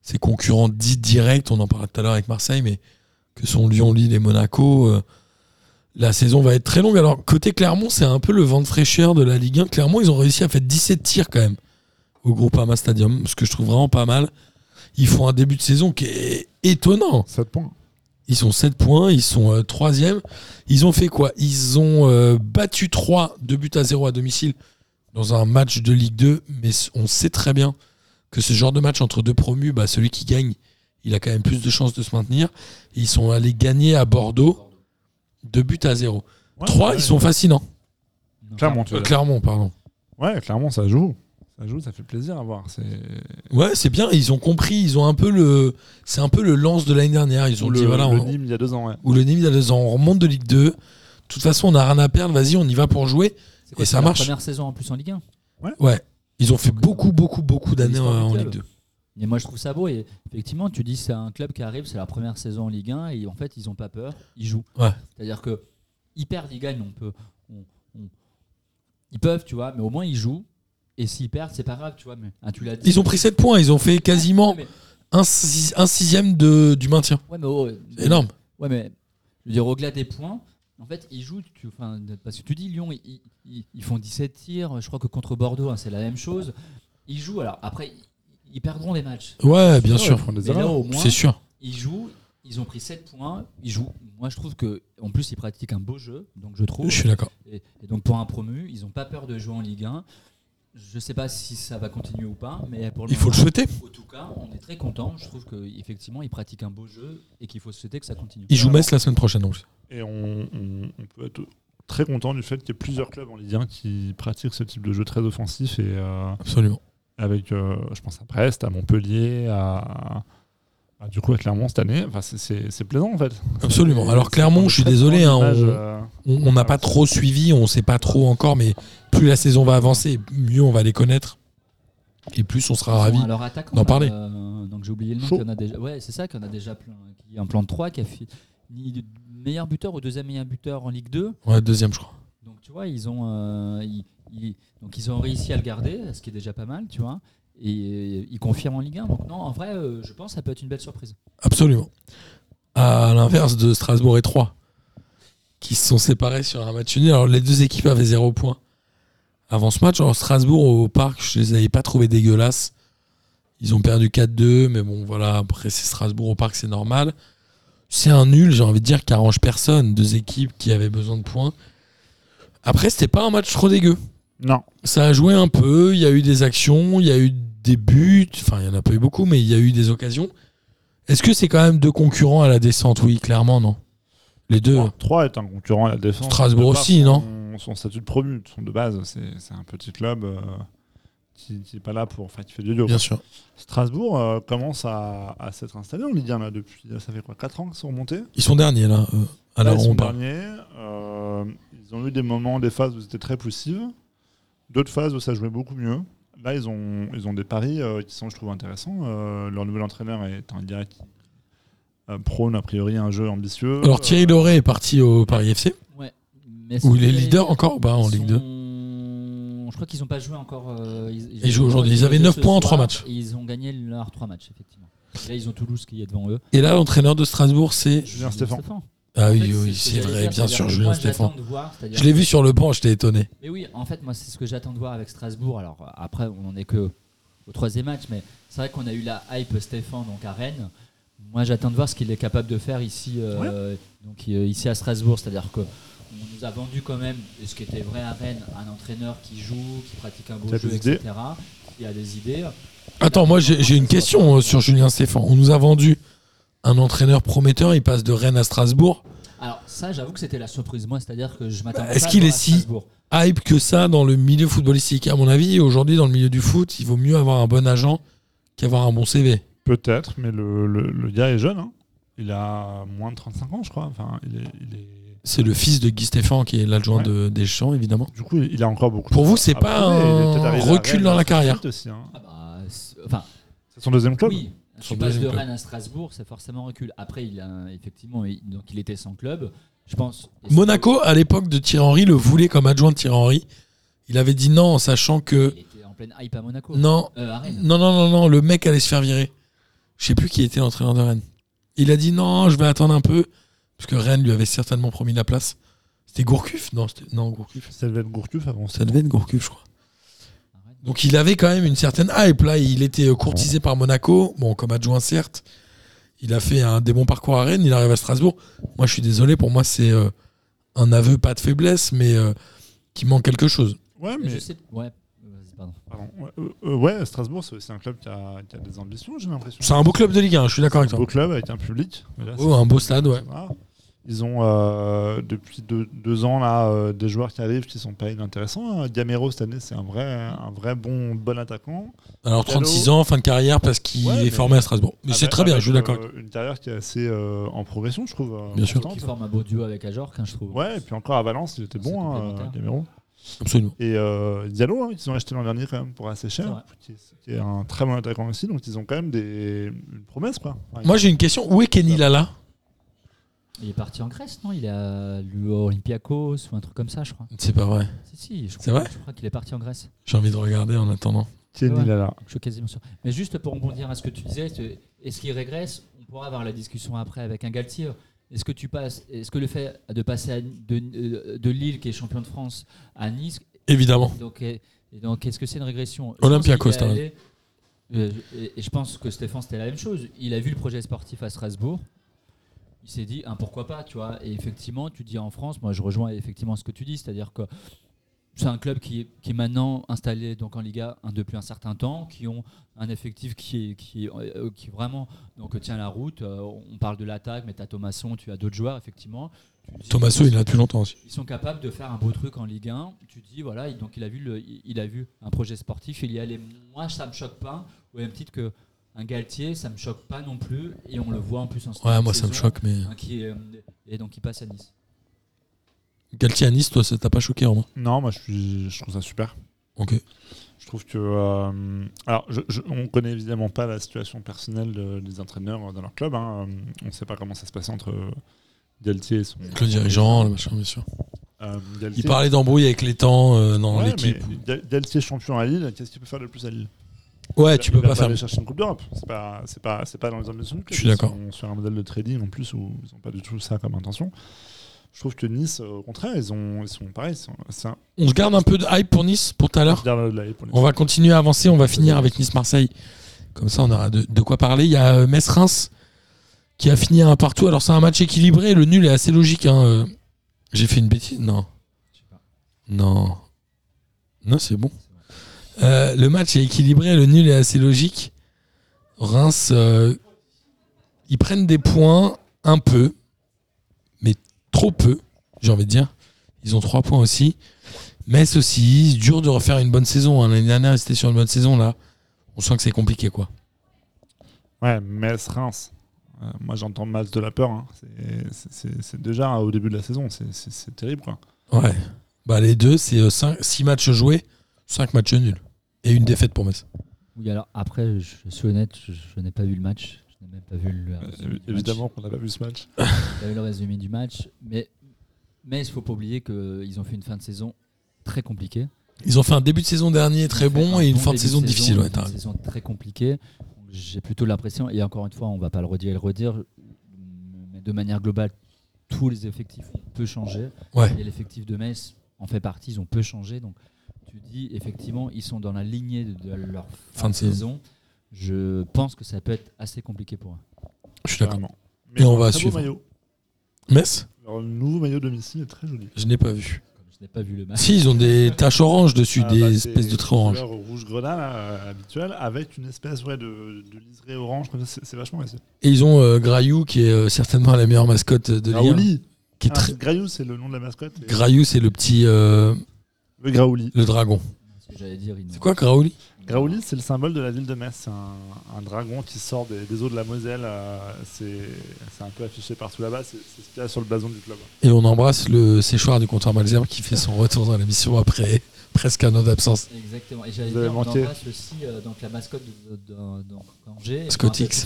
Speaker 4: ses concurrents dits directs. On en parlait tout à l'heure avec Marseille, mais que sont Lyon, Lille et Monaco. euh, La saison va être très longue. Alors, côté Clermont, c'est un peu le vent de fraîcheur de la Ligue 1. Clermont, ils ont réussi à faire 17 tirs quand même au Groupama Stadium, ce que je trouve vraiment pas mal. Ils font un début de saison qui est étonnant.
Speaker 2: 7 points.
Speaker 4: Ils sont 7 points, ils sont 3e. Ils ont fait quoi Ils ont euh, battu 3 2 buts à 0 à domicile dans un match de Ligue 2, mais s- on sait très bien que ce genre de match entre deux promus, bah, celui qui gagne, il a quand même plus de chances de se maintenir. Et ils sont allés gagner à Bordeaux 2 buts à 0.
Speaker 2: bah
Speaker 4: 3, ils sont fascinants.
Speaker 5: Non.
Speaker 2: Clairement, tu
Speaker 4: Euh,
Speaker 2: vois.
Speaker 4: Clermont, pardon.
Speaker 2: Ouais, clairement, ça joue. Ça joue, ça fait plaisir à voir. C'est
Speaker 4: Ouais, c'est bien, ils ont compris, ils ont un peu le c'est un peu le lance de l'année dernière, ils ont
Speaker 2: le,
Speaker 4: dit voilà,
Speaker 2: le
Speaker 4: on,
Speaker 2: Nîmes il y a deux ans. Ouais.
Speaker 4: ou le Nîmes il y a deux ans, on remonte de Ligue 2. De toute façon, on n'a rien à perdre, vas-y, on y va pour jouer.
Speaker 5: C'est quoi,
Speaker 4: Et
Speaker 5: c'est
Speaker 4: ça
Speaker 5: leur
Speaker 4: marche.
Speaker 5: Première saison en plus en Ligue 1.
Speaker 4: Ouais. Ils ont fait beaucoup, beaucoup, beaucoup d'années en,
Speaker 5: l'histoire du
Speaker 4: en
Speaker 5: club.
Speaker 4: Ligue 2.
Speaker 5: Et moi je trouve ça beau et effectivement tu dis c'est un club qui arrive, c'est leur première saison en Ligue 1 et en fait ils ont pas peur, ils jouent.
Speaker 4: Ouais.
Speaker 5: C'est-à-dire que ils perdent, ils gagnent, on peut on, on- Ils peuvent, tu vois, mais au moins ils jouent. Et s'ils perdent, c'est pas grave, tu vois. Mais, ah, tu l'as dit.
Speaker 4: Ils ont pris 7 points, ils ont fait
Speaker 2: Ah,
Speaker 4: quasiment
Speaker 5: Ouais,
Speaker 4: un, six- un sixième de, du maintien.
Speaker 5: mais- ouais, mais oh, euh,
Speaker 4: C'est énorme.
Speaker 5: Ouais, mais je veux dire, au-delà des points, en fait, ils jouent, tu, enfin, parce que tu dis Lyon, ils, ils- ils font 17 tirs, je crois que contre Bordeaux, hein, c'est la même chose. Ils jouent, alors après, ils- ils perdront des matchs.
Speaker 4: Ouais, bien sûr.
Speaker 2: Ah Ils font des
Speaker 5: Mais là,
Speaker 2: erreurs.
Speaker 5: au moins,
Speaker 4: C'est sûr.
Speaker 5: ils jouent, ils ont pris 7 points, ils jouent. Moi, je trouve que en plus, ils pratiquent un beau jeu, donc je trouve.
Speaker 4: Je suis d'accord.
Speaker 5: Et, et donc, pour un promu, ils n'ont pas peur de jouer en Ligue 1. Je sais pas si ça va continuer ou pas, mais pour le
Speaker 4: Il faut le
Speaker 5: moment,
Speaker 4: souhaiter.
Speaker 5: en tout cas, on est très content. Je trouve qu'effectivement, ils pratiquent un beau jeu et qu'il faut souhaiter que ça continue.
Speaker 4: Ils jouent Metz la semaine prochaine. Donc.
Speaker 2: Et on, on- on peut être très content du fait qu'il y ait plusieurs clubs en Ligue 1 qui pratiquent ce type de jeu très offensif. Et euh,
Speaker 4: Absolument.
Speaker 2: avec, euh, je pense à Brest, à Montpellier, à, à- du coup à Clermont cette année. Enfin, c'est- c'est c'est plaisant en fait.
Speaker 4: Absolument. Alors, Clermont, je suis
Speaker 2: Très
Speaker 4: désolé,
Speaker 2: bonne
Speaker 4: hein,
Speaker 2: image,
Speaker 4: on-
Speaker 2: euh,
Speaker 4: On on n'a pas trop suivi, on ne sait pas trop encore, mais plus la saison va avancer, mieux on va les connaître. Et plus on sera ravis.
Speaker 5: Alors attaquant.
Speaker 4: d'en
Speaker 5: là,
Speaker 4: parler.
Speaker 5: euh, donc j'ai oublié le nom.
Speaker 2: Chaud.
Speaker 5: qu'il y en a déjà. Ouais, c'est ça qu'on a déjà plein. Qui est un plan de 3 qui a fini de- meilleur buteur ou deuxième meilleur buteur en Ligue 2.
Speaker 4: Ouais, deuxième, je crois.
Speaker 5: Donc tu vois, ils ont euh, ils, ils- donc ils ont réussi à le garder, ce qui est déjà pas mal, tu vois. Et euh, ils confirment en Ligue 1. Donc non, en vrai, euh, je pense que ça peut être une belle surprise.
Speaker 4: Absolument. À l'inverse de Strasbourg et 3, qui se sont séparés sur un match nul. Alors, les deux équipes avaient zéro point avant ce match. Alors, Strasbourg au parc, je les avais pas trouvés dégueulasses. Ils ont perdu 4-2, mais bon, voilà. Après, c'est Strasbourg au parc, c'est normal. C'est un nul, j'ai envie de dire, qui arrange personne. Deux équipes qui avaient besoin de points. Après, c'était pas un match trop dégueu.
Speaker 2: Non.
Speaker 4: Ça a joué un peu, il y a eu des actions, il y a eu des buts, enfin il n'y en a pas eu beaucoup, mais il y a eu des occasions. Est-ce que c'est quand même deux concurrents à la descente Oui, clairement, non. Les deux.
Speaker 2: 3 est un concurrent à la défense.
Speaker 4: Euh. Strasbourg
Speaker 2: De par
Speaker 4: aussi,
Speaker 2: son, Son statut de promu, son- de base, c'est c'est un petit club euh, qui n'est pas là pour. Enfin, qui fait du yo
Speaker 4: Bien sûr.
Speaker 2: Strasbourg euh, commence à, à s'être installé en Ligue 1 là, depuis. Ça fait quoi 4 ans qu'ils sont remontés
Speaker 4: Ils sont derniers là. euh, à l'heure
Speaker 2: Là,
Speaker 4: où
Speaker 2: ils sont
Speaker 4: on parle.
Speaker 2: derniers, euh, ils ont eu des moments, des phases où c'était très poussive, d'autres phases où ça jouait beaucoup mieux. Là, ils ont, ils ont des paris euh, qui sont, je trouve, intéressants. Euh, leur nouvel entraîneur est un gars qui euh, prône a priori un jeu ambitieux.
Speaker 4: Alors Thierry
Speaker 2: Euh,
Speaker 4: Doré est parti au Paris FC,
Speaker 5: Ouais. Mais
Speaker 4: où il
Speaker 5: c'était-
Speaker 4: est leader encore ou pas en
Speaker 5: ils
Speaker 4: Ligue 2
Speaker 5: sont- Je crois qu'ils n'ont pas joué encore. euh,
Speaker 4: Ils jouent aujourd'hui. Ils avaient
Speaker 5: joué
Speaker 4: neuf
Speaker 5: ce
Speaker 4: points en
Speaker 5: soir,
Speaker 4: trois matchs.
Speaker 5: et Ils ont gagné leurs 3 matchs, effectivement. Et Là, ils ont Toulouse qui est devant eux.
Speaker 4: Et là, l'entraîneur de Strasbourg, c'est.
Speaker 2: Julien Stéphane.
Speaker 4: Ah
Speaker 5: En
Speaker 4: oui,
Speaker 5: fait,
Speaker 4: oui,
Speaker 5: ce que
Speaker 4: c'est
Speaker 5: j'allais
Speaker 4: vrai,
Speaker 5: dire,
Speaker 4: bien
Speaker 5: c'est-à-dire
Speaker 4: sûr,
Speaker 5: que
Speaker 4: Julien
Speaker 5: moi, j'attends
Speaker 4: Stéphane.
Speaker 5: de voir, c'est-à-dire-
Speaker 4: Je l'ai vu sur le banc, j'étais étonné.
Speaker 5: Mais oui, en fait, moi, c'est ce que j'attends de voir avec Strasbourg. Alors, après, on n'en est que au troisième match, mais c'est vrai qu'on a eu la hype Stéphane donc à Rennes. Moi, j'attends de voir ce qu'il est capable de faire ici, euh, donc, euh, ici à Strasbourg. C'est-à-dire que on nous a vendu quand même, et ce qui était vrai à Rennes, un entraîneur qui joue, qui pratique un beau
Speaker 2: Qui a
Speaker 5: jeu,
Speaker 2: des idées.
Speaker 5: etc., qui a des idées.
Speaker 4: Attends, moi j'ai j'ai une question euh, sur Julien Stéphane. On nous a vendu un entraîneur prometteur, il passe de Rennes à Strasbourg.
Speaker 5: Alors ça, j'avoue que c'était la surprise. Moi, c'est-à-dire que je m'attendais.
Speaker 4: Bah, Est-ce
Speaker 5: pas à
Speaker 4: qu'il
Speaker 5: voir
Speaker 4: est
Speaker 5: à
Speaker 4: si-
Speaker 5: Strasbourg.
Speaker 4: hype que ça dans le milieu footballistique. À mon avis, aujourd'hui, dans le milieu du foot, il vaut mieux avoir un bon agent qu'avoir un bon CV.
Speaker 2: Peut-être, mais le, le- le gars est jeune. hein. Il a moins de 35 ans, je crois. Enfin, il est, il est-
Speaker 4: C'est le fils de Guy Stéphane qui est l'adjoint
Speaker 2: Ouais.
Speaker 4: de Deschamps, évidemment.
Speaker 2: Du coup, il a encore beaucoup. de
Speaker 4: Pour
Speaker 2: choses
Speaker 4: vous, c'est
Speaker 2: à
Speaker 4: pas
Speaker 2: prouver. Il est peut-être
Speaker 4: un
Speaker 2: arrivé à
Speaker 4: recul
Speaker 2: Rennes
Speaker 4: dans la
Speaker 2: très
Speaker 4: carrière.
Speaker 2: vite aussi, hein.
Speaker 5: Ah bah, c'est- enfin,
Speaker 2: C'est son deuxième club.
Speaker 5: Oui,
Speaker 4: Son
Speaker 5: tu passes de
Speaker 4: deuxième club.
Speaker 5: Rennes à Strasbourg, c'est forcément recul. Après, il a effectivement, il- donc il était sans club, je pense. Et c'est-
Speaker 4: Monaco, à l'époque de Thierry Henry, le voulait comme adjoint de Thierry Henry. Il avait dit non, en sachant que.
Speaker 5: Il était en pleine hype à Monaco.
Speaker 4: Non,
Speaker 5: Euh, à Rennes.
Speaker 4: non, non, non, non, le mec allait se faire virer. Je sais plus qui était l'entraîneur de Rennes. Il a dit non, je vais attendre un peu. Parce que Rennes lui avait certainement promis la place. C'était Gourcuff Non, c'était- non Gourcuff.
Speaker 2: Ça devait être Gourcuff avant.
Speaker 4: Ça devait être Gourcuff, je crois.
Speaker 5: À Rennes.
Speaker 4: Donc il avait quand même une certaine hype. Là, il était courtisé par Monaco, bon, comme adjoint certes. Il a fait un des bons parcours à Rennes, il arrive à Strasbourg. Moi, je suis désolé, pour moi, c'est euh, un aveu, pas de faiblesse, mais euh, qui manque quelque chose.
Speaker 2: Ouais,
Speaker 5: Et
Speaker 2: mais
Speaker 5: Euh, Je sais, ouais, vas-y, pardon.
Speaker 2: Pardon. Ouais, euh, euh, ouais, Strasbourg, c'est aussi un club qui a, qui a des ambitions, j'ai l'impression.
Speaker 4: C'est un beau club de Ligue 1, je suis d'accord avec
Speaker 2: Un
Speaker 4: toi.
Speaker 2: beau club avec un public. Mais là,
Speaker 4: Oh,
Speaker 2: c'est-
Speaker 4: un beau stade, ouais.
Speaker 2: Ah. Ils ont euh, depuis deux, deux ans là euh, des joueurs qui arrivent qui sont pas inintéressants. hein. Gamero cette année, c'est un vrai, un vrai bon, bon attaquant.
Speaker 4: Alors 36 ans, fin de carrière, parce qu'il
Speaker 2: Ouais,
Speaker 4: est
Speaker 2: mais- Ah
Speaker 4: formé à Strasbourg. Mais c'est
Speaker 2: Avec-
Speaker 4: très bien, je suis
Speaker 2: avec,
Speaker 4: d'accord.
Speaker 2: euh, une carrière qui est assez euh, en progression, je trouve. euh,
Speaker 4: Bien sûr.
Speaker 5: Qui
Speaker 2: constante.
Speaker 5: forme un beau duo avec Ajorc, hein, je trouve.
Speaker 2: Ouais, et puis encore à Valence, il était
Speaker 5: C'est
Speaker 2: bon, hein,
Speaker 5: complémentaire.
Speaker 2: Gamero.
Speaker 4: Absolument.
Speaker 2: Et euh, Diallo, hein, qu'ils ont acheté l'an dernier quand même pour assez
Speaker 5: C'est
Speaker 2: cher,
Speaker 5: vrai.
Speaker 2: qui est, qui est un très bon attaquant aussi. Donc ils ont quand même des, une promesse quoi. Enfin,
Speaker 4: Moi, j'ai une question. Où est Kenny Lala
Speaker 5: Il est parti en Grèce, non Il est à l'Olympiakos ou un truc comme ça, je crois.
Speaker 4: C'est pas vrai.
Speaker 5: Si, si, je
Speaker 4: C'est
Speaker 5: crois,
Speaker 4: vrai
Speaker 5: je crois qu'il est parti en Grèce.
Speaker 4: J'ai envie de regarder en attendant.
Speaker 2: Kenny
Speaker 5: Ouais.
Speaker 2: Lala.
Speaker 5: Je suis quasiment sûr. Mais juste pour rebondir à ce que tu disais, tu- est-ce qu'il régresse On pourra avoir la discussion après avec un Galtier. Est-ce que tu passes Est-ce que le fait de passer à- de, de Lille, qui est champion de France, à Nice,
Speaker 4: Évidemment.
Speaker 5: donc, et et donc est-ce que c'est une régression
Speaker 4: Olympiakos,
Speaker 5: Je pense qu'il est
Speaker 4: t'as
Speaker 5: allé- Euh, et, et je pense que Stéphane, c'était la même chose. Il a vu le projet sportif à Strasbourg. Il s'est dit, ah, pourquoi pas, tu vois. Et effectivement, tu dis en France, moi je rejoins effectivement ce que tu dis, c'est-à-dire que c'est un club qui est, qui est maintenant installé donc en Liga 1 depuis un certain temps, qui ont un effectif qui est, qui est, euh, qui vraiment donc, tient la route. Euh, on parle de l'attaque, mais tu as Thomasson, tu as d'autres joueurs, effectivement. Tu dis-
Speaker 4: Tommaso, il est là depuis longtemps aussi.
Speaker 5: ils sont capables de faire un beau truc en Ligue 1. Tu te dis, voilà, il- donc il a vu, le, il il a vu un projet sportif, il y allait. Moi, ça me choque pas, au même titre que un Galtier, ça me choque pas non plus, et on le voit en plus en
Speaker 4: Ouais,
Speaker 5: saison,
Speaker 4: moi ça me choque, mais.
Speaker 5: hein, qui est, euh, et donc il passe à Nice.
Speaker 4: Galtier à Nice, toi, ça t'a pas choqué en moi
Speaker 2: Non, moi je, suis- je trouve ça super.
Speaker 4: Ok.
Speaker 2: Je trouve que. euh, alors, je, je- on connaît évidemment pas la situation personnelle de- des entraîneurs dans leur club. hein. On ne sait pas comment ça se passe entre euh, Galtier et son.
Speaker 4: Avec le dirigeant, le machin, bien sûr.
Speaker 2: Euh, Galtier-
Speaker 4: Il parlait d'embrouille avec les temps euh, dans
Speaker 2: Ouais,
Speaker 4: l'équipe.
Speaker 2: mais Gal- Galtier champion à Lille, qu'est-ce qu'il peut faire de plus à Lille
Speaker 4: Ouais, Eh, tu peux pas faire.
Speaker 2: aller chercher une Coupe d'Europe. C'est pas, c'est pas, c'est pas dans les ambitions du club.
Speaker 4: Je suis d'accord.
Speaker 2: Ils sont sur un modèle de trading en plus où ils n'ont pas du tout ça comme intention. Je trouve que Nice, euh, au contraire, ils, ont, ils sont pareils. ils sont- C'est un
Speaker 4: On se garde un peu de hype pour Nice pour tout à l'heure.
Speaker 2: garde de la haie pour les
Speaker 4: On va continuer à avancer, on va finir avec Nice-Marseille. Comme ça, on aura de, de quoi parler. Il y a euh, Metz-Reims qui a fini à un partout. Alors, c'est un match équilibré. Le nul est assez logique. hein, euh. J'ai fait une bêtise Non.
Speaker 5: Je sais pas.
Speaker 4: Non. Non, c'est bon. Euh, le match est équilibré. Le nul est assez logique. Reims, euh, ils prennent des points un peu, mais trop peu, j'ai envie de dire. Ils ont trois points aussi. Metz aussi, c'est dur de refaire une bonne saison. hein. L'année dernière, ils étaient sur une bonne saison. Là, on sent que c'est compliqué, quoi.
Speaker 2: Ouais, Metz, Reims. Euh, moi, j'entends Metz de la peur. hein. C'est- c'est- C'est c'est déjà euh, au début de la saison. C'est- C'est c'est terrible. Quoi.
Speaker 4: Ouais. Bah, les deux, c'est 6 matchs joués, 5 matchs nuls. Et une défaite pour Metz.
Speaker 5: Oui, alors après, je, je suis honnête, je, je n'ai pas vu le match. Je n'ai même pas vu le.
Speaker 2: Euh, évidemment qu'on n'a pas vu ce match.
Speaker 5: T'as eu le résumé du match, mais mais il faut pas oublier qu'ils ont fait une fin de saison très compliquée.
Speaker 4: Ils ont fait un début de saison dernier très bon
Speaker 5: Un
Speaker 4: et une
Speaker 5: bon
Speaker 4: fin de
Speaker 5: début
Speaker 4: saison difficile. ouais,
Speaker 5: une fin de
Speaker 4: t'as-
Speaker 5: saison très compliquée. Donc, J'ai plutôt l'impression, et encore une fois, on va pas le redire et le redire, mais de manière globale, tous les effectifs ont peu changé.
Speaker 4: Ouais.
Speaker 5: Et l'effectif de Metz en fait partie, ils ont peu changé. Donc tu dis, effectivement, ils sont dans la lignée de, de leur fin de saison. Je pense que ça peut être assez compliqué pour eux.
Speaker 4: Je suis d'accord.
Speaker 2: Vraiment.
Speaker 4: Et on va
Speaker 2: très beau
Speaker 4: suivre.
Speaker 2: Maillot.
Speaker 4: Metz,
Speaker 2: Leur nouveau maillot de Messi est très joli.
Speaker 4: je n'ai pas vu.
Speaker 5: Comme je n'ai pas vu le match.
Speaker 4: Si, ils ont des taches oranges dessus,
Speaker 2: Ah,
Speaker 4: des
Speaker 2: bah, c'est
Speaker 4: espèces de traits
Speaker 2: une
Speaker 4: oranges.
Speaker 2: couleur rouge grenat là, euh, habituelle avec une espèce ouais, de, de liseré orange. comme ça, C'est c'est vachement réussi.
Speaker 4: Et ils ont euh, Graillou, qui est euh, certainement la meilleure mascotte euh, de Ligue
Speaker 2: Graouli.
Speaker 4: 1, qui est
Speaker 2: Ah,
Speaker 4: très-
Speaker 2: Graillou, c'est le nom de la mascotte. et-
Speaker 4: Graillou, c'est le petit. euh,
Speaker 2: Le Graouli.
Speaker 4: le dragon.
Speaker 5: Ce que j'allais dire, ils n'ont-
Speaker 4: C'est quoi, Graouli
Speaker 2: Graouli, c'est le symbole de la ville de Metz. C'est un, un dragon qui sort des, des eaux de la Moselle. euh, c'est c'est un peu affiché partout là-bas. C'est c'est ce qu'il y a sur le blason du club.
Speaker 4: Et on embrasse le séchoir du comptoir Malzerbe qui fait son retour dans l'émission après presque un an d'absence.
Speaker 5: Exactement. Et j'allais
Speaker 2: Vous avez
Speaker 5: dire, on
Speaker 2: manqué.
Speaker 5: embrasse aussi euh, donc la mascotte de, de, de- donc, Angers.
Speaker 4: Scotix.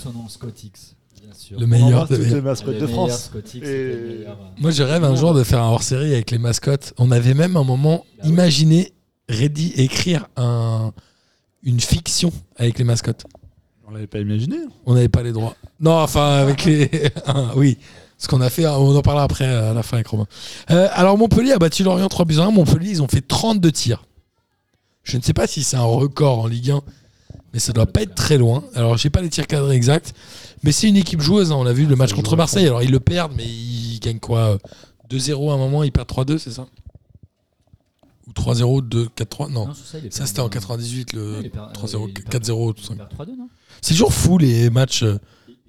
Speaker 5: Et je me rappelle plus Son nom Scotix, bien sûr.
Speaker 4: Le
Speaker 2: On
Speaker 4: meilleur.
Speaker 2: embrasse toutes
Speaker 4: le meilleur.
Speaker 2: les mascottes
Speaker 5: Le
Speaker 2: de
Speaker 5: meilleur
Speaker 2: France.
Speaker 5: Scotix,
Speaker 2: Et-
Speaker 5: c'était le meilleur, euh,
Speaker 4: Moi, je rêve un jour de faire un hors-série avec les mascottes. On avait même un moment
Speaker 5: Ah oui.
Speaker 4: imaginé, ready, écrire un, une fiction avec les mascottes.
Speaker 2: On l'avait pas imaginé. hein.
Speaker 4: On n'avait pas les droits. Non, enfin, avec les. Ah, oui. Ce qu'on a fait, hein, on en parlera après à la fin avec Romain. Euh, alors, Montpellier a battu Lorient 3 buts à 1. Montpellier, ils ont fait 32 tirs. Je ne sais pas si c'est un record en Ligue 1, mais ça doit pas être très loin. Alors, j'ai pas les tirs cadrés exacts, mais c'est une équipe joueuse. hein. On l'a vu le match
Speaker 2: joue
Speaker 4: contre
Speaker 2: à fond.
Speaker 4: Marseille. Alors, ils le perdent, mais ils gagnent quoi euh, 2-0 à un moment, ils perdent 3-2, c'est ça Ou 3-0, 2-4-3 Non.
Speaker 5: non, sur ça, il est
Speaker 4: Ça,
Speaker 5: perdu. hein.
Speaker 4: c'était en 98,
Speaker 5: Non,
Speaker 4: le
Speaker 5: il est per-
Speaker 4: 3-0,
Speaker 5: il est perdu.
Speaker 4: 4-0, tout
Speaker 5: Il
Speaker 4: ça.
Speaker 5: perd 3-2, non
Speaker 4: C'est toujours fou les matchs euh,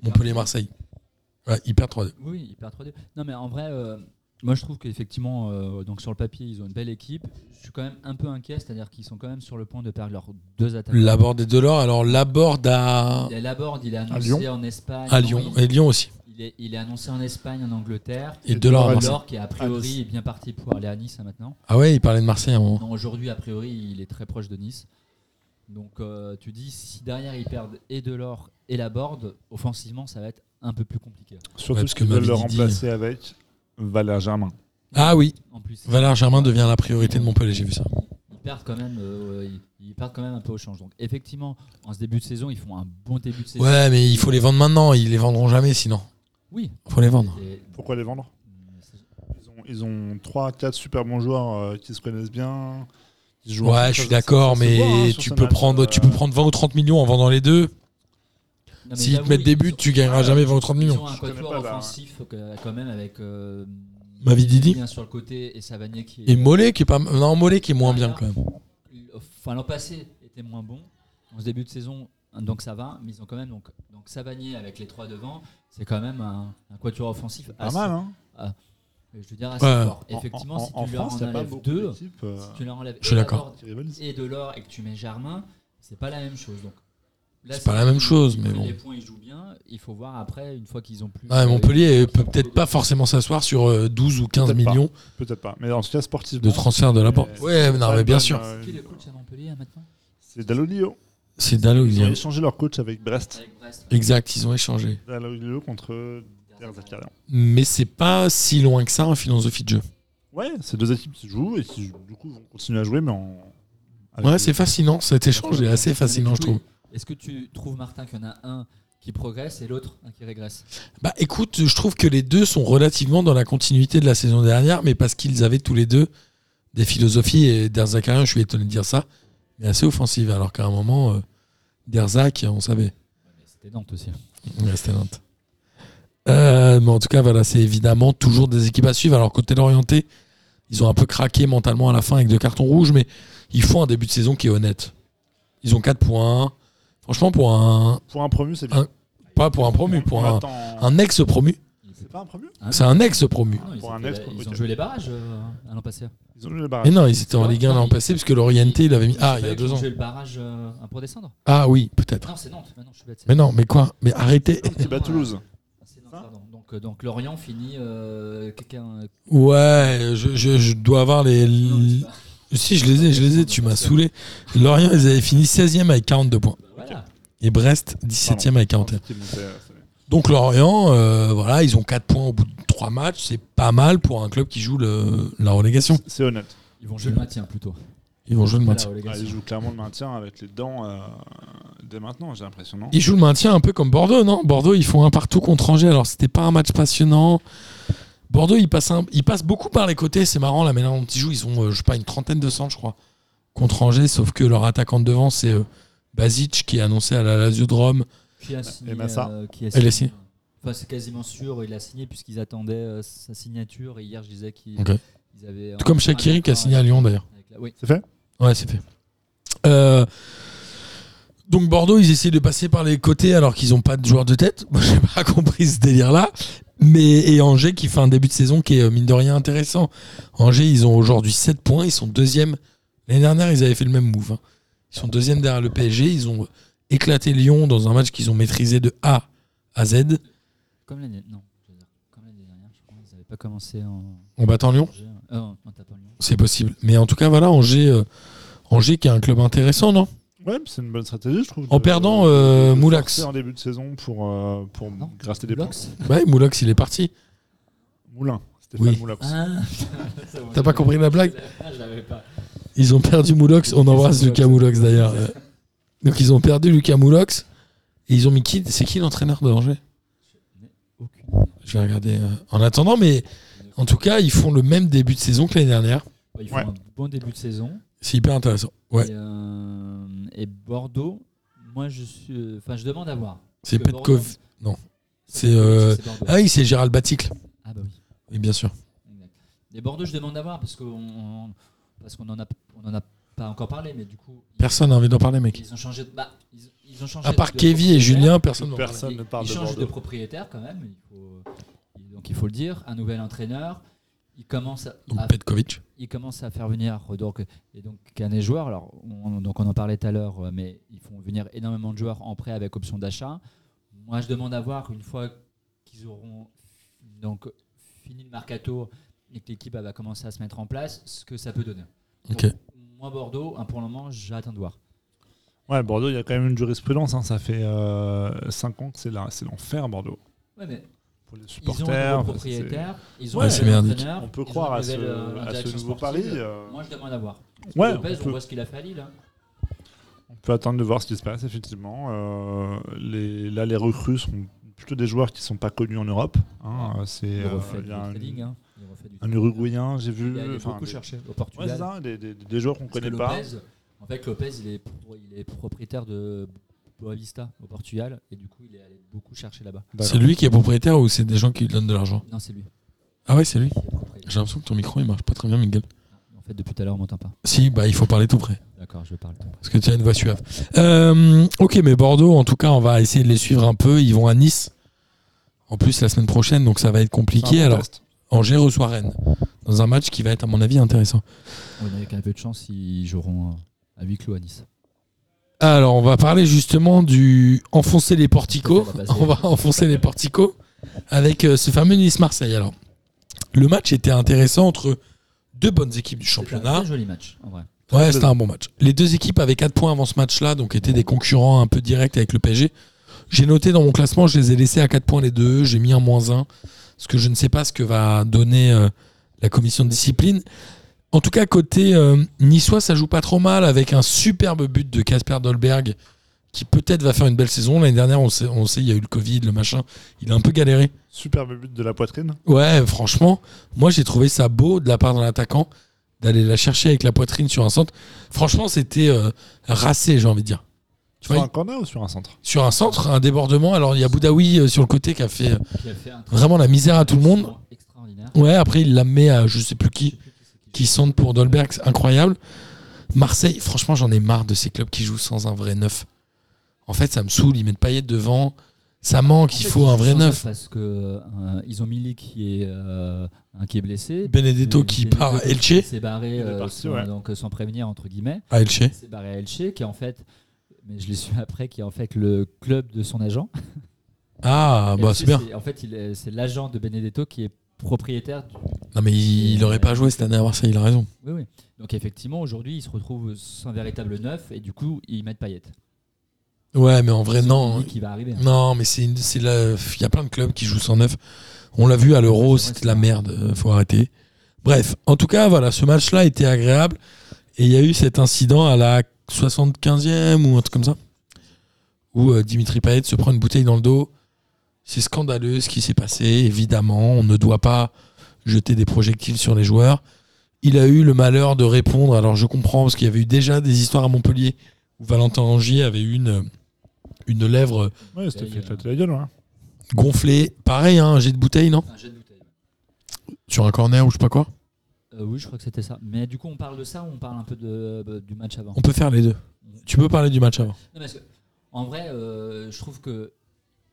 Speaker 4: Montpellier-Marseille. Ouais, ils perdent 3-2.
Speaker 5: Oui, il perd 3-2. Non, mais en vrai, euh, moi je trouve qu'effectivement, euh, donc sur le papier, ils ont une belle équipe. Je suis quand même un peu inquiet, c'est-à-dire qu'ils sont quand même sur le point de perdre leurs deux attaques.
Speaker 4: L'abord des Delors, alors l'abord à,
Speaker 5: Il est à Laborde, il est
Speaker 2: Lyon.
Speaker 5: annoncé en Espagne.
Speaker 4: à Lyon. Et Lyon aussi.
Speaker 5: Il est, il est annoncé en Espagne, en Angleterre.
Speaker 4: Et Delors à Marseille.
Speaker 5: Delors qui a priori est bien parti pour aller à Nice hein, maintenant.
Speaker 4: Ah ouais, il parlait de Marseille à un moment.
Speaker 5: Non, aujourd'hui, a priori, il est très proche de Nice. Donc euh, tu dis, si derrière ils perdent et Delors et la board, offensivement, ça va être un peu plus compliqué.
Speaker 2: Surtout
Speaker 4: Ouais, parce
Speaker 2: qu'ils
Speaker 4: que
Speaker 2: veulent le
Speaker 4: Mavidi dit-
Speaker 2: remplacer avec Valère Germain.
Speaker 4: Ah oui,
Speaker 5: En plus,
Speaker 4: Valère Germain devient la priorité de Montpellier, j'ai vu ça.
Speaker 5: ils perdent quand même, euh, ils, ils perdent quand même un peu au change. Donc effectivement, en ce début de saison, ils font un bon début de saison.
Speaker 4: Ouais, mais il faut les vendre maintenant, ils les vendront jamais sinon.
Speaker 5: Oui.
Speaker 4: Faut les vendre.
Speaker 5: Et-
Speaker 2: Pourquoi les vendre Ils ont, ils ont 3-4 super bons joueurs euh, qui se connaissent bien. qui se jouent
Speaker 4: Ouais,
Speaker 2: ensemble.
Speaker 4: je suis
Speaker 2: Ça- ça-
Speaker 4: d'accord,
Speaker 2: ça se voit, hein,
Speaker 4: mais
Speaker 2: sur
Speaker 4: tu
Speaker 2: ce
Speaker 4: peux
Speaker 2: match,
Speaker 4: prendre, tu
Speaker 2: euh,
Speaker 4: peux prendre 20 ou 30 millions en vendant les deux.
Speaker 5: Non, mais
Speaker 4: S'ils te
Speaker 5: j'avoue,
Speaker 4: mettent des
Speaker 5: ils
Speaker 4: buts,
Speaker 5: ont-
Speaker 4: tu gagneras jamais 20 ou 30
Speaker 5: Ils
Speaker 4: millions.
Speaker 5: ont un
Speaker 2: Je connais
Speaker 5: quatuor
Speaker 2: pas la-
Speaker 5: offensif que- quand même avec euh,
Speaker 4: Mavididi.
Speaker 5: Bien sur le côté et Savanier qui est-
Speaker 4: Et Mollet qui est pas, non Mollet qui est moins bien quand même.
Speaker 5: enfin l'an passé était moins bon en ce début de saison donc ça va mais ils ont quand même donc donc Savanier avec les trois devant c'est quand même un, un quatuor offensif
Speaker 2: Pas
Speaker 5: assez-
Speaker 2: mal, hein
Speaker 5: je veux dire assez
Speaker 4: Ouais.
Speaker 5: fort
Speaker 2: En-
Speaker 5: effectivement
Speaker 2: en,
Speaker 5: si tu
Speaker 2: en
Speaker 5: leur
Speaker 2: France,
Speaker 5: en
Speaker 2: il n'y a pas
Speaker 5: enlèves
Speaker 2: beaucoup
Speaker 5: deux
Speaker 2: d'équipes euh,
Speaker 5: si tu leur enlèves
Speaker 4: Je suis
Speaker 5: et
Speaker 4: d'accord.
Speaker 5: Laborde
Speaker 2: qui rivalisent.
Speaker 5: et Delors et que tu mets Germain c'est pas la même chose donc là,
Speaker 4: C'est pas la même chose, mais
Speaker 5: ils prennent
Speaker 4: bon.
Speaker 5: les points ils jouent bien il faut voir après une fois qu'ils ont plus
Speaker 4: Ouais, Montpellier euh, peut peut-être pas forcément s'asseoir sur euh, 12 ou 15
Speaker 2: Peut-être pas.
Speaker 4: millions
Speaker 2: Peut-être pas. Mais en tout cas, euh, sportif.
Speaker 4: de transfert de la banque.
Speaker 2: Mais-
Speaker 4: Ouais, mais non, mais bien sûr.
Speaker 5: qui est le coach à Montpellier hein, maintenant
Speaker 2: euh, C'est Dalolio.
Speaker 4: C'est Dalo.
Speaker 2: Ils ont
Speaker 4: ils ont-
Speaker 2: échangé leur coach avec Brest.
Speaker 5: avec Brest
Speaker 4: Exact, ils ont échangé.
Speaker 2: Dalolio contre Derzakarian.
Speaker 4: Mais c'est pas si loin que ça en philosophie de jeu.
Speaker 2: Ouais, c'est deux équipes qui jouent et qui, du coup, vont continuer à jouer, mais en. avec
Speaker 4: Ouais,
Speaker 2: des-
Speaker 4: c'est fascinant. Cet échange est assez fascinant,
Speaker 5: Mais
Speaker 4: je
Speaker 5: du
Speaker 4: trouve.
Speaker 5: coup, Est-ce que tu trouves, Martin, qu'il y en a un qui progresse et l'autre un qui régresse
Speaker 4: Bah écoute, je trouve que les deux sont relativement dans la continuité de la saison dernière, mais parce qu'ils avaient tous les deux des philosophies, et Derzakarian, je suis étonné de dire ça, mais assez offensive, alors qu'à un moment, euh, Derzak, on savait.
Speaker 5: C'était Nantes aussi. hein.
Speaker 4: Ouais, c'était Nantes. Euh, mais en tout cas, voilà, c'est évidemment toujours des équipes à suivre. Alors côté l'orienté, ils ont un peu craqué mentalement à la fin avec deux cartons rouges, mais ils font un début de saison qui est honnête. Ils ont 4 points. Franchement, pour un...
Speaker 2: Pour un promu, c'est bien.
Speaker 4: Pas pour un promu, pour
Speaker 2: On
Speaker 4: un,
Speaker 2: attend-
Speaker 4: un ex-promu.
Speaker 2: C'est pas un promu
Speaker 4: C'est un ex-promu.
Speaker 5: Ah Non, ils,
Speaker 2: Pour un
Speaker 5: étaient-
Speaker 2: ex-
Speaker 5: ils
Speaker 2: ok.
Speaker 5: ont joué les barrages euh, à l'an passé.
Speaker 2: Ils ont joué le barrage.
Speaker 4: Mais non, ils étaient en
Speaker 5: C'est
Speaker 4: Ligue 1
Speaker 5: vrai
Speaker 4: l'an passé parce que l'Orienté, il avait mis. Ah, il y a
Speaker 5: Ils
Speaker 4: deux
Speaker 5: ont
Speaker 4: ans.
Speaker 5: joué le barrage euh, un pour descendre.
Speaker 4: Ah oui, peut-être.
Speaker 5: Non, c'est Nantes. Mais non, je suis bête. c'est- Ah,
Speaker 4: Mais non, mais quoi Mais arrêtez.
Speaker 2: Qui bat Toulouse.
Speaker 5: c'est Nantes,
Speaker 2: ça
Speaker 5: pardon. Donc, euh, donc Lorient finit euh, quelqu'un.
Speaker 4: Ouais, je, je- je dois avoir les.
Speaker 5: Non, c'est pas-
Speaker 4: Si, je les ai, je les ai, tu m'as saoulé. L'Orient, ils avaient fini 16e avec 42 points.
Speaker 5: bah, Voilà.
Speaker 4: Et Brest, 17e avec 41.
Speaker 2: Qui est monté, euh, c'est-
Speaker 4: Donc l'Orient, euh, voilà, ils ont 4 points au bout de 3 matchs. C'est pas mal pour un club qui joue le, la relégation.
Speaker 2: C'est honnête.
Speaker 5: Ils vont jouer le maintien plutôt.
Speaker 4: Ils vont jouer le maintien.
Speaker 5: Voilà, les gars.
Speaker 2: Ah, ils jouent clairement le maintien avec les dents euh, dès maintenant, j'ai l'impression, non
Speaker 4: Ils jouent le maintien un peu comme Bordeaux, non Bordeaux, ils font un partout contre Angers, alors c'était pas un match passionnant. Bordeaux, ils passent, un- ils passent beaucoup par les côtés, c'est marrant, la manière dont ils jouent, ils ont, euh, je sais pas, une trentaine de centres, je crois, contre Angers, sauf que leur attaquant de devant, c'est euh, Basic, qui est annoncé à la Lazio de Rome.
Speaker 5: Qui a signé,
Speaker 2: Massa.
Speaker 5: euh, qui a
Speaker 4: Elle a signé.
Speaker 5: Enfin, c'est quasiment sûr, il a signé puisqu'ils attendaient euh, sa signature. Et hier, je disais qu'ils
Speaker 4: Ok.
Speaker 5: ils avaient.
Speaker 4: Tout comme Shakiri qui a signé à Lyon, d'ailleurs.
Speaker 5: Avec la- Oui,
Speaker 2: C'est fait
Speaker 4: Ouais, c'est fait. Euh, donc Bordeaux, ils essayent de passer par les côtés alors qu'ils n'ont pas de joueurs de tête. Moi, j'ai pas compris ce délire-là. Mais et Angers qui fait un début de saison qui est euh, mine de rien intéressant. Angers, ils ont aujourd'hui 7 points, ils sont deuxième. L'année dernière, ils avaient fait le même move. hein. Ils sont deuxième derrière le PSG. Ils ont éclaté Lyon dans un match qu'ils ont maîtrisé de A à Z
Speaker 5: Comme l'année non, je veux dire, comme l'année dernière, je crois qu'ils n'avaient pas commencé en,
Speaker 4: en battant Lyon.
Speaker 5: euh, en, en tapant Lyon.
Speaker 4: C'est possible. Mais en tout cas, voilà, Angers, euh, Angers qui est un club intéressant, non
Speaker 2: Ouais, mais c'est une bonne stratégie, je trouve.
Speaker 4: En
Speaker 2: de-
Speaker 4: perdant,
Speaker 2: de-
Speaker 4: euh,
Speaker 2: de
Speaker 4: Moulax.
Speaker 2: forcer en début de saison pour, euh, pour
Speaker 5: Non,
Speaker 2: grasser des points.
Speaker 5: Blocks
Speaker 4: Ouais, Moulox, il est parti.
Speaker 2: Moulin. Stéphane
Speaker 4: Oui.
Speaker 2: Moulax.
Speaker 5: Ah,
Speaker 4: T'as pas compris la blague
Speaker 5: Ah, je l'avais pas.
Speaker 4: Ils ont perdu Moulox. On embrasse Lucas Moulox d'ailleurs. Euh, Donc ils ont perdu Lucas Moulox. Et ils ont mis qui C'est qui l'entraîneur de Angers
Speaker 5: Aucune.
Speaker 4: Je vais regarder euh, en attendant. Mais en tout cas, ils font le même début de saison que l'année dernière.
Speaker 5: Ouais, Bah, Ils font
Speaker 2: Ouais.
Speaker 5: un bon début de saison.
Speaker 4: C'est hyper intéressant. Ouais,
Speaker 5: Et, euh, et Bordeaux, moi je suis, euh, enfin je demande à voir.
Speaker 4: c'est
Speaker 5: Parce que
Speaker 4: Petkov.
Speaker 5: Bordeaux-
Speaker 4: non.
Speaker 5: C'est
Speaker 4: C'est, euh,
Speaker 5: c'est Bordeaux.
Speaker 4: Ah oui, c'est Gérald Baticle.
Speaker 5: Ah bah oui.
Speaker 4: Oui, bien sûr.
Speaker 5: Exact. Et Bordeaux, je demande à voir parce qu'on on- parce qu'on en a on en a pas encore parlé, mais du coup ils-
Speaker 4: Personne n'a envie d'en parler, mec.
Speaker 5: Ils ont changé. de- bah, ils, ils ont changé.
Speaker 4: À part
Speaker 5: de
Speaker 4: Kevin et
Speaker 5: propriétaire.
Speaker 4: Julien, personne n'en parle.
Speaker 2: Personne
Speaker 5: Ils-
Speaker 2: ne parle
Speaker 5: ils
Speaker 2: de
Speaker 5: changent de
Speaker 2: Bordeaux.
Speaker 5: propriétaire quand même. Il faut, il- donc il faut le dire. Un nouvel entraîneur. Il commence à, à-
Speaker 4: Donc Petkovic.
Speaker 5: il commence à faire venir euh, donc et donc un des joueurs. Alors on, donc on en parlait tout à l'heure, euh, mais ils font venir énormément de joueurs en prêt avec option d'achat. Moi, je demande à voir une fois qu'ils auront donc fini le mercato et que l'équipe elle va commencer à se mettre en place, ce que ça peut donner.
Speaker 4: Ok.
Speaker 5: Donc, moi Bordeaux, hein, pour le moment, j'attends de voir.
Speaker 2: Ouais, Bordeaux, il y a quand même une jurisprudence. hein. Ça fait 5 ans que c'est là. C'est l'enfer, Bordeaux.
Speaker 5: Ouais, mais
Speaker 2: Pour les
Speaker 5: ils ont
Speaker 2: supporters.
Speaker 5: des
Speaker 2: enfin,
Speaker 5: gros propriétaires, ils ont
Speaker 4: Ouais,
Speaker 5: un
Speaker 4: c'est
Speaker 5: nouvel
Speaker 4: merdique.
Speaker 2: c'est-
Speaker 5: entraîneur,
Speaker 2: On peut
Speaker 5: ils ont
Speaker 2: croire
Speaker 5: une
Speaker 2: à ce,
Speaker 5: nouvelle, euh,
Speaker 2: à ce
Speaker 5: direction
Speaker 2: nouveau pari.
Speaker 5: sportive.
Speaker 2: euh,
Speaker 5: Moi, je demande à voir.
Speaker 2: ouais,
Speaker 5: Lopez,
Speaker 2: on
Speaker 5: on,
Speaker 2: peut-
Speaker 5: voit ce qu'il a fait à Lille. hein.
Speaker 2: On peut attendre de voir ce qui se passe, effectivement. Euh, les, là, les recrues sont plutôt des joueurs qui ne sont pas connus en Europe. hein. Euh, C'est
Speaker 5: Il
Speaker 2: euh,
Speaker 5: refait
Speaker 2: il
Speaker 5: du
Speaker 2: y a un,
Speaker 5: trading. hein. Il refait du
Speaker 2: un
Speaker 5: trading.
Speaker 2: Uruguayen, j'ai vu. euh,
Speaker 5: Il a
Speaker 2: enfin,
Speaker 5: beaucoup
Speaker 2: des-
Speaker 5: cherché Mmh, au
Speaker 2: Ouais, c'est
Speaker 5: Portugal.
Speaker 2: ça, des, des- des joueurs qu'on ne
Speaker 5: Parce que
Speaker 2: connaît pas.
Speaker 5: Lopez, en fait, Lopez, il est, pro- il est propriétaire de Boavista au Portugal et du coup, il est allé beaucoup chercher là-bas.
Speaker 2: Bah,
Speaker 4: C'est lui qui est propriétaire ou c'est des gens qui lui donnent de l'argent
Speaker 5: Non, c'est lui.
Speaker 4: Ah ouais, c'est lui.
Speaker 5: qui est propriétaire.
Speaker 4: J'ai l'impression que ton micro il marche pas très bien, Miguel.
Speaker 5: En fait, depuis tout à l'heure, on m'entend pas.
Speaker 4: Si, bah il faut parler tout près.
Speaker 5: D'accord, je parle.
Speaker 4: Parce que tu as une voix suave. Euh, ok, mais Bordeaux, en tout cas, on va essayer de les suivre un peu. Ils vont à Nice. En plus, la semaine prochaine, donc ça va être compliqué.
Speaker 2: C'est un
Speaker 4: Alors,
Speaker 2: contest.
Speaker 4: Angers reçoit Rennes. Dans un match qui va être, à mon avis, intéressant.
Speaker 5: On avec un peu de chance, ils joueront euh, à huis clos à Nice.
Speaker 4: Alors, on va parler justement du enfoncer les porticos.
Speaker 5: Ça va passer.
Speaker 4: On va enfoncer les porticos avec euh, ce fameux Nice-Marseille. Alors, le match était intéressant entre deux bonnes équipes du
Speaker 5: C'est un
Speaker 4: championnat.
Speaker 5: très joli match, en vrai.
Speaker 4: Ouais, c'était un bon match. Les deux équipes avaient 4 points avant ce match-là, donc étaient des concurrents un peu directs avec le PSG. J'ai noté dans mon classement, je les ai laissés à 4 points les deux, j'ai mis un moins 1, parce que je ne sais pas ce que va donner euh, la commission de discipline. En tout cas, côté euh, niçois, ça joue pas trop mal avec un superbe but de Casper Dolberg qui peut-être va faire une belle saison. L'année dernière, on sait, on sait, il y a eu le Covid, le machin, il a un peu galéré.
Speaker 2: Superbe but de la poitrine.
Speaker 4: Ouais, franchement, moi j'ai trouvé ça beau de la part d'un attaquant d'aller la chercher avec la poitrine sur un centre. Franchement, c'était euh, racé, j'ai envie de dire. Tu
Speaker 2: Sur
Speaker 4: vois,
Speaker 2: un corner ou sur un centre
Speaker 4: sur un centre, un débordement. Alors il y a Boudaoui euh, sur le côté qui a fait euh,
Speaker 5: Puis elle fait un très-
Speaker 4: vraiment la misère à tout le monde.
Speaker 5: Extraordinaire.
Speaker 4: Ouais, après il la met à je sais plus
Speaker 5: Je sais
Speaker 4: qui,
Speaker 5: plus qui c'est qui
Speaker 4: qui
Speaker 5: joue.
Speaker 4: centre pour Dolberg, c'est incroyable. Marseille, franchement, j'en ai marre de ces clubs qui jouent sans un vrai neuf. En fait, ça me saoule, ils mettent Payet devant, ça manque, il
Speaker 5: En fait,
Speaker 4: faut
Speaker 5: ils
Speaker 4: un
Speaker 5: sont
Speaker 4: vrai
Speaker 5: chanceux
Speaker 4: neuf.
Speaker 5: Parce que euh, ils ont Milik qui est, euh, un qui est blessé.
Speaker 4: Benedetto qui
Speaker 5: Benedetto
Speaker 4: part à
Speaker 5: qui
Speaker 4: Elche.
Speaker 5: s'est barré
Speaker 2: Il est
Speaker 5: euh,
Speaker 2: parti,
Speaker 5: sans,
Speaker 2: ouais.
Speaker 5: donc, euh, sans prévenir, entre guillemets.
Speaker 4: À Elche.
Speaker 5: Il s'est barré à Elche, qui est en fait, mais je l'ai su après, qui est en fait le club de son agent.
Speaker 4: Ah, bah
Speaker 5: Elche,
Speaker 4: c'est bien.
Speaker 5: En fait, il est- c'est l'agent de Benedetto qui est propriétaire du,
Speaker 4: Non mais il il aurait pas joué cette année à Marseille, il a raison.
Speaker 5: Oui, oui. Donc effectivement, aujourd'hui, ils se retrouvent sans véritable neuf et du coup, ils mettent Payette.
Speaker 4: Ouais, mais en vrai non.
Speaker 5: Qui va arriver. hein.
Speaker 4: Non, mais c'est une- c'est la- il y a plein de clubs qui jouent sans neuf. On l'a vu à l'Euro,
Speaker 5: C'est vrai,
Speaker 4: c'était de la merde, euh, faut arrêter. Bref, en tout cas, voilà, ce match-là était agréable et il y a eu cet incident à la 75e ou un truc comme ça où euh, Dimitri Payet se prend une bouteille dans le dos. C'est scandaleux ce qui s'est passé, évidemment, on ne doit pas jeter des projectiles sur les joueurs. Il a eu le malheur de répondre, alors je comprends parce qu'il y avait eu déjà des histoires à Montpellier où Valentin Angier avait eu une une lèvre
Speaker 2: Ouais,
Speaker 5: il
Speaker 2: c'était
Speaker 5: y
Speaker 2: fait
Speaker 4: euh,
Speaker 5: a-
Speaker 2: éclater la gueule. hein. ouais.
Speaker 4: gonflé. Pareil, hein, un jet de bouteille, non
Speaker 5: Un jet de bouteille.
Speaker 4: Sur un corner ou je sais pas quoi.
Speaker 5: Euh, oui, je crois que c'était ça. Mais du coup, on parle de ça ou on parle un peu de, euh, du match avant
Speaker 4: On peut faire les deux. Tu peux parler du match avant.
Speaker 5: Non, parce que, en vrai, euh, je trouve que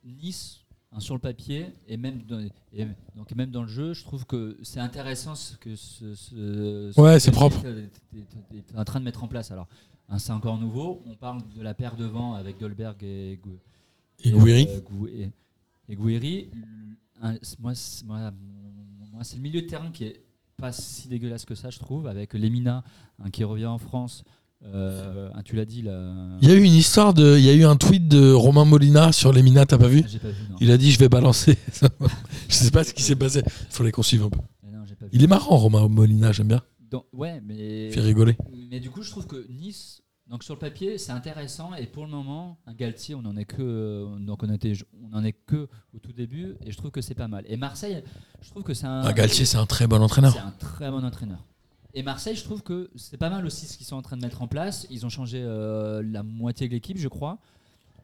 Speaker 5: Nice, hein, sur le papier, et même, dans, et donc, et même dans le jeu, je trouve que c'est intéressant ce que ce, ce- ce
Speaker 4: Ouais,
Speaker 5: que
Speaker 4: c'est propre.
Speaker 5: t'es- t'es- t'es- t'es en train de mettre en place. Alors, hein, c'est encore nouveau. On parle de la paire devant avec Dolberg et Gou-
Speaker 4: Et Gouiri
Speaker 5: euh, Gou- et- et Gouiri, un- c'est- moi, c'est- moi, moi, c'est le milieu de terrain qui est pas si dégueulasse que ça, je trouve, avec Lemina hein, qui revient en France. Euh, hein, tu l'as dit, là.
Speaker 4: Il y a eu une histoire de. Il y a eu un tweet de Romain Molina sur les Minas, t'as pas vu
Speaker 5: Ah, J'ai pas vu, non.
Speaker 4: Il a dit je vais balancer. je sais pas ce qui s'est passé. Faudrait qu'on suive un peu.
Speaker 5: Ah non, j'ai pas vu.
Speaker 4: Il est marrant, Romain Molina, j'aime bien.
Speaker 5: Donc, ouais, mais,
Speaker 4: Il fait rigoler.
Speaker 5: mais du coup, je trouve que Nice, donc sur le papier, c'est intéressant. Et pour le moment, un Galtier, on en est que, euh, donc on était, on en est que au tout début. Et je trouve que c'est pas mal. Et Marseille, je trouve que c'est un.
Speaker 4: Ah, Galtier, c'est un très bon
Speaker 5: c'est
Speaker 4: entraîneur.
Speaker 5: un très bon entraîneur. Et Marseille, je trouve que c'est pas mal aussi ce qu'ils sont en train de mettre en place. Ils ont changé euh, la moitié de l'équipe, je crois.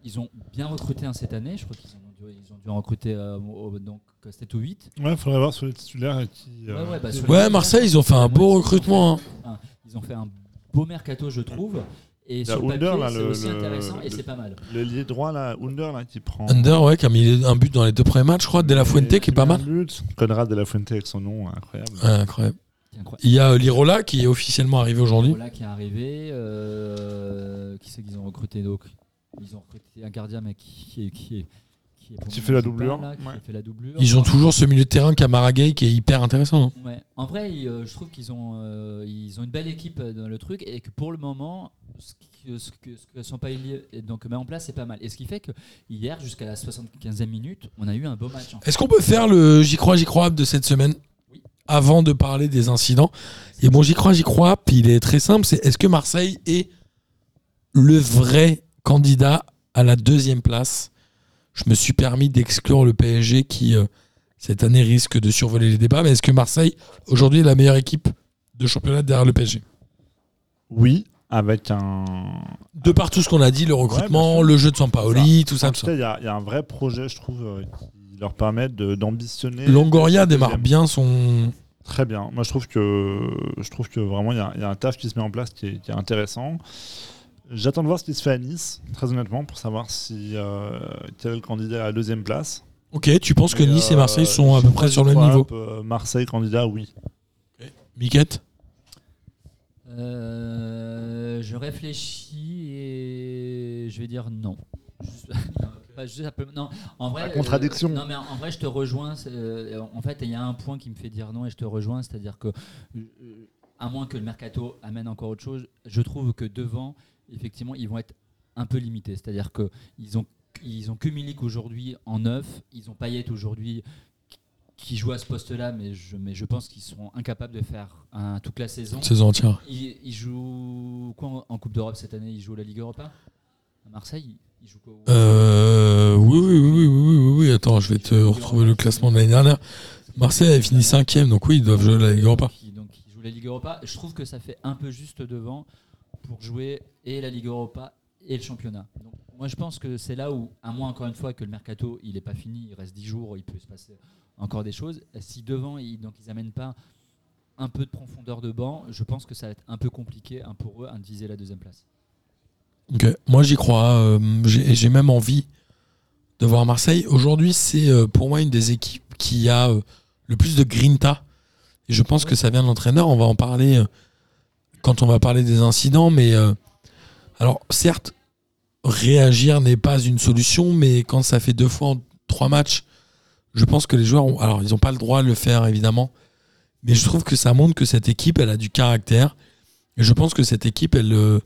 Speaker 5: Ils ont bien recruté hein, cette année. Je crois qu'ils en ont dû, ils ont dû en recruter euh, au- donc 7 ou 8.
Speaker 2: Ouais, faudrait voir sur les titulaires qui. euh,
Speaker 5: Ouais, ouais, bah,
Speaker 2: qui-
Speaker 5: sur
Speaker 4: Ouais, Marseille, ils ont fait un beau recrutement. hein.
Speaker 5: Ils ont fait un beau mercato, je trouve. Et
Speaker 2: La
Speaker 5: sur le
Speaker 2: Under,
Speaker 5: papier,
Speaker 2: là,
Speaker 5: c'est
Speaker 2: le-
Speaker 5: aussi
Speaker 2: le-
Speaker 5: intéressant et
Speaker 2: le-
Speaker 5: c'est pas mal.
Speaker 2: L'ailier droit, là, Under, là, qui prend.
Speaker 4: Under, ouais, qui a mis un but dans les deux premiers matchs, je crois. De La Fuente, qui est pas
Speaker 2: met un
Speaker 4: mal.
Speaker 2: but. Conrad de la Fuente avec son nom, incroyable.
Speaker 4: Ouais, incroyable.
Speaker 5: C'est incroyable.
Speaker 4: Il y a euh, Lirola qui est officiellement arrivé aujourd'hui.
Speaker 5: Voilà qui est arrivé. euh, qui c'est qu'ils ont recruté donc Ils ont recruté un gardien, mais qui, qui est, qui est- qui est pour
Speaker 2: Qui
Speaker 5: moi
Speaker 2: fait la
Speaker 5: pas
Speaker 2: doublure,
Speaker 5: là, qui
Speaker 2: ouais.
Speaker 5: fait la doublure.
Speaker 4: Ils ont toujours ce milieu de terrain Camaragay qui est hyper intéressant. hein.
Speaker 5: Ouais. En vrai, ils, euh, je trouve qu'ils ont, euh, ils ont une belle équipe euh, dans le truc et que pour le moment, ce que, ce que, ce que Sampaoli, euh, donc, met en place, c'est pas mal. Et ce qui fait que hier, jusqu'à la 75e minute, on a eu un beau match. en fait.
Speaker 4: Est-ce qu'on peut faire le J'y crois, j'y crois de cette semaine
Speaker 5: Oui.
Speaker 4: avant de parler des incidents Et bon, j'y crois, j'y crois. Puis il est très simple c'est est-ce que Marseille est le vrai candidat à la deuxième place Je me suis permis d'exclure le PSG qui, euh, cette année, risque de survoler les débats. Mais est-ce que Marseille, aujourd'hui, est la meilleure équipe de championnat derrière le PSG
Speaker 2: Oui, avec un,
Speaker 4: De par tout ce qu'on a dit, le recrutement, le jeu de Sampaoli, tout ça,
Speaker 2: En
Speaker 4: tout ça.
Speaker 2: tout cas, il y, a- il y a un vrai projet, je trouve, euh, qui leur permet de- d'ambitionner.
Speaker 4: Longoria démarre
Speaker 2: Deuxième.
Speaker 4: bien son.
Speaker 2: Très bien. Moi, je trouve que, je trouve que vraiment, il y, a- il y a un taf qui se met en place qui est, qui est intéressant. J'attends de voir ce qui se fait à Nice, très honnêtement, pour savoir si euh, quel candidat est à la deuxième place.
Speaker 4: Ok, tu penses que
Speaker 2: Mais,
Speaker 4: Nice et
Speaker 2: euh,
Speaker 4: Marseille sont à
Speaker 2: je
Speaker 4: peu près
Speaker 2: crois
Speaker 4: sur le
Speaker 2: que
Speaker 4: même niveau
Speaker 2: euh, Marseille candidat, oui.
Speaker 4: Miquette
Speaker 5: Euh, je réfléchis et je vais dire non. Juste- pas juste simplement- non. En vrai,
Speaker 2: La contradiction.
Speaker 5: euh, non, mais en, en vrai, je te rejoins. c'est, euh, en fait, il y a un point qui me fait dire non et je te rejoins, c'est-à-dire que, euh, à moins que le mercato amène encore autre chose, je trouve que devant, effectivement, ils vont être un peu limités. C'est-à-dire que ils ont ils ont que Milik aujourd'hui en neuf, ils ont Payet aujourd'hui qui- qui joue à ce poste-là, mais je, mais je pense qu'ils seront incapables de faire un, toute la saison.
Speaker 4: Saison entière.
Speaker 5: Il, il joue quoi en- en Coupe d'Europe cette année Il joue la Ligue Europa À Marseille Il joue quoi
Speaker 4: Euh, oui, oui, oui, oui, oui, oui, oui. Attends, je vais te retrouver le classement de l'année dernière. Marseille avait fini cinquième, donc oui, ils doivent jouer la Ligue Europa.
Speaker 5: Donc, il- donc, il joue la Ligue Europa. Je trouve que ça fait un peu juste devant pour jouer et la Ligue Europa et le championnat. Donc, moi, je pense que c'est là où, à moins encore une fois que le mercato, il n'est pas fini, il reste 10 jours, il peut se passer encore des choses. Si devant, ils, donc ils n'amènent pas un peu de profondeur de banc, je pense que ça va être un peu compliqué hein, pour eux à viser la deuxième place.
Speaker 4: Ok. Moi, j'y crois. euh, j'ai et j'ai même envie de voir Marseille. Aujourd'hui, c'est euh, pour moi une des équipes qui a euh, le plus de grinta. Et je pense que ça vient de l'entraîneur. On va en parler euh, quand on va parler des incidents. Mais euh, alors, certes, réagir n'est pas une solution. Mais quand ça fait deux fois en trois matchs, je pense que les joueurs ont. Alors, ils n'ont pas le droit de le faire, évidemment. Mais je trouve que ça montre que cette équipe, elle a du caractère. Et je pense que cette équipe, elle. euh,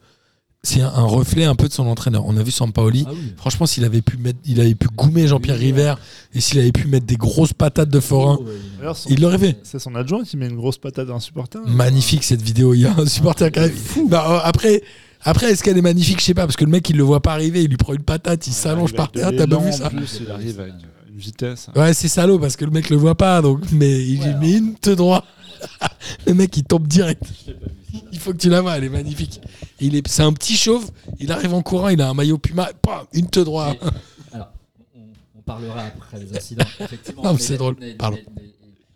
Speaker 4: c'est un- un reflet un peu de son entraîneur. On a vu Sampaoli.
Speaker 5: Ah oui.
Speaker 4: Franchement, s'il avait pu mettre, il avait pu goumer Jean-Pierre
Speaker 5: Oui,
Speaker 4: River et s'il avait pu mettre des grosses patates de forain,
Speaker 5: Oh, oui.
Speaker 2: D'ailleurs, son-
Speaker 4: il l'aurait fait.
Speaker 2: c'est son adjoint qui met une grosse patate à un supporter.
Speaker 4: Magnifique cette vidéo. Il y a un supporter qui arrive. Bah, euh, après, après, est-ce qu'elle est magnifique Je sais pas parce que le mec il le voit pas arriver, il lui prend une patate, il s'allonge
Speaker 2: arrive
Speaker 4: par
Speaker 2: avec de
Speaker 4: terre. T'as pas
Speaker 2: l'élan,
Speaker 4: vu
Speaker 2: en
Speaker 4: ça
Speaker 2: plus, il arrive avec euh, une vitesse.
Speaker 4: Ouais, c'est salaud parce que le mec le voit pas, donc mais il
Speaker 5: Ouais,
Speaker 4: lui met une te droit. le mec il tombe direct. Il faut que tu la vois, elle est magnifique. Il est, c'est un petit chauve. Il arrive en courant, il a un maillot Puma, pam, une te droit.
Speaker 5: Mais- alors, on, on parlera après les incidents. Effectivement,
Speaker 4: Non, mais
Speaker 5: Mais
Speaker 4: c'est
Speaker 5: là-
Speaker 4: drôle.
Speaker 5: mais-
Speaker 4: Pardon.
Speaker 5: Mais,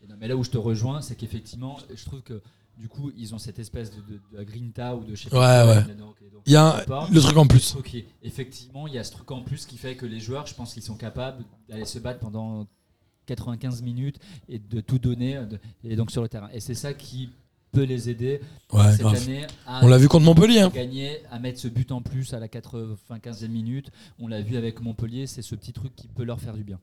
Speaker 5: mais- non, mais là où je te rejoins, c'est qu'effectivement, je trouve que du coup, ils ont cette espèce de, de, de grinta ou de je sais pas
Speaker 4: Ouais,
Speaker 5: quoi,
Speaker 4: ouais.
Speaker 5: les dents- les dents
Speaker 4: Il y a
Speaker 5: qui
Speaker 4: un-
Speaker 5: partent.
Speaker 4: le truc en plus.
Speaker 5: Ok, effectivement, il y a ce truc en plus qui fait que les joueurs, je pense qu'ils sont capables d'aller se battre pendant 95 minutes et de tout donner euh, de- et donc sur le terrain. Et c'est ça qui peut les aider
Speaker 4: Ouais,
Speaker 5: cette
Speaker 4: grave.
Speaker 5: année à
Speaker 4: On l'a vu contre Montpellier. hein.
Speaker 5: gagner, à mettre ce but en plus à la 95e minute. On l'a vu avec Montpellier, c'est ce petit truc qui peut leur faire du bien.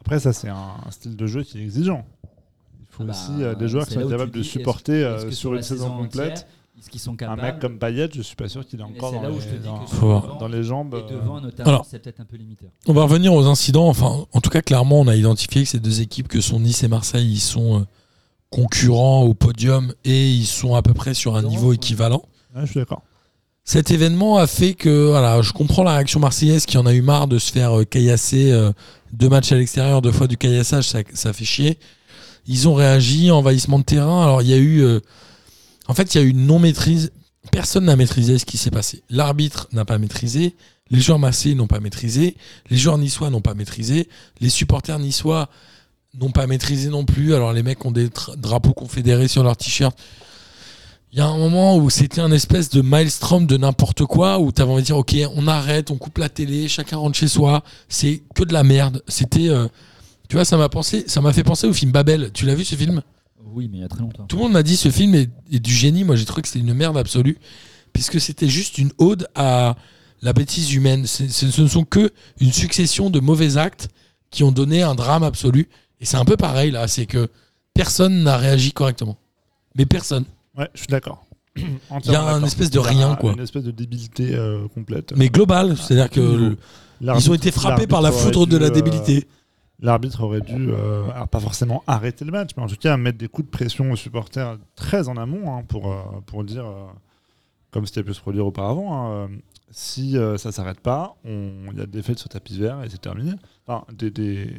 Speaker 2: Après, ça, c'est un un style de jeu qui est exigeant. Il faut
Speaker 5: Ah bah,
Speaker 2: aussi euh, des joueurs qui
Speaker 5: c'est là
Speaker 2: sont
Speaker 5: où tu
Speaker 2: capables
Speaker 5: dis,
Speaker 2: de
Speaker 5: est-ce-
Speaker 2: supporter euh,
Speaker 5: Est-ce que
Speaker 2: sur
Speaker 5: la
Speaker 2: une saison complète.
Speaker 5: entière, Est-ce qu'ils sont
Speaker 2: Un
Speaker 5: capables
Speaker 2: mec comme Payet, je suis pas sûr qu'il est
Speaker 5: Mais
Speaker 2: encore
Speaker 5: c'est
Speaker 2: dans,
Speaker 5: là où
Speaker 2: les,
Speaker 5: je te dis
Speaker 2: dans,
Speaker 5: que sur le banc
Speaker 2: dans les jambes.
Speaker 5: Et
Speaker 2: euh,
Speaker 5: devant, notamment,
Speaker 4: Alors.
Speaker 5: c'est peut-être un peu limité.
Speaker 4: On va revenir aux incidents. Enfin, en tout cas, clairement, on a identifié que ces deux équipes, que sont Nice et Marseille, ils sont euh, concurrents au podium et ils sont à peu près sur un
Speaker 5: Non,
Speaker 4: niveau
Speaker 5: ouais.
Speaker 4: équivalent.
Speaker 2: ouais, je suis d'accord.
Speaker 4: Cet événement a fait que, voilà, je comprends la réaction marseillaise qui en a eu marre de se faire euh, caillasser euh, deux matchs à l'extérieur, deux fois du caillassage, ça, ça fait chier. Ils ont réagi, envahissement de terrain. Alors, il y a eu. euh, en fait, il y a eu une non-maîtrise. Personne n'a maîtrisé ce qui s'est passé. L'arbitre n'a pas maîtrisé. Les joueurs marseillais n'ont pas maîtrisé. Les joueurs niçois n'ont pas maîtrisé. Les supporters niçois n'ont pas maîtrisé non plus. Alors, les mecs ont des tra- drapeaux confédérés sur leur t-shirt. Il y a un moment où c'était un espèce de maelstrom de n'importe quoi, où t'avais envie de dire, ok, on arrête, on coupe la télé, chacun rentre chez soi, c'est que de la merde. C'était, euh, tu vois, ça m'a pensé, ça m'a fait penser au film Babel. Tu l'as vu ce film
Speaker 5: Oui, mais il y a très longtemps.
Speaker 4: Tout le monde m'a dit ce film est, est du génie. Moi, j'ai trouvé que c'était une merde absolue, puisque c'était juste une ode à la bêtise humaine. C'est- c'est- ce ne sont que une succession de mauvais actes qui ont donné un drame absolu. Et c'est un peu pareil là, c'est que personne n'a réagi correctement. Mais personne.
Speaker 2: Ouais, je suis d'accord.
Speaker 4: Il y a un espèce de rien, quoi.
Speaker 2: Une espèce de débilité euh, complète.
Speaker 4: Mais global, c'est-à-dire que le- ils ont été frappés par la foudre de la
Speaker 2: débilité.
Speaker 4: débilité.
Speaker 2: L'arbitre aurait dû, euh, alors pas forcément arrêter le match, mais en tout cas mettre des coups de pression aux supporters très en amont hein, pour, euh, pour dire, euh, comme c'était pu se produire auparavant, hein, euh, si euh, ça s'arrête pas, on- il y a des faits sur tapis vert et c'est terminé. Enfin, des, des-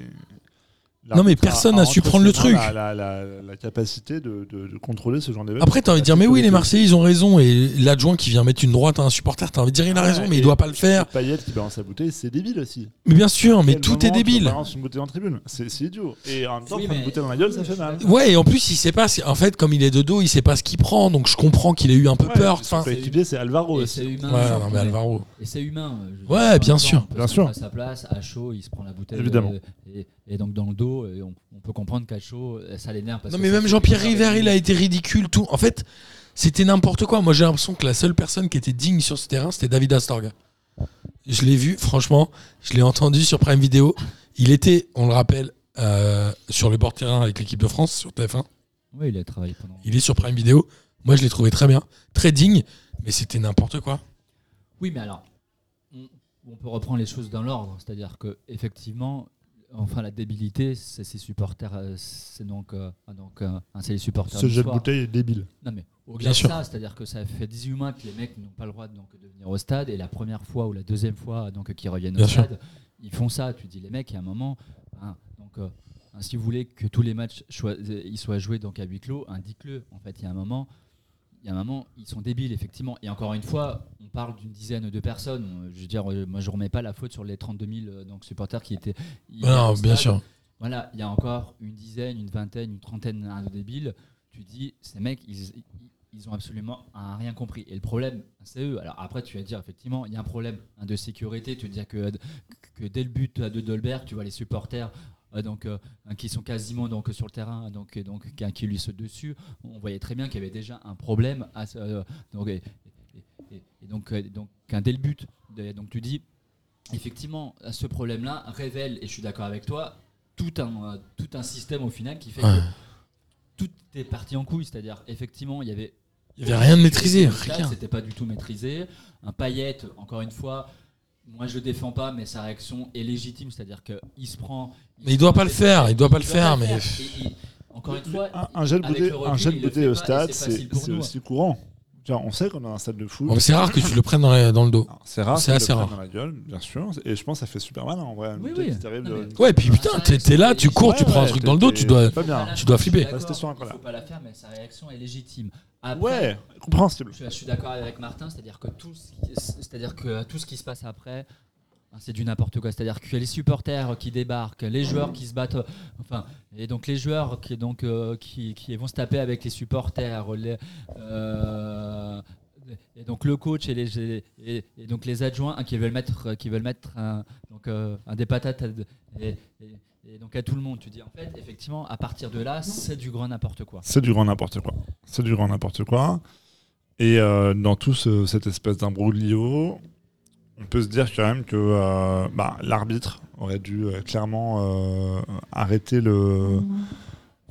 Speaker 4: Non, mais
Speaker 2: l'arbitre a-
Speaker 4: personne
Speaker 2: a
Speaker 4: n'a
Speaker 2: entre
Speaker 4: su
Speaker 2: ses
Speaker 4: prendre le
Speaker 2: mains
Speaker 4: truc.
Speaker 2: La, la- la- la capacité de, de- de contrôler ce genre d'événement.
Speaker 4: Après, t'as envie de dire, mais oui, les Marseillais, ils ont raison. Et l'adjoint qui vient mettre une droite à un supporter, t'as envie de dire, il a raison, mais il doit pas le faire.
Speaker 2: Payet qui balance sa bouteille, c'est débile aussi.
Speaker 4: Mais bien sûr, mais
Speaker 2: Quel
Speaker 4: tout
Speaker 2: moment
Speaker 4: est
Speaker 2: tu
Speaker 4: débile.
Speaker 2: balances une bouteille en tribune, c'est c'est idiot. Et en même temps,
Speaker 5: Oui,
Speaker 2: prendre une
Speaker 5: mais-
Speaker 2: bouteille dans la gueule, ça fait mal.
Speaker 4: Ouais, et en plus, il sait pas. si- En fait, comme il est de dos, il sait pas ce qu'il prend. Donc, je comprends qu'il ait eu un peu
Speaker 2: Ouais,
Speaker 4: peur.
Speaker 2: son
Speaker 4: Enfin, ouais,
Speaker 2: coéquipier, Oh, c'est Alvaro
Speaker 5: Et
Speaker 2: aussi.
Speaker 5: c'est humain.
Speaker 4: non, mais Alvaro.
Speaker 5: Et c'est humain. euh, je veux dire,
Speaker 4: Ouais,
Speaker 5: en
Speaker 4: bien
Speaker 5: même temps,
Speaker 4: sûr.
Speaker 5: on peut
Speaker 2: Bien
Speaker 5: se
Speaker 2: sûr.
Speaker 5: mettre À sa place, à chaud, il se prend la bouteille.
Speaker 2: Évidemment.
Speaker 5: euh, et, et donc dans le dos, et on, on peut comprendre qu'à chaud, euh, ça l'énerve. parce
Speaker 4: Non,
Speaker 5: que
Speaker 4: mais
Speaker 5: ça
Speaker 4: même
Speaker 5: fait
Speaker 4: Jean-Pierre
Speaker 5: une heure et
Speaker 4: River, il a
Speaker 5: demie.
Speaker 4: été ridicule. Tout. En fait, c'était n'importe quoi. Moi, j'ai l'impression que la seule personne qui était digne sur ce terrain, c'était David Astorga. Je l'ai vu, franchement, je l'ai entendu sur Prime Video. Il était, on le rappelle, euh, sur le bord de terrain avec l'équipe de France sur TF1.
Speaker 5: Oui, il a travaillé pendant.
Speaker 4: Il est sur Prime Video. Moi, je l'ai trouvé très bien, très digne, mais c'était n'importe quoi.
Speaker 5: Oui, mais alors, on, on peut reprendre les choses dans l'ordre, c'est-à-dire que effectivement, enfin la débilité, c'est ses supporters, euh, c'est donc euh, donc euh, hein, c'est les supporters.
Speaker 2: Ce
Speaker 5: du
Speaker 2: jeu de
Speaker 5: soir.
Speaker 2: bouteille est débile.
Speaker 5: Non mais
Speaker 4: Bien
Speaker 5: au-delà de
Speaker 4: sûr.
Speaker 5: ça, c'est-à-dire que ça fait 18 mois que les mecs n'ont pas le droit donc, de venir au stade et la première fois ou la deuxième fois donc qu'ils reviennent
Speaker 4: Bien
Speaker 5: au
Speaker 4: sûr.
Speaker 5: stade, ils font ça. Tu dis les mecs, il y a un moment, hein, donc euh, hein, si vous voulez que tous les matchs choi- euh, ils soient joués donc à huis clos, indique-le. En fait, il y a un moment, il y a un moment, ils sont débiles effectivement. Et encore une fois, on parle d'une dizaine de personnes. On- Je veux dire, euh, moi je remets pas la faute sur les 32 000 euh, donc supporters qui étaient. hier
Speaker 4: Non,
Speaker 5: au
Speaker 4: bien
Speaker 5: stade.
Speaker 4: sûr.
Speaker 5: Voilà, il y a encore une dizaine, une vingtaine, une trentaine hein, de débiles. Tu dis, ces mecs, ils, ils ont absolument hein, rien compris. Et le problème, c'est eux. Alors après, tu vas dire, effectivement, il y a un problème hein, de sécurité. Tu vas dire que, que dès le but euh, de Dolberg, tu vois les supporters. euh, donc, euh, hein, qui sont quasiment donc, sur le terrain, donc, et donc, qui- qui lui sautent dessus. On voyait très bien qu'il y avait déjà un problème. à ce- euh, donc, et, et- et- et donc, euh, donc, hein, dès le but, de- donc, tu dis, effectivement, ce problème-là révèle, et je suis d'accord avec toi, tout un, euh, tout un système au final qui fait
Speaker 4: Ouais.
Speaker 5: que tout est parti en couille. C'est-à-dire, effectivement, il y avait.
Speaker 4: Il n'y avait rien de maîtrisé, rien.
Speaker 5: C'était pas du tout maîtrisé. Un paillette, encore une fois, moi je le défends pas, mais sa réaction est légitime. C'est-à-dire qu'il se prend.
Speaker 4: Mais il doit pas le faire, il doit pas le faire, mais.
Speaker 5: Et- et- Encore une fois.
Speaker 2: Un, un gel
Speaker 5: avec
Speaker 2: bouteille,
Speaker 5: le
Speaker 2: un
Speaker 5: recul,
Speaker 2: gel
Speaker 5: il le
Speaker 2: bouteille
Speaker 5: fait
Speaker 2: au
Speaker 5: pas et
Speaker 2: stade,
Speaker 5: c'est facile
Speaker 2: c'est
Speaker 5: pour
Speaker 2: c'est
Speaker 5: nous. hein.
Speaker 2: aussi courant. Genre, on sait qu'on a un stade de foot. Ah,
Speaker 4: Bon, c'est rare que tu le prennes dans, la- dans le dos.
Speaker 2: C'est rare.
Speaker 4: C'est
Speaker 2: qu'ils le
Speaker 4: assez
Speaker 2: prennent
Speaker 4: rare.
Speaker 2: Dans la gueule, bien sûr. Et je pense que ça fait super mal hein, en vrai. une
Speaker 5: Oui,
Speaker 2: bouteille
Speaker 5: oui.
Speaker 2: qui t'arrive
Speaker 5: Non,
Speaker 2: de-
Speaker 5: mais-
Speaker 4: Ouais, et puis putain, t'es t'es là, tu cours, tu
Speaker 2: Ouais,
Speaker 4: prends un
Speaker 2: ouais,
Speaker 4: truc
Speaker 2: t'es-
Speaker 4: dans le dos, tu
Speaker 2: t'es-
Speaker 4: dois.
Speaker 2: t'es Pas bien.
Speaker 4: tu dois flipper.
Speaker 5: Il
Speaker 2: Restez sur un colère.
Speaker 5: faut pas la faire, mais sa réaction est légitime. Après,
Speaker 2: Ouais, compréhensible.
Speaker 5: Je, je suis d'accord avec Martin, c'est-à-dire que tout, ce qui- c'est-à-dire que tout ce qui se passe après, hein, c'est du n'importe quoi. C'est-à-dire que les supporters qui débarquent, les joueurs qui se battent, euh, enfin, et donc les joueurs qui donc euh, qui, qui vont se taper avec les supporters, les, euh, et donc le coach et les et, et donc les adjoints hein, qui veulent mettre qui veulent mettre un, donc euh, un des patates à- et, et- et donc à tout le monde. Tu dis en fait effectivement à partir de là c'est du grand n'importe quoi.
Speaker 2: C'est du grand n'importe quoi. C'est du grand n'importe quoi. Et euh, dans tout ce- cette espèce d'imbroglio, on peut se dire quand même que euh, bah, l'arbitre aurait dû euh, clairement euh, arrêter le.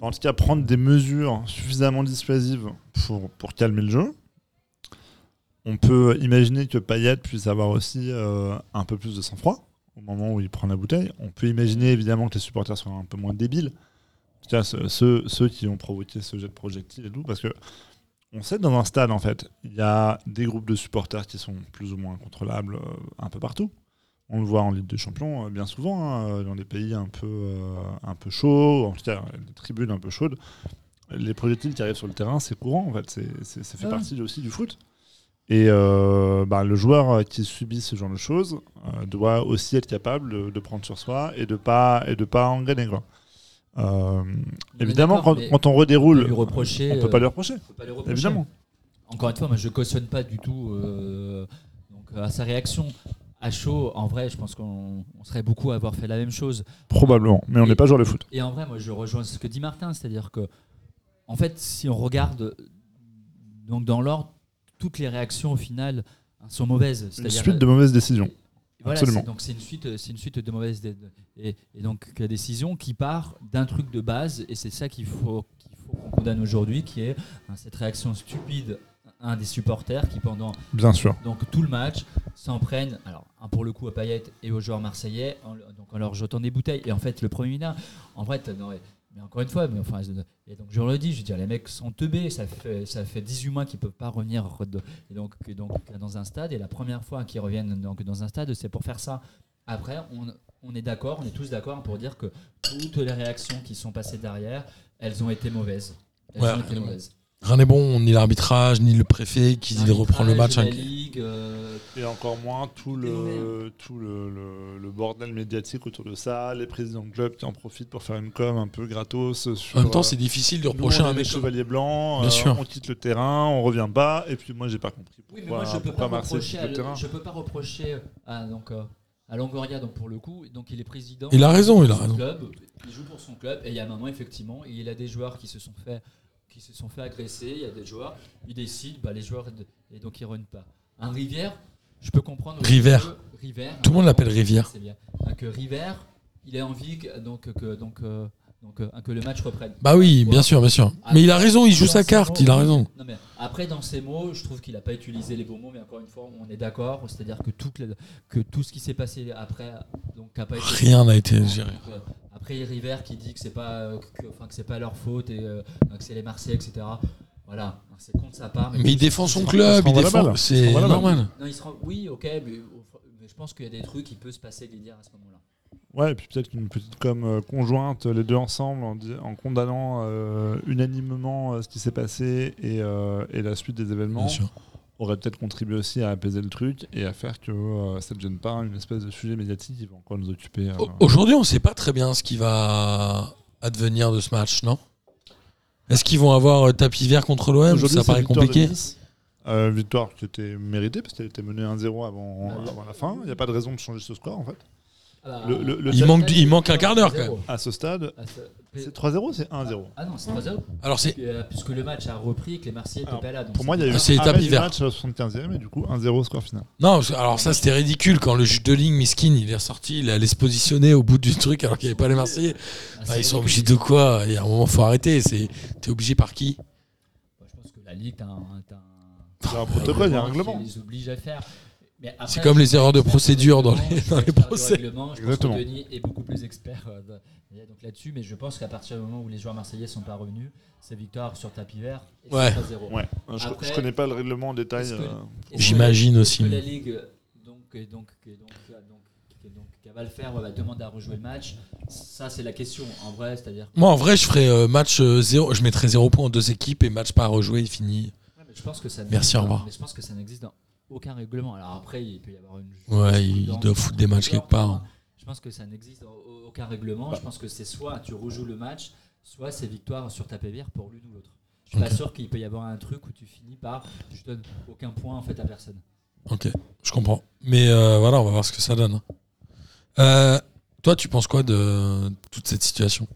Speaker 2: En tout cas, prendre des mesures suffisamment dissuasives pour, pour calmer le jeu. On peut imaginer que Payet puisse avoir aussi euh, un peu plus de sang-froid au moment où il prend la bouteille. On peut imaginer évidemment que les supporters soient un peu moins débiles. En tout cas, ce- ceux, ceux qui ont provoqué ce jet de projectile et tout, parce que on sait que dans un stade, en fait, il y a des groupes de supporters qui sont plus ou moins incontrôlables euh, un peu partout. On le voit en Ligue des Champions euh, bien souvent, hein, dans les pays un peu, euh, un peu chauds, en tout cas, les tribunes un peu chaudes. Les projectiles qui arrivent sur le terrain, c'est courant, en fait. c'est- c'est- ça fait
Speaker 5: Ouais.
Speaker 2: partie aussi du foot. Et euh, bah, le joueur euh, qui subit ce genre de choses euh, doit aussi être capable de, de prendre sur soi et de pas et de pas engrainer quoi. Euh,
Speaker 5: On est
Speaker 2: évidemment,
Speaker 5: d'accord,
Speaker 2: quand,
Speaker 5: mais
Speaker 2: quand on
Speaker 5: on peut
Speaker 2: redéroule,
Speaker 5: lui reprocher,
Speaker 2: on peut pas
Speaker 5: euh,
Speaker 2: lui reprocher.
Speaker 5: faut pas les reprocher.
Speaker 2: Évidemment.
Speaker 5: Encore une fois, moi je cautionne pas du tout euh, donc, euh, à sa réaction. À chaud, en vrai, je pense qu'on on serait beaucoup à avoir fait la même chose.
Speaker 2: Probablement, mais on
Speaker 5: Et-
Speaker 2: n'est pas joueur de foot.
Speaker 5: Et en vrai, moi je rejoins ce que dit Martin, c'est-à-dire que, en fait, si on regarde euh, donc dans l'ordre, toutes les réactions au final hein, sont mauvaises.
Speaker 2: Une
Speaker 5: C'est-à-dire, euh,
Speaker 2: suite de mauvaises décisions.
Speaker 5: Voilà,
Speaker 2: Absolument.
Speaker 5: c'est- donc c'est une suite, euh, c'est une suite de mauvaises dead- et, et donc la décision qui part d'un truc de base et c'est ça qu'il faut qu'il faut qu'on condamne aujourd'hui, qui est hein, cette réaction stupide un des supporters qui pendant
Speaker 2: Bien sûr.
Speaker 5: donc tout le match s'en prennent alors un pour le coup à Payet et aux joueurs marseillais en, le- donc en leur jetant des bouteilles et en fait le premier minard en vrai t'en aurais- mais encore une fois mais enfin et donc je le dis je veux dire les mecs sont teubés ça fait ça fait 18 mois qu'ils peuvent pas revenir de- et donc que- donc dans un stade et la première fois qu'ils reviennent donc dans un stade c'est pour faire ça après on on est d'accord, on est tous d'accord pour dire que toutes les réactions qui sont passées derrière, elles ont été mauvaises. Elles
Speaker 4: Ouais,
Speaker 5: ont été
Speaker 4: ouais.
Speaker 5: mauvaises.
Speaker 4: Rien n'est bon, ni l'arbitrage, ni le préfet qui dit de reprendre le match. hein.
Speaker 5: La Ligue, euh,
Speaker 2: Et encore moins tout le, tout le, le- le bordel médiatique autour de ça, les présidents de club qui en profitent pour faire une com un peu gratos. Sur,
Speaker 4: En même temps,
Speaker 2: euh,
Speaker 4: c'est difficile de
Speaker 2: nous,
Speaker 4: reprocher
Speaker 2: on
Speaker 4: à
Speaker 2: est
Speaker 4: un
Speaker 2: des
Speaker 4: mec.
Speaker 2: chevaliers blancs,
Speaker 4: Bien
Speaker 2: euh,
Speaker 4: sûr.
Speaker 2: on quitte le terrain, on revient pas, et puis moi j'ai pas compris
Speaker 5: Oui, mais
Speaker 2: pourquoi,
Speaker 5: moi je peux
Speaker 2: pourquoi
Speaker 5: pas
Speaker 2: Marseille
Speaker 5: reprocher
Speaker 2: quitte
Speaker 5: à,
Speaker 2: le terrain.
Speaker 5: je peux pas reprocher à donc euh, à Longoria donc pour le coup donc il est président.
Speaker 4: Il a raison, il a
Speaker 5: de son
Speaker 4: raison.
Speaker 5: Club, il joue pour son club et il y a un moment effectivement il a des joueurs qui se sont fait qui se sont fait agresser, il y a des joueurs, il décide bah les joueurs et donc ils runnent pas. Un Rivière, je peux comprendre.
Speaker 4: Rivière.
Speaker 5: Rivière. hein,
Speaker 4: Tout le monde l'appelle Rivière.
Speaker 5: C'est bien. Donc euh, Rivière, il a envie que, donc que donc euh, donc euh, que le match reprenne.
Speaker 4: Bah oui, bien sûr, bien sûr. Mais il a raison, il joue sa carte, il a raison.
Speaker 5: Non, mais après, dans ses mots, je trouve qu'il n'a pas utilisé les bons mots, mais encore une fois, on est d'accord. C'est-à-dire que, toute la- que tout ce qui s'est passé après, donc, n'a pas été.
Speaker 4: Rien n'a été géré.
Speaker 5: Donc, euh, Après, il y a River qui dit que c'est pas, euh, que, enfin, que c'est pas leur faute et euh, que c'est les Marseillais, etc. Voilà, hein, c'est contre sa part.
Speaker 4: Mais il défend son
Speaker 2: se
Speaker 4: club, il
Speaker 2: renvoie la
Speaker 4: défend.
Speaker 2: balle. hein.
Speaker 4: C'est
Speaker 2: se renvoie la balle.
Speaker 4: normal.
Speaker 5: Non, il se rend- Oui, ok, mais, mais je pense qu'il y a des trucs qui peuvent se passer de dire à ce moment-là.
Speaker 2: Ouais, et puis peut-être qu'une petite com euh, conjointe, les deux ensemble, en, dis- en condamnant euh, unanimement euh, ce qui s'est passé et, euh, et la suite des
Speaker 4: Bien
Speaker 2: événements,
Speaker 4: sûr.
Speaker 2: aurait peut-être contribué aussi à apaiser le truc et à faire que euh, ça ne devienne pas une espèce de sujet médiatique qui va encore nous occuper. euh,
Speaker 4: Au- Aujourd'hui, on ne sait pas très bien ce qui va advenir de ce match, non Est-ce qu'ils vont avoir euh, tapis vert contre l'OM
Speaker 2: Aujourd'hui,
Speaker 4: Ça
Speaker 2: c'est
Speaker 4: paraît
Speaker 2: victoire
Speaker 4: compliqué.
Speaker 2: de Nice. Euh, victoire qui était méritée parce qu'elle était menée 1-0 avant, avant la fin. Il n'y a pas de raison de changer ce score en fait.
Speaker 5: Ah bah,
Speaker 2: Le- le- le-
Speaker 4: Il manque- il manque un quart d'heure, quand
Speaker 5: Zéro.
Speaker 2: À ce stade,
Speaker 5: Ah, ça-
Speaker 2: c'est 3-0 c'est 1-0
Speaker 5: Ah non, c'est 3-0.
Speaker 4: Alors, c'est
Speaker 5: euh, Puisque le match a repris et que les Marseillais n'étaient
Speaker 2: Alors,
Speaker 5: pas là. donc
Speaker 2: Pour moi, il y a eu
Speaker 4: C'est
Speaker 2: un
Speaker 4: tapis
Speaker 2: arrêt du
Speaker 4: vert.
Speaker 2: match à la 75e et du coup 1-0 score final.
Speaker 4: Non, parce que- alors ça c'était ridicule quand le juge de ligne, Miskin, il est ressorti, il allait se positionner au bout du truc alors qu'il n'y avait pas les Marseillais.
Speaker 5: Ah,
Speaker 4: Enfin,
Speaker 5: c'est
Speaker 4: Bah, ils
Speaker 5: ridicule.
Speaker 4: sont obligés de quoi Il y a un moment, faut arrêter. C'est t'es obligé par qui
Speaker 5: Bah, je pense que la Ligue, t'as un, t'as un-
Speaker 2: Il y a un protocole, il y a un règlement.
Speaker 5: Qui les oblige à le faire. Mais après,
Speaker 4: C'est comme les erreurs de
Speaker 5: je suis
Speaker 4: procédure dans
Speaker 5: expert
Speaker 4: les,
Speaker 5: du
Speaker 4: dans
Speaker 5: règlement,
Speaker 4: les
Speaker 5: je suis
Speaker 4: procès.
Speaker 5: expert du règlement, je pense que
Speaker 2: Exactement.
Speaker 5: Denis est beaucoup plus expert euh, de- et donc là-dessus, mais je pense qu'à partir du moment où les joueurs marseillais sont pas revenus, c'est victoire sur tapis vert et c'est
Speaker 4: Ouais.
Speaker 5: 3-0.
Speaker 2: Ouais. Je-
Speaker 5: Après-
Speaker 2: Je, connais pas le règlement en détail.
Speaker 5: Est-ce que-
Speaker 2: euh,
Speaker 5: Est-ce que-
Speaker 4: J'imagine
Speaker 5: est-ce
Speaker 4: aussi.
Speaker 5: que la Ligue, donc, et donc, et donc, et donc, et donc, qu'elle va le faire, va demander à rejouer le match. Ça, c'est la question en vrai, c'est-à-dire.
Speaker 4: Moi en vrai, je ferais euh, match 0, je mettrais 0 points en deux équipes et match pas rejoué, fini.
Speaker 5: Ouais, mais je pense que ça
Speaker 4: Merci, au revoir.
Speaker 5: Mais je pense que ça n'existe dans aucun règlement. Alors après, il peut y avoir une.
Speaker 4: Ouais, ils
Speaker 5: dans-
Speaker 4: doivent foutre des matchs quelque part, hein.
Speaker 5: Je pense que ça n'existe dans au- aucun règlement. Je pense que c'est soit tu rejoues le match, soit c'est victoire sur ta pévière pour l'une ou l'autre. Je suis pas
Speaker 4: Ok.
Speaker 5: sûr qu'il peut y avoir un truc où tu finis par je donne aucun point en fait à personne.
Speaker 4: Ok, je comprends. Mais euh, voilà, on va voir ce que ça donne. hein. Euh, toi, tu penses quoi de toute cette situation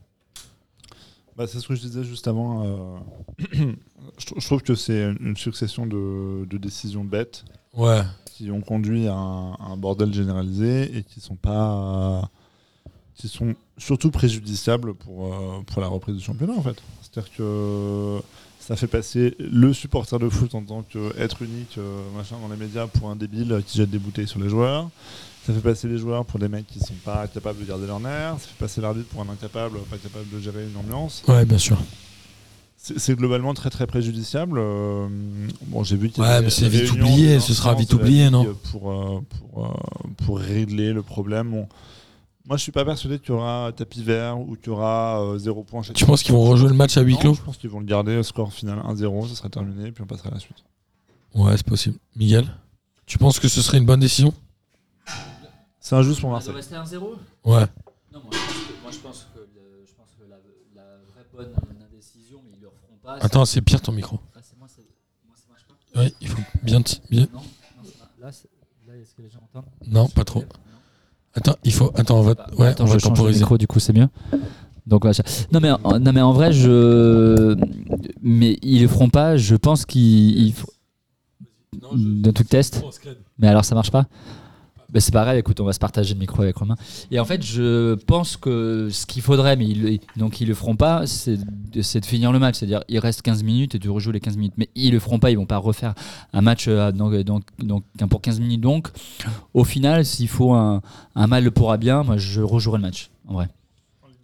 Speaker 2: Bah, c'est ce que je disais juste avant. euh, je, trou- je trouve que c'est une succession de, de décisions bêtes
Speaker 4: Ouais,
Speaker 2: qui ont conduit à un, un bordel généralisé et qui sont pas, euh, qui sont surtout préjudiciables pour euh, pour la reprise du championnat en fait. C'est-à-dire que ça fait passer le supporter de foot en tant qu'être unique euh, machin dans les médias pour un débile qui jette des bouteilles sur les joueurs. Ça fait passer les joueurs pour des mecs qui sont pas capables de garder leur nerf. Ça fait passer l'arbitre pour un incapable, pas capable de gérer une ambiance.
Speaker 4: ouais, bien sûr.
Speaker 2: C'est c'est globalement très très préjudiciable. Euh, bon, j'ai vu qu'il y
Speaker 4: Ouais,
Speaker 2: avait
Speaker 4: mais c'est
Speaker 2: une
Speaker 4: vite
Speaker 2: réunion
Speaker 4: oublié,
Speaker 2: de
Speaker 4: ce sera
Speaker 2: l'instance
Speaker 4: vite
Speaker 2: de la
Speaker 4: oublié,
Speaker 2: Ligue
Speaker 4: non
Speaker 2: Pour, euh, pour, euh, pour régler le problème. On- Moi, je suis pas persuadé qu'il y aura tapis vert ou qu'il y aura euh, zéro point chaque
Speaker 4: Tu penses qu'ils vont rejouer le match à huis
Speaker 2: Non,
Speaker 4: clos
Speaker 2: Je pense qu'ils vont le garder, score final 1-0, ce sera terminé, puis on passera à la suite.
Speaker 4: Ouais, c'est possible. Miguel, tu penses que ce serait une bonne décision
Speaker 2: C'est injuste pour
Speaker 5: On doit
Speaker 2: Marseille.
Speaker 5: rester 1-0
Speaker 4: Ouais.
Speaker 5: Non, moi je pense que, moi, je pense que le- je pense que la, la vraie bonne indécision, mais ils le referont pas. c'est-
Speaker 4: Attends, c'est pire ton micro.
Speaker 5: Ah, c'est moi, c'est moi, ça marche pas.
Speaker 4: Ouais, il faut bien, te- bien.
Speaker 5: Non, non, ça va. là, c'est- là, est-ce que les gens entendent
Speaker 4: Non, pas trop. Attends, il faut. Attends, on va. Ouais,
Speaker 5: Attends,
Speaker 4: on
Speaker 5: je
Speaker 4: va
Speaker 5: change le
Speaker 4: temporiser.
Speaker 5: micro, du coup, c'est mieux. Donc, voilà, ça- non, mais, en- non, mais en vrai, je. Mais ils le feront pas, je pense qu'ils. ils f- D'un truc test. Mais alors, ça marche pas Bah, c'est pareil, écoute, on va se partager le micro avec Romain. Et en fait, je pense que ce qu'il faudrait, mais ils, donc ils le feront pas, c'est de, c'est de finir le match. C'est-à-dire, il reste 15 minutes et tu rejoues les 15 minutes. Mais ils le feront pas, ils vont pas refaire un match euh, donc, donc, donc, qu'un pour 15 minutes. Donc, au final, s'il faut un, un mal pourra bien, moi je rejouerai le match, en vrai.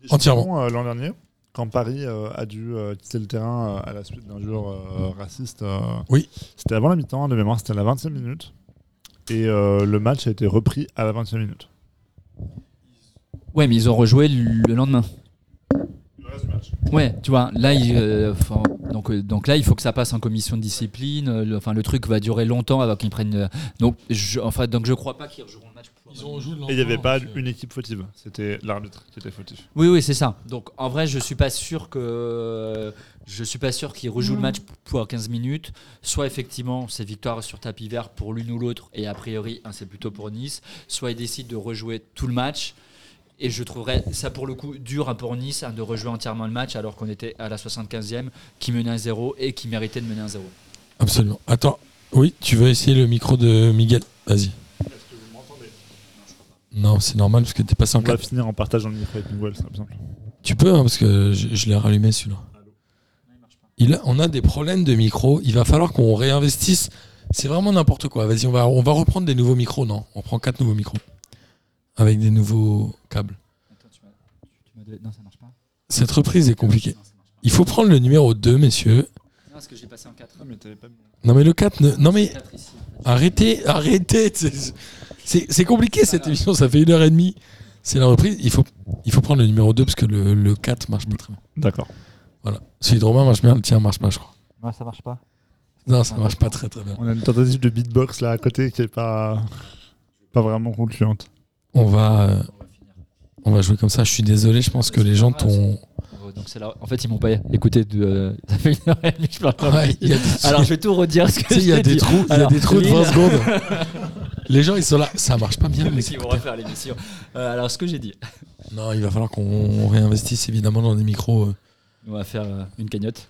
Speaker 4: Entièrement.
Speaker 2: Champions, euh, L'an dernier, quand Paris euh, a dû euh, quitter le terrain euh, à la suite d'un jour raciste, euh,
Speaker 4: Oui.
Speaker 2: c'était avant la mi-temps, hein, de mémoire, c'était à la 20e minute. Et euh, le match a été repris à la 20e minute.
Speaker 5: Ouais, mais ils ont rejoué le lendemain. Ouais, tu vois, là, il, euh, enfin, donc, euh, donc là, il faut que ça passe en commission de discipline. euh, le, enfin, le truc va durer longtemps avant qu'ils prennent. euh, donc, je, enfin, donc, je crois pas qu'ils rejoueront le match. pour-
Speaker 2: Et il n'y avait pas une équipe fautive, c'était l'arbitre qui était fautif.
Speaker 5: Oui, oui, c'est ça. Donc, en vrai, je suis pas sûr que je suis pas sûr qu'ils rejouent le match pour 15 minutes. Soit effectivement, c'est victoire sur tapis vert pour l'une ou l'autre, et a priori, hein, c'est plutôt pour Nice. Soit ils décident de rejouer tout le match. Et je trouverais ça pour le coup dur hein, pour Nice hein, de rejouer entièrement le match alors qu'on était à la 75e qui menait un 0 et qui méritait de mener un 0.
Speaker 4: Absolument. Attends, oui, tu veux essayer le micro de Miguel Vas-y. Non, c'est normal parce que t'es passé en
Speaker 2: On va
Speaker 4: quatre.
Speaker 2: finir en partageant le micro avec Miguel, c'est plus simple.
Speaker 4: Tu peux, hein, parce que je, je l'ai rallumé celui-là. Il a- on a des problèmes de micro. Il va falloir qu'on réinvestisse. C'est vraiment n'importe quoi. Vas-y, on va, on va reprendre des nouveaux micros. Non, on prend quatre nouveaux micros avec des nouveaux câbles.
Speaker 5: Non, ça marche pas.
Speaker 4: Cette reprise est compliquée. Il faut prendre le numéro 2, messieurs.
Speaker 5: Non, parce que je l'ai passé en 4.
Speaker 4: Non, mais le 4, ne- non, mais arrêtez, arrêtez. C'est- C'est c'est compliqué cette émission. Ça fait une heure et demie. C'est la reprise. Il faut, il faut prendre le numéro 2 parce que le, le 4 marche pas très bien.
Speaker 2: D'accord.
Speaker 4: Voilà. Celui de Romain marche bien, le tien marche pas, je crois.
Speaker 5: Non, ça marche pas.
Speaker 4: Non, ça marche pas très très bien.
Speaker 2: On a une tentative de beatbox là à côté qui est pas, pas vraiment concluante.
Speaker 4: On va, euh, on va jouer comme ça. Je suis désolé, je pense que les gens t'ont.
Speaker 5: Donc c'est là. En fait, ils m'ont pas écouté. De... euh, Ça fait une heure et demie que je parle comme
Speaker 4: Ouais, il y a des,
Speaker 5: ça. Alors je vais tout redire ce que
Speaker 4: tu sais, il y a
Speaker 5: j'ai
Speaker 4: des
Speaker 5: dit.
Speaker 4: trous, il y a
Speaker 5: Alors,
Speaker 4: des trous de
Speaker 5: Lille-
Speaker 4: 20 secondes. Les gens, ils sont là. Ça marche pas bien.
Speaker 5: Mais
Speaker 4: mais
Speaker 5: qui vont refaire l'émission. Euh, alors ce que j'ai dit.
Speaker 4: Non, il va falloir qu'on réinvestisse évidemment dans des micros. euh.
Speaker 5: On va faire euh, une cagnotte.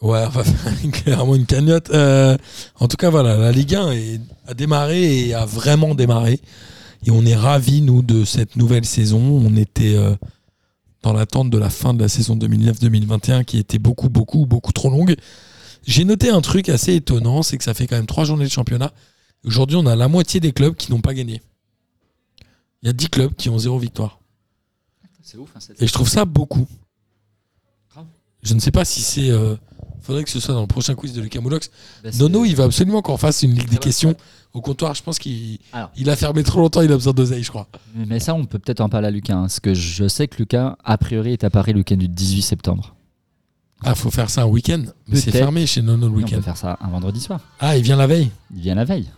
Speaker 4: Ouais, on va faire une- clairement une cagnotte. Euh, en tout cas, voilà, la Ligue 1 est- a démarré et a vraiment démarré. Et on est ravis, nous, de cette nouvelle saison. On était euh, dans l'attente de la fin de la saison 2009-2021 qui était beaucoup, beaucoup, beaucoup trop longue. J'ai noté un truc assez étonnant, c'est que ça fait quand même trois journées de championnat. Aujourd'hui, on a la moitié des clubs qui n'ont pas gagné. Il y a 10 clubs qui ont zéro victoire.
Speaker 5: C'est ouf. Hein, cette-
Speaker 4: Et je trouve ça beaucoup.
Speaker 5: Grave.
Speaker 4: Je ne sais pas si c'est... euh, faudrait que ce soit dans le prochain quiz de Lucas Moulox.
Speaker 5: Bah, c'est-
Speaker 4: Nono, il va absolument qu'on fasse une ligue des
Speaker 5: va.
Speaker 4: questions au comptoir. Je pense qu'il
Speaker 5: Alors.
Speaker 4: il a fermé trop longtemps, il a besoin d'oseille, je crois.
Speaker 5: Mais, mais ça, on peut peut-être en parler à Lucas. hein, parce que je sais que Lucas, a priori, est à Paris le week-end du 18 septembre.
Speaker 4: Ah, faut faire ça un week-end. Mais c'est
Speaker 5: Peut-être.
Speaker 4: fermé chez Nono le
Speaker 5: Et On
Speaker 4: week-end.
Speaker 5: peut faire ça un vendredi soir.
Speaker 4: Ah, il vient la veille.
Speaker 5: Il vient la veille.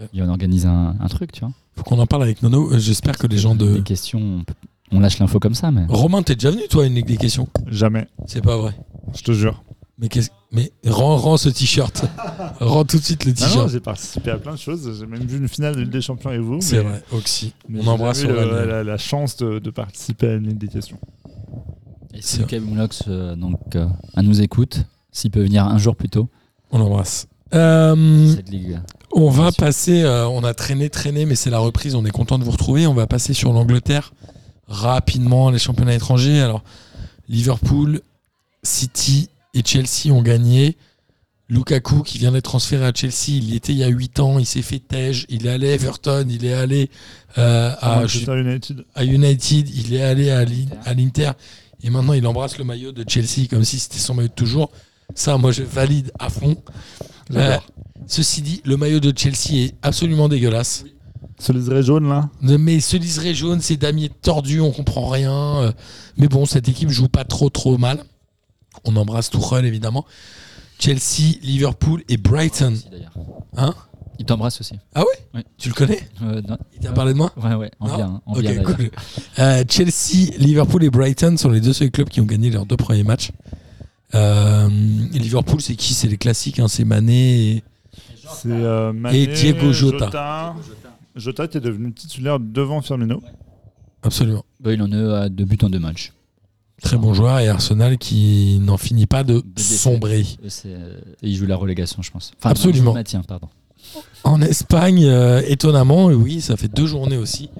Speaker 4: Ok.
Speaker 5: Et on organise un, un truc, tu vois.
Speaker 4: Faut qu'on en parle avec Nono. Euh, J'espère que les gens
Speaker 5: Des
Speaker 4: de. Oh,
Speaker 5: questions. On, peut- on lâche l'info comme ça, mais.
Speaker 4: Romain, t'es déjà venu, toi, à une ligue des questions
Speaker 2: Jamais,
Speaker 4: C'est pas vrai.
Speaker 2: je te jure.
Speaker 4: Mais qu'est-ce. Mais rends, rends ce t-shirt. rends tout de suite le
Speaker 2: Ah Non, non,
Speaker 4: t-shirt.
Speaker 2: j'ai participé à plein de choses. J'ai même vu une finale de Ligue des Champions et vous.
Speaker 4: C'est
Speaker 2: mais-
Speaker 4: vrai, Oxy.
Speaker 2: mais
Speaker 4: On
Speaker 2: j'ai
Speaker 4: embrasse
Speaker 2: jamais eu
Speaker 4: Aurélien.
Speaker 2: la, la- la chance de, de participer à une Ligue des questions.
Speaker 5: Et
Speaker 4: C'est
Speaker 5: si Lucas Moulox euh, donc, euh, à nous écoute, s'il peut venir un jour plus tôt,
Speaker 4: On l'embrasse. Euh,
Speaker 5: cette ligue.
Speaker 4: On va
Speaker 5: Bien sûr.
Speaker 4: passer, euh, on a traîné, traîné, mais c'est la reprise, on est content de vous retrouver. On va passer sur l'Angleterre rapidement, les championnats étrangers. Alors, Liverpool, City et Chelsea ont gagné. Lukaku, qui vient d'être transféré à Chelsea, il y était il y a 8 ans, il s'est fait tège, il est allé à Everton, il est allé euh, à, je sais
Speaker 2: Manchester United.
Speaker 4: à United, il est allé à l'I- à l'Inter et maintenant il embrasse le maillot de Chelsea comme si c'était son maillot de toujours. Ça, moi, je valide à fond.
Speaker 2: J'adore.
Speaker 4: Euh, ceci dit, le maillot de Chelsea est absolument dégueulasse. Euh,
Speaker 2: Ce liseré jaune là
Speaker 4: Mais ce liseré jaune, ces damiers tordus, on comprend rien. Euh, Mais bon, cette équipe joue pas trop trop mal. On embrasse Tuchel évidemment. Chelsea, Liverpool et Brighton.
Speaker 5: Aussi, d'ailleurs.
Speaker 4: Hein
Speaker 5: Il t'embrasse aussi.
Speaker 4: Tu le connais
Speaker 5: Euh, non,
Speaker 4: Il t'a parlé de moi
Speaker 5: Ouais, ouais, en
Speaker 4: Non
Speaker 5: bien, hein, en
Speaker 4: Ok,
Speaker 5: bien, d'ailleurs.
Speaker 4: cool. Euh, Chelsea, Liverpool et Brighton sont les deux seuls clubs qui ont gagné leurs deux premiers matchs. Euh, et Liverpool, c'est qui C'est les classiques, hein, c'est Mané. et-
Speaker 2: C'est euh, Mané,
Speaker 4: Et Diego Jota.
Speaker 2: Jota. Jota qui est devenu titulaire devant Firmino.
Speaker 4: Absolument.
Speaker 5: Bah, il en a euh, deux buts en deux matchs.
Speaker 4: Très bon joueur et Arsenal qui n'en finit pas de
Speaker 5: défaites.
Speaker 4: sombrer.
Speaker 5: Et c'est- et Euh, il joue la relégation, je pense. Enfin,
Speaker 4: Absolument.
Speaker 5: non, il joue le maintien, pardon.
Speaker 4: En Espagne, euh, étonnamment, et oui, ça fait deux journées aussi.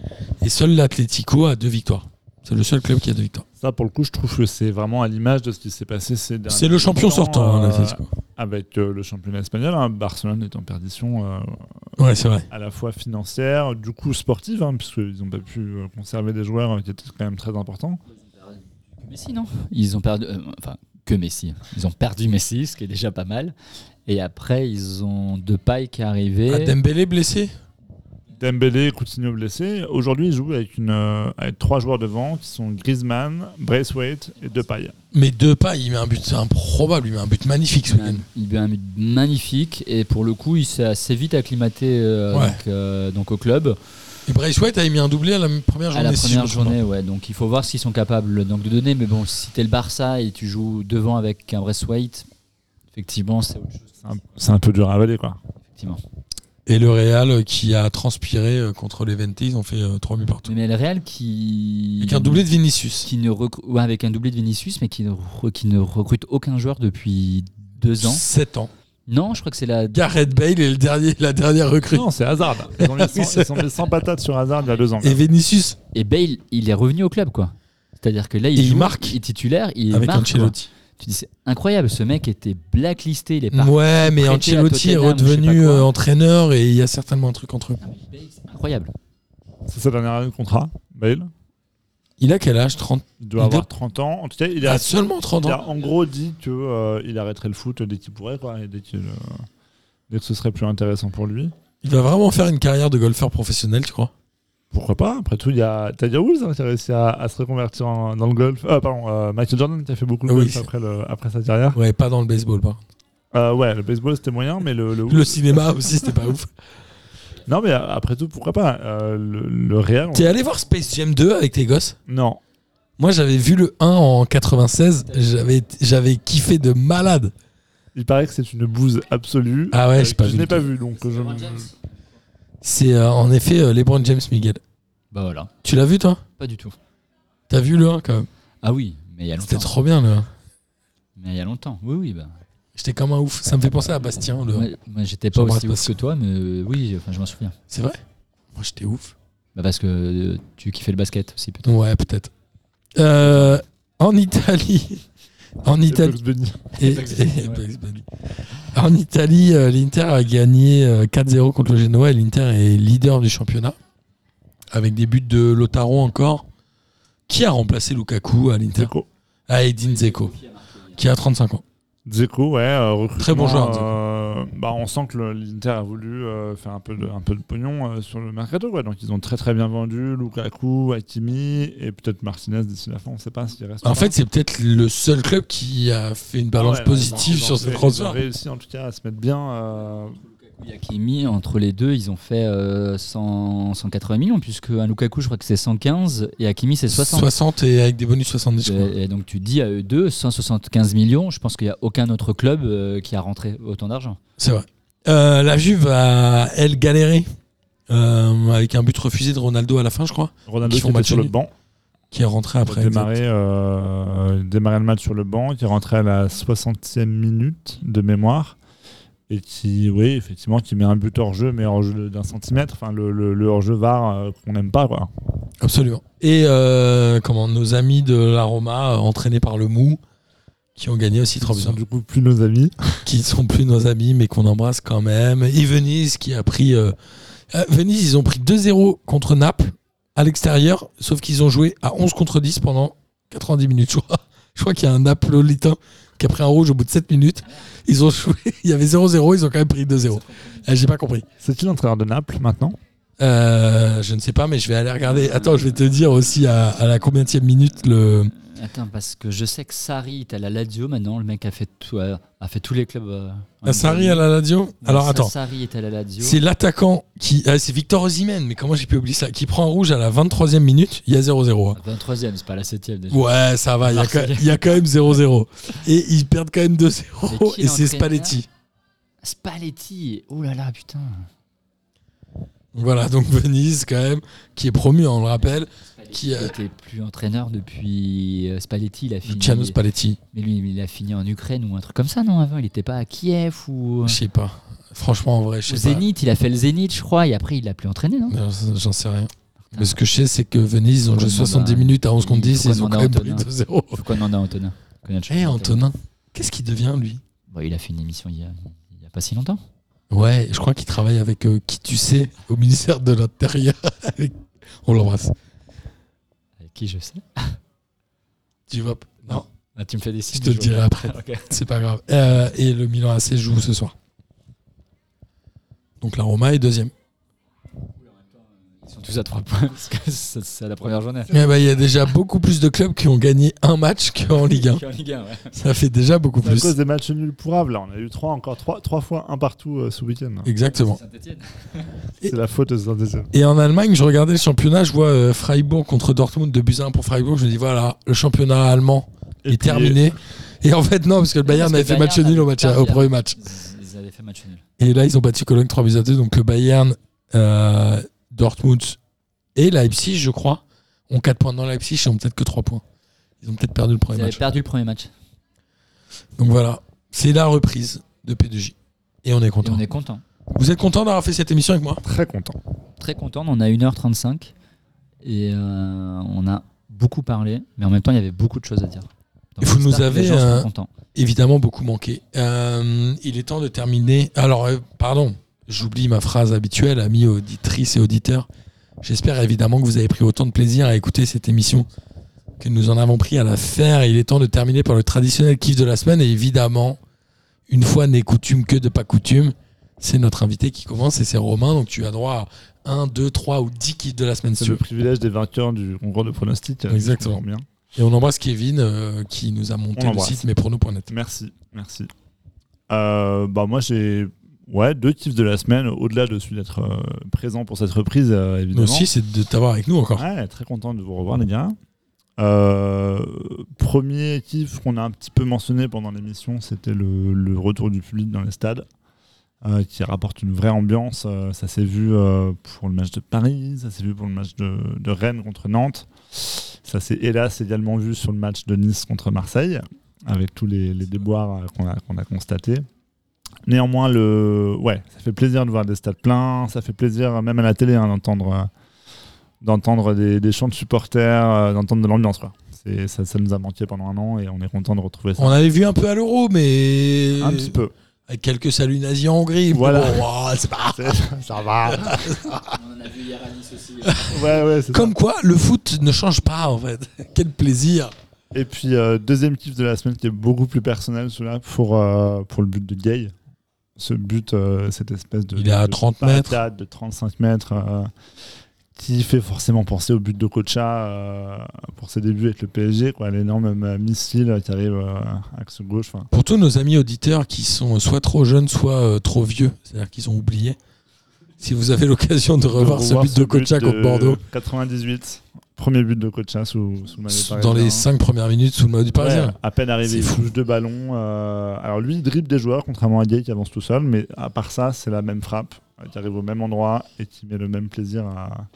Speaker 4: Et seul l'Atlético a deux victoires. C'est le seul club qui a deux victoires.
Speaker 2: Ça, pour le coup, je trouve que c'est vraiment à l'image de ce qui s'est passé ces derniers
Speaker 4: C'est le champion
Speaker 2: temps,
Speaker 4: sortant, hein,
Speaker 2: euh,
Speaker 4: l'Atlético.
Speaker 2: avec euh, le championnat espagnol. hein. Barcelone est en perdition euh,
Speaker 4: Ouais, c'est vrai.
Speaker 2: à la fois financière, du coup sportive, hein, puisqu'ils n'ont pas pu euh, conserver des joueurs euh, qui étaient quand même très importants.
Speaker 5: Messi, non Ils ont perdu. euh, enfin, que Messi. Ils ont perdu Messi, ce qui est déjà pas mal. Et après, ils ont Depay qui est arrivé.
Speaker 4: Ah, Dembélé blessé
Speaker 2: Dembélé, Coutinho blessé. Aujourd'hui, ils jouent avec, une, euh, avec trois joueurs devant qui sont Griezmann, Braithwaite et Depay.
Speaker 4: Mais deux pas, il met un but c'est improbable, il met un but magnifique ce
Speaker 5: Il a
Speaker 4: week-end.
Speaker 5: un- Il a un but magnifique et pour le coup, il s'est assez vite acclimaté euh,
Speaker 4: Ouais.
Speaker 5: donc, euh, donc au club
Speaker 4: Et Braithwaite a mis un doublé à la première
Speaker 5: à
Speaker 4: journée.
Speaker 5: la
Speaker 4: si je me
Speaker 5: première
Speaker 4: trompe pas.
Speaker 5: journée. Ouais, donc il faut voir s'ils sont capables euh, donc, de donner. Mais bon, si t'es le Barça et tu joues devant avec un Braithwaite, effectivement, c'est autre chose.
Speaker 2: C'est un- C'est un peu dur à avaler, quoi.
Speaker 5: Effectivement.
Speaker 4: Et le Real euh, qui a transpiré euh, contre les Ventes, ils ont fait euh, trois buts partout.
Speaker 5: Mais le Real qui.
Speaker 4: Avec un doublé de Vinicius.
Speaker 5: qui ne recru- ouais, avec un doublé de Vinicius, mais qui ne, re- qui ne recrute aucun joueur depuis deux ans.
Speaker 4: 7 ans.
Speaker 5: Non, je crois que c'est la.
Speaker 4: Gareth Bale est le dernier, la dernière recrue.
Speaker 2: Non, c'est Hazard. Ils ont mis 100, ils ont mis 100 patates sur Hazard il y a deux ans.
Speaker 4: Et Vinicius
Speaker 5: Et Bale, il est revenu au club, quoi. C'est-à-dire que là, il,
Speaker 4: Et il
Speaker 5: joue,
Speaker 4: marque.
Speaker 5: il est titulaire, il
Speaker 4: avec
Speaker 5: marque. quoi.
Speaker 4: Ancelotti.
Speaker 5: Tu dis, c'est incroyable, ce mec était blacklisté, il est parti.
Speaker 4: Ouais, mais
Speaker 5: prêté à
Speaker 4: Ancelotti est
Speaker 5: Tottenham, je sais
Speaker 4: redevenu
Speaker 5: pas quoi.
Speaker 4: euh, entraîneur et il y a certainement un truc entre eux.
Speaker 5: Non, mais Ah Bale, c'est Incroyable.
Speaker 2: C'est sa dernière année de contrat, Bale.
Speaker 4: Il a quel âge 30
Speaker 2: Il doit
Speaker 4: Il
Speaker 2: avoir
Speaker 4: doit-
Speaker 2: 30 ans. En tout cas, il a,
Speaker 4: Ah, seulement 30
Speaker 2: il
Speaker 4: ans.
Speaker 2: a en gros dit qu'il arrêterait le foot dès qu'il pourrait, quoi, et dès, qu'il, euh, dès que ce serait plus intéressant pour lui.
Speaker 4: Il va vraiment faire une carrière de golfeur professionnel, tu crois
Speaker 2: Pourquoi pas Après tout, il y a Tiger Woods hein, qui a réussi à, à se reconvertir en- dans le golf. Ah, pardon, euh, Michael Jordan qui a fait beaucoup de
Speaker 4: Oui,
Speaker 2: golf
Speaker 4: c'est-
Speaker 2: après, le- après sa carrière.
Speaker 4: Ouais, pas dans le baseball, par contre.
Speaker 2: Euh, ouais, le baseball c'était moyen, mais le, le-
Speaker 4: Le cinéma aussi, c'était pas ouf.
Speaker 2: non, mais après tout, pourquoi pas Euh, le, le Real on-
Speaker 4: T'es allé voir Space Jam 2 avec tes gosses
Speaker 2: Non,
Speaker 4: Moi, j'avais vu le 1 en 96. J'avais, j'avais kiffé de malade.
Speaker 2: il paraît que c'est une bouse absolue.
Speaker 4: Ah ouais, j'ai
Speaker 2: euh,
Speaker 4: pas
Speaker 2: que
Speaker 4: vu
Speaker 2: Je n'ai
Speaker 4: le
Speaker 2: pas
Speaker 4: film.
Speaker 2: vu, donc je.
Speaker 4: C'est euh, en effet euh, LeBron James Miguel.
Speaker 5: Bah voilà,
Speaker 4: Tu l'as vu, toi
Speaker 5: pas du tout.
Speaker 4: T'as vu le 1 quand même
Speaker 5: Ah oui, mais il y a
Speaker 4: C'était
Speaker 5: longtemps.
Speaker 4: trop bien, le 1.
Speaker 5: Mais il y a longtemps, oui, oui. Bah.
Speaker 4: J'étais comme un ouf. Ça me fait penser à Bastien, le 1.
Speaker 5: Moi, moi, j'étais pas
Speaker 4: J'embrasse
Speaker 5: aussi ouf
Speaker 4: Bastien.
Speaker 5: que toi, mais euh, oui, enfin, je m'en souviens.
Speaker 4: C'est vrai Moi, j'étais ouf.
Speaker 5: Bah, parce que euh, tu kiffais le basket aussi, peut-être.
Speaker 4: Ouais, peut-être. Euh, en Italie. En Italie.
Speaker 2: Bugs Bunny.
Speaker 4: Et-
Speaker 5: Bugs
Speaker 4: et-
Speaker 5: Bunny, ouais.
Speaker 4: Bugs Bunny. En Italie, euh, l'Inter a gagné euh, 4-0 contre le Genoa et l'Inter est leader du championnat avec des buts de Lotaro encore. Qui a remplacé Lukaku à l'Inter
Speaker 2: Zeko.
Speaker 4: Ah, Edin Zeko, qui a 35 ans.
Speaker 2: Zeko, ouais, euh, recrutement,
Speaker 4: Très bon joueur, Dzeko.
Speaker 2: euh, bah, on sent que le- l'Inter a voulu euh, faire un peu de, un peu de pognon euh, sur le mercato, quoi. Donc ils ont très très bien vendu Lukaku, Hakimi et peut-être Martinez d'ici la fin. On sait pas s'il reste. ou
Speaker 4: En
Speaker 2: pas.
Speaker 4: fait, c'est peut-être le seul club qui a fait une balance
Speaker 2: Ouais, là,
Speaker 4: positive
Speaker 2: ils ont-
Speaker 4: sur
Speaker 2: ils ont
Speaker 4: cette
Speaker 2: fait- Ils
Speaker 4: transfert.
Speaker 2: ont réussi en tout cas à se mettre bien. euh,
Speaker 5: Il y a Kimi, entre les deux, ils ont fait euh, 100 180 millions, puisque un Lukaku, je crois que c'est 115, et Akimi, c'est 60.
Speaker 4: 60 et avec des bonus 70. je crois.
Speaker 5: Et, et donc tu dis à eux deux, 175 millions, je pense qu'il n'y a aucun autre club euh, qui a rentré autant d'argent.
Speaker 4: C'est vrai. Euh, la Juve a, elle, galéré euh, avec un but refusé de Ronaldo à la fin, je crois,
Speaker 2: Ronaldo
Speaker 4: Ils
Speaker 2: qui
Speaker 4: font
Speaker 2: était
Speaker 4: match
Speaker 2: sur le
Speaker 4: nul.
Speaker 2: banc.
Speaker 4: qui est rentré
Speaker 2: Après,
Speaker 4: après.
Speaker 2: démarrer, euh, démarrer le match sur le banc, qui est rentré à la 60e minute de mémoire. Et qui, oui, effectivement, qui met un but hors jeu, mais hors jeu d'un centimètre. Enfin, le, le- le hors jeu VAR euh, qu'on n'aime pas, quoi.
Speaker 4: Absolument. Et euh, comment nos amis de la Roma, euh, entraînés par le Mou, qui ont gagné aussi 3
Speaker 2: Ils
Speaker 4: buts,
Speaker 2: sont du coup plus nos amis.
Speaker 4: qui ne sont plus nos amis, mais qu'on embrasse quand même. Et Venise, qui a pris. euh, euh, Venise, ils ont pris 2-0 contre Naples à l'extérieur, sauf qu'ils ont joué à 11 contre 10 pendant 90 minutes. Je crois, je crois qu'il y a un Napolitain qui a pris un rouge au bout de 7 minutes. Ils ont joué, il y avait 0-0, ils ont quand même pris 2-0. Euh, J'ai pas compris.
Speaker 2: C'est qui l'entraîneur de Naples maintenant
Speaker 4: Euh, je ne sais pas, mais je vais aller regarder. Attends, je vais te dire aussi à, à la combien minute le.
Speaker 5: Attends, parce que je sais que Sarri est à la Lazio maintenant, le mec a fait, tout, euh, a fait tous les clubs. euh, en
Speaker 4: Ah, Sarri
Speaker 5: Italie.
Speaker 4: à la Lazio Alors
Speaker 5: Sa-
Speaker 4: attends,
Speaker 5: Sarri est à la Lazio.
Speaker 4: c'est l'attaquant qui. ah, c'est Victor Osimhen, mais comment j'ai pu oublier ça Qui prend un rouge à la 23e minute, il y a 0-0. hein.
Speaker 5: 23 e c'est pas la 7 e déjà.
Speaker 4: Ouais, ça va, il y a quand-
Speaker 5: Marseillais.
Speaker 4: il y, a quand même 0-0. Et ils perdent quand même
Speaker 5: Mais
Speaker 4: 2-0,
Speaker 5: qui est
Speaker 4: et c'est
Speaker 5: l'entraîneur
Speaker 4: Spalletti.
Speaker 5: Spalletti, oh là là, putain.
Speaker 4: Voilà, donc Venise, quand même, qui est promu, hein, on le rappelle.
Speaker 5: Qui
Speaker 4: Qui, euh,
Speaker 5: n'était plus entraîneur depuis euh, Spalletti, il a fini.
Speaker 4: Luciano Spalletti,
Speaker 5: Mais lui, il a fini en Ukraine ou un truc comme ça, non Avant, il n'était pas à Kiev ou.
Speaker 4: je sais pas. Franchement, en vrai, je
Speaker 5: Au
Speaker 4: sais pas.
Speaker 5: Zénith, il a fait le Zénith, je crois, et après, il l'a plus entraîné, non
Speaker 4: Non, ça, J'en sais rien. Mais ce que je sais, c'est que Venise, ils ont
Speaker 5: Faut
Speaker 4: joué
Speaker 5: demander à-
Speaker 4: 70 minutes à 11 contre
Speaker 5: Il
Speaker 4: 10
Speaker 5: faut
Speaker 4: et ils ont quand
Speaker 5: demander à
Speaker 4: même pris
Speaker 5: Antonin.
Speaker 4: 2-0.
Speaker 5: Faut qu'on demande à Antonin. Connaître le
Speaker 4: Oh. Eh,
Speaker 5: champion.
Speaker 4: Antonin, qu'est-ce qu'il devient, lui
Speaker 5: Bon, Il a fait une émission il y a, il y a pas si longtemps.
Speaker 4: Ouais, je crois qu'il travaille avec euh, qui tu sais au ministère de l'Intérieur. Avec- On l'embrasse.
Speaker 5: Avec qui je sais
Speaker 4: Tu vois Non,
Speaker 5: Ah, Tu me fais des
Speaker 4: je
Speaker 5: signes.
Speaker 4: te le dirai après.
Speaker 5: Ok.
Speaker 4: C'est pas grave. Euh, et le Milan AC joue ce soir. Donc la Roma est deuxième.
Speaker 5: Ils sont tous à 3 points parce que c'est c'est la première journée.
Speaker 4: Eh ben, Il y a déjà beaucoup plus de clubs qui ont gagné un match qu'en Ligue 1.
Speaker 5: En Ligue 1, ouais.
Speaker 4: Ça fait déjà beaucoup
Speaker 2: À
Speaker 4: plus.
Speaker 2: cause des matchs nuls pourrables, là, on a eu trois encore, trois, trois fois, un partout euh, ce week-end.
Speaker 4: Exactement.
Speaker 5: Saint-Etienne.
Speaker 2: C'est la faute de Saint-Étienne.
Speaker 4: Et en Allemagne, je regardais le championnat, je vois euh, Freiburg contre Dortmund de Buzyn pour Freiburg. Je me dis voilà, le championnat allemand
Speaker 2: Et
Speaker 4: est
Speaker 2: puis,
Speaker 4: terminé. Et en fait, non, parce que le
Speaker 5: Oui, euh, parce
Speaker 4: Bayern
Speaker 5: que
Speaker 4: avait fait
Speaker 5: Bayern
Speaker 4: match nul au,
Speaker 5: avait
Speaker 4: match,
Speaker 5: perdu
Speaker 4: au
Speaker 5: à-
Speaker 4: premier match.
Speaker 5: Ils- Ils avaient fait match nul.
Speaker 4: Et là, ils ont battu Cologne 3 buts à 2. Donc le Bayern, euh, Dortmund et Leipzig, je crois, ont 4 points. Dans Leipzig, ils ont peut-être que 3 points. Ils ont peut-être perdu le
Speaker 5: Ils
Speaker 4: premier
Speaker 5: avaient
Speaker 4: match.
Speaker 5: perdu le premier match.
Speaker 4: Donc voilà, c'est la reprise de P2J. Et on est
Speaker 5: Et
Speaker 4: content.
Speaker 5: on est content.
Speaker 4: Vous êtes content d'avoir fait cette émission avec moi
Speaker 2: Très content.
Speaker 5: Très content. On a 1h35 et euh, on a beaucoup parlé, mais en même temps, il y avait beaucoup de choses à dire. Donc,
Speaker 4: Vous nous
Speaker 5: j'espère que les
Speaker 4: avez,
Speaker 5: gens seront
Speaker 4: euh,
Speaker 5: contents.
Speaker 4: Évidemment, beaucoup manqué. Euh, il est temps de terminer. Alors, euh, pardon, j'oublie ma phrase habituelle, amis auditrices et auditeurs. J'espère évidemment que vous avez pris autant de plaisir à écouter cette émission que nous en avons pris à la faire. Et il est temps de terminer par le traditionnel kiff de la semaine. Et évidemment, une fois n'est coutume que de pas coutume, c'est notre invité qui commence et c'est Romain. Donc tu as droit à 1, 2, 3 ou 10 kiffs de la semaine. si
Speaker 2: C'est
Speaker 4: tu
Speaker 2: le
Speaker 4: veux.
Speaker 2: privilège des vainqueurs du concours de pronostic. euh,
Speaker 4: Exactement.
Speaker 2: c'est Bien.
Speaker 4: Et on embrasse Kevin euh, qui nous a
Speaker 2: On
Speaker 4: monté le
Speaker 2: l'embrasse.
Speaker 4: site mespronos.net.
Speaker 2: Merci, merci. Euh, bah moi j'ai ouais deux kiffs de la semaine au-delà de celui d'être euh, présent pour cette reprise euh,
Speaker 4: Nous
Speaker 2: évidemment.
Speaker 4: aussi, c'est de t'avoir avec nous encore.
Speaker 2: Ouais, très content de vous revoir les gars. Euh, premier kiff qu'on a un petit peu mentionné pendant l'émission, c'était le, le retour du public dans les stades, euh, qui rapporte une vraie ambiance. Euh, ça s'est vu euh, pour le match de Paris, ça s'est vu pour le match de, de Rennes contre Nantes. Ça s'est hélas également vu sur le match de Nice contre Marseille, avec tous les, les déboires euh, qu'on a, qu'on a constatés. Néanmoins, le... ouais, ça fait plaisir de voir des stades pleins, ça fait plaisir euh, même à la télé hein, d'entendre... euh, d'entendre des, des chants de supporters, euh, d'entendre de l'ambiance. quoi. C'est- Ça, ça nous a manqué pendant un an et on est content de retrouver ça.
Speaker 4: On avait vu un peu à l'euro, mais.
Speaker 2: Un petit peu.
Speaker 4: Avec quelques saluts nazis en Hongrie.
Speaker 2: Voilà.
Speaker 4: Bon, oh, c'est pas-
Speaker 2: C'est- ça va.
Speaker 5: Ah, On en a vu hier à Nice aussi.
Speaker 2: Ouais, ouais, c'est
Speaker 4: Comme quoi, le foot ne change pas, en fait. Quel plaisir.
Speaker 2: ça. Et puis, euh, deuxième kiff de la semaine qui est beaucoup plus personnel, celui-là, pour, euh, pour le but de Gay. Ce but, euh, cette espèce de.
Speaker 4: Il est à
Speaker 2: de
Speaker 4: 30
Speaker 2: patate
Speaker 4: mètres.
Speaker 2: De 35 mètres. euh, qui fait forcément penser au but de Kocha euh, pour ses débuts avec le PSG, quoi, l'énorme euh, missile qui arrive euh, axe gauche. enfin,
Speaker 4: Pour tous nos amis auditeurs qui sont soit trop jeunes, soit euh, trop vieux, c'est-à-dire qu'ils ont oublié, si vous avez l'occasion de
Speaker 2: de
Speaker 4: revoir ce but de Kocha contre
Speaker 2: de
Speaker 4: Bordeaux,
Speaker 2: 98. Premier but de Kocha sous, sous le maillot
Speaker 4: dans
Speaker 2: parisien. hein.
Speaker 4: les 5 premières minutes sous le maillot du Parisien.
Speaker 2: Ouais, à peine
Speaker 4: C'est
Speaker 2: arrivé, il
Speaker 4: fou.
Speaker 2: touche deux ballons. euh, alors lui, il dribble des joueurs, contrairement à Gay qui avance tout seul, mais à part ça, c'est la même frappe euh, qui arrive au même endroit et qui met le même plaisir à-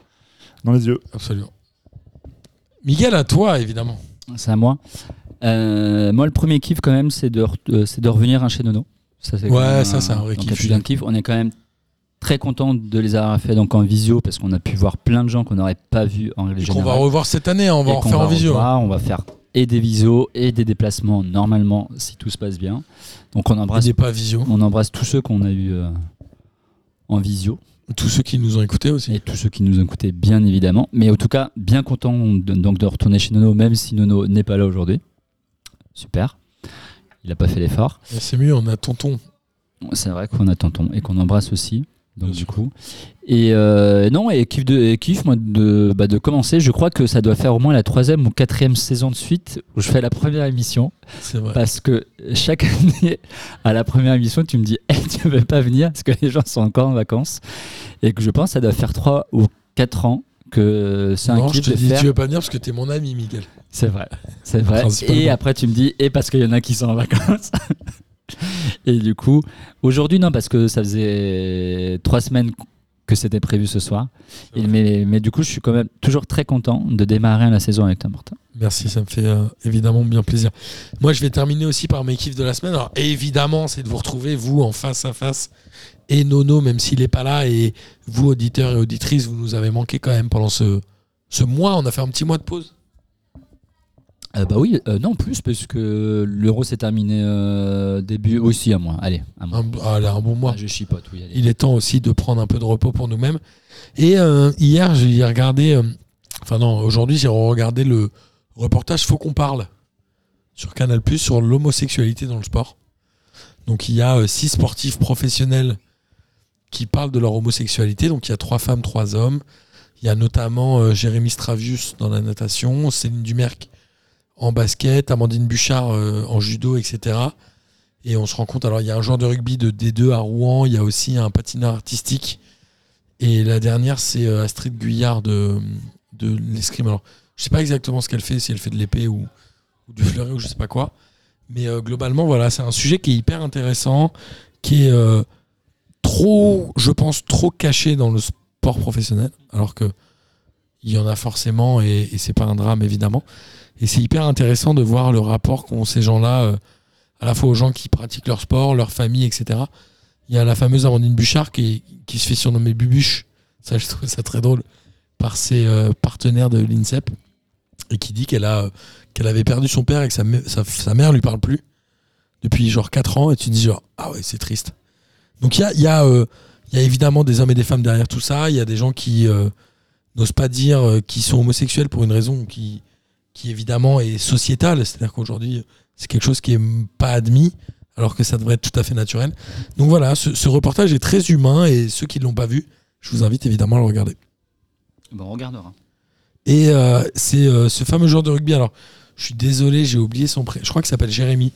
Speaker 2: dans les yeux.
Speaker 4: Absolument. Miguel, à toi, évidemment.
Speaker 5: C'est à moi. Euh, moi, le premier kiff, quand même, c'est de, re- euh, c'est de revenir hein, chez Nono. Ça, c'est
Speaker 4: Ouais,
Speaker 5: quand même
Speaker 4: ça, c'est un vrai
Speaker 5: donc,
Speaker 4: kiff.
Speaker 5: plus d'un kiff. On est quand même très content de les avoir fait donc, en visio parce qu'on a pu voir plein de gens qu'on n'aurait pas vu en règle
Speaker 4: Et qu'on va
Speaker 5: générale.
Speaker 4: revoir cette année, hein, on va
Speaker 5: Et
Speaker 4: en
Speaker 5: qu'on
Speaker 4: faire en
Speaker 5: va
Speaker 4: visio.
Speaker 5: revoir. On va faire et des visios et des déplacements normalement si tout se passe bien. Donc on
Speaker 4: Il
Speaker 5: embrasse,
Speaker 4: n'est pas visio.
Speaker 5: on embrasse tous ceux qu'on a eu euh, en visio
Speaker 4: Tous ceux qui nous ont écoutés aussi.
Speaker 5: et tous ceux qui nous ont écoutés bien évidemment. Mais en tout cas, bien content de, donc de retourner chez Nono même si Nono n'est pas là aujourd'hui. Super. Il n'a pas fait l'effort.
Speaker 4: Et C'est mieux, on a Tonton.
Speaker 5: C'est vrai qu'on a Tonton et qu'on embrasse aussi. Donc
Speaker 4: Bien
Speaker 5: du
Speaker 4: sûr.
Speaker 5: coup. Et euh, non, et kiff, de, et kiff moi, de, bah, de commencer. Je crois que ça doit faire au moins la troisième ou quatrième saison de suite où je fais la première émission.
Speaker 4: C'est vrai.
Speaker 5: Parce que chaque année, à la première émission, tu me dis Eh, tu ne veux pas venir parce que les gens sont encore en vacances. Et que je pense que ça doit faire 3 ou 4 ans que c'est un
Speaker 4: Non, je
Speaker 5: kiff
Speaker 4: te
Speaker 5: de
Speaker 4: dis,
Speaker 5: faire.
Speaker 4: tu veux pas venir parce que t'es mon ami, Miguel.
Speaker 5: C'est vrai, c'est vrai.
Speaker 4: Principalement.
Speaker 5: Et après, tu me dis Et parce qu'il y en a qui sont en vacances. Et du coup, aujourd'hui, non, parce que ça faisait 3 semaines que c'était prévu ce soir. Il- mais, mais du coup, je suis quand même toujours très content de démarrer la saison avec toi, Martin.
Speaker 4: Merci, ça me fait euh, évidemment bien plaisir. Moi, je vais terminer aussi par mes kiffs de la semaine. Alors, évidemment, c'est de vous retrouver, vous, en face à face, et Nono, même s'il n'est pas là, et vous, auditeurs et auditrices, vous nous avez manqué quand même pendant ce, ce mois. On a fait un petit mois de pause.
Speaker 5: Euh, bah oui, euh, non plus, parce que l'euro s'est terminé euh, début aussi à moi. Allez, à moi.
Speaker 4: Un, allez, un bon mois.
Speaker 5: Ah, je chipote, oui. allez.
Speaker 4: Il est temps aussi de prendre un peu de repos pour nous-mêmes. Et euh, hier, j'ai regardé, euh, enfin non, aujourd'hui, j'ai regardé le reportage Faut qu'on parle sur Canal Plus sur l'homosexualité dans le sport. Donc il y a euh, six sportifs professionnels qui parlent de leur homosexualité. Donc il y a trois femmes, trois hommes. Il y a notamment euh, Jérémy Stravius dans la natation, Céline Dumerc en basket, Amandine Bouchard euh, en judo, etc. Et on se rend compte, alors il y a un joueur de rugby de D2 à Rouen, il y a aussi un patineur artistique. Et la dernière, c'est euh, Astrid Guyard de, de l'escrime. Alors, je sais pas exactement ce qu'elle fait, si elle fait de l'épée ou, ou du fleuret ou je sais pas quoi. Mais euh, globalement, voilà, c'est un sujet qui est hyper intéressant, qui est euh, trop, je pense, trop caché dans le sport professionnel, alors que il y en a forcément et, et c'est pas un drame évidemment. Et c'est hyper intéressant de voir le rapport qu'ont ces gens-là. euh, à la fois aux gens qui pratiquent leur sport, leur famille, etc. Il y a la fameuse Amandine Bouchard qui, qui se fait surnommer Bubuche. Ça, je trouve ça très drôle par ses euh, partenaires de l'INSEP et qui dit qu'elle a euh, qu'elle avait perdu son père et que sa, me- sa, sa mère lui parle plus depuis genre 4 ans et tu te dis genre ah ouais c'est triste donc il y a, il y, a, euh, il y a évidemment des hommes et des femmes derrière tout ça il y a des gens qui euh, n'osent pas dire euh, qu'ils sont homosexuels pour une raison qui, qui évidemment est sociétale c'est à dire qu'aujourd'hui c'est quelque chose qui est m- pas admis, alors que ça devrait être tout à fait naturel. Donc voilà, ce, ce reportage est très humain et ceux qui ne l'ont pas vu, je vous invite évidemment à le regarder.
Speaker 5: Bon, on regardera.
Speaker 4: Et euh, c'est euh, ce fameux joueur de rugby. Alors, je suis désolé, j'ai oublié son prénom. Je crois qu'il s'appelle Jérémy,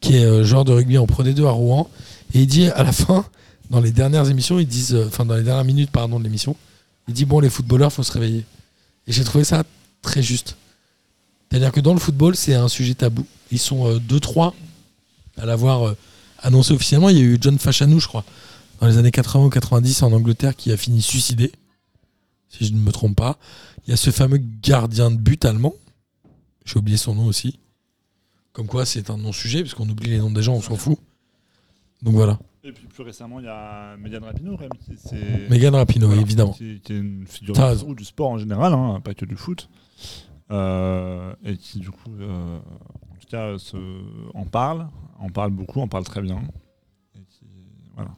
Speaker 4: qui est euh, joueur de rugby en Pro D2 à Rouen. Et il dit à la fin, dans les dernières émissions, ils disent, euh, enfin dans les dernières minutes pardon de l'émission, il dit bon les footballeurs faut se réveiller. Et j'ai trouvé ça très juste. C'est-à-dire que dans le football c'est un sujet tabou. Ils sont euh, deux trois à l'avoir euh, annoncé officiellement. Il y a eu John Fashanou, je crois, dans les années 80 ou 90 en Angleterre, qui a fini suicidé, si je ne me trompe pas. Il y a ce fameux gardien de but allemand. J'ai oublié son nom aussi. Comme quoi, c'est un non-sujet, parce qu'on oublie les noms des gens, on s'en fout. Donc voilà.
Speaker 2: Et puis plus récemment, il y a Mégane Rapinoe, quand même, qui c'est
Speaker 4: Megan Rapinoe,
Speaker 2: Voilà.
Speaker 4: évidemment.
Speaker 2: Qui, qui est une figure
Speaker 4: T'as
Speaker 2: de
Speaker 4: raison.
Speaker 2: proue du sport en général, hein, pas que du foot. Euh, et qui, du coup, euh, en tout cas, se, en parle, en parle beaucoup, en parle très bien. Et qui, voilà,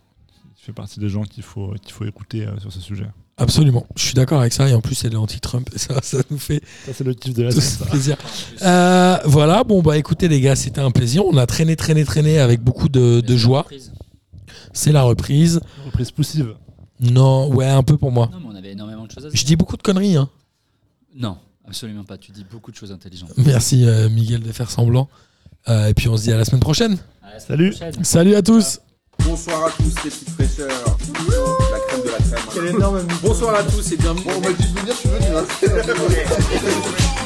Speaker 2: qui fait partie des gens qu'il faut, qu'il faut écouter euh, sur ce sujet.
Speaker 4: Absolument. Je suis d'accord avec ça. Et en plus, elle est anti-Trump. Ça, ça nous fait
Speaker 2: Ça, c'est le kiff de la
Speaker 4: tous plaisir. Euh, voilà. Bon, bah écoutez, les gars, c'était un plaisir. On a traîné, traîné, traîné avec beaucoup de, de joie. C'est la reprise.
Speaker 2: Reprise poussive.
Speaker 4: Non, ouais, un peu pour moi.
Speaker 5: Non, mais on avait énormément de choses à se
Speaker 4: Je
Speaker 5: dire.
Speaker 4: dis beaucoup de conneries. Hein.
Speaker 5: Non, absolument pas. Tu dis beaucoup de choses intelligentes.
Speaker 4: Merci, euh, Miguel, de faire semblant. Euh, et puis, on se dit à la semaine prochaine.
Speaker 5: À la
Speaker 2: Salut.
Speaker 5: prochaine.
Speaker 4: Salut à tous.
Speaker 1: Bonsoir à tous les petites fraîcheurs. La crème de la crème. hein.
Speaker 3: énorme
Speaker 1: Bonsoir à tous et bienvenue.
Speaker 3: On m'a dit de venir, je suis venu. hein.
Speaker 6: Thank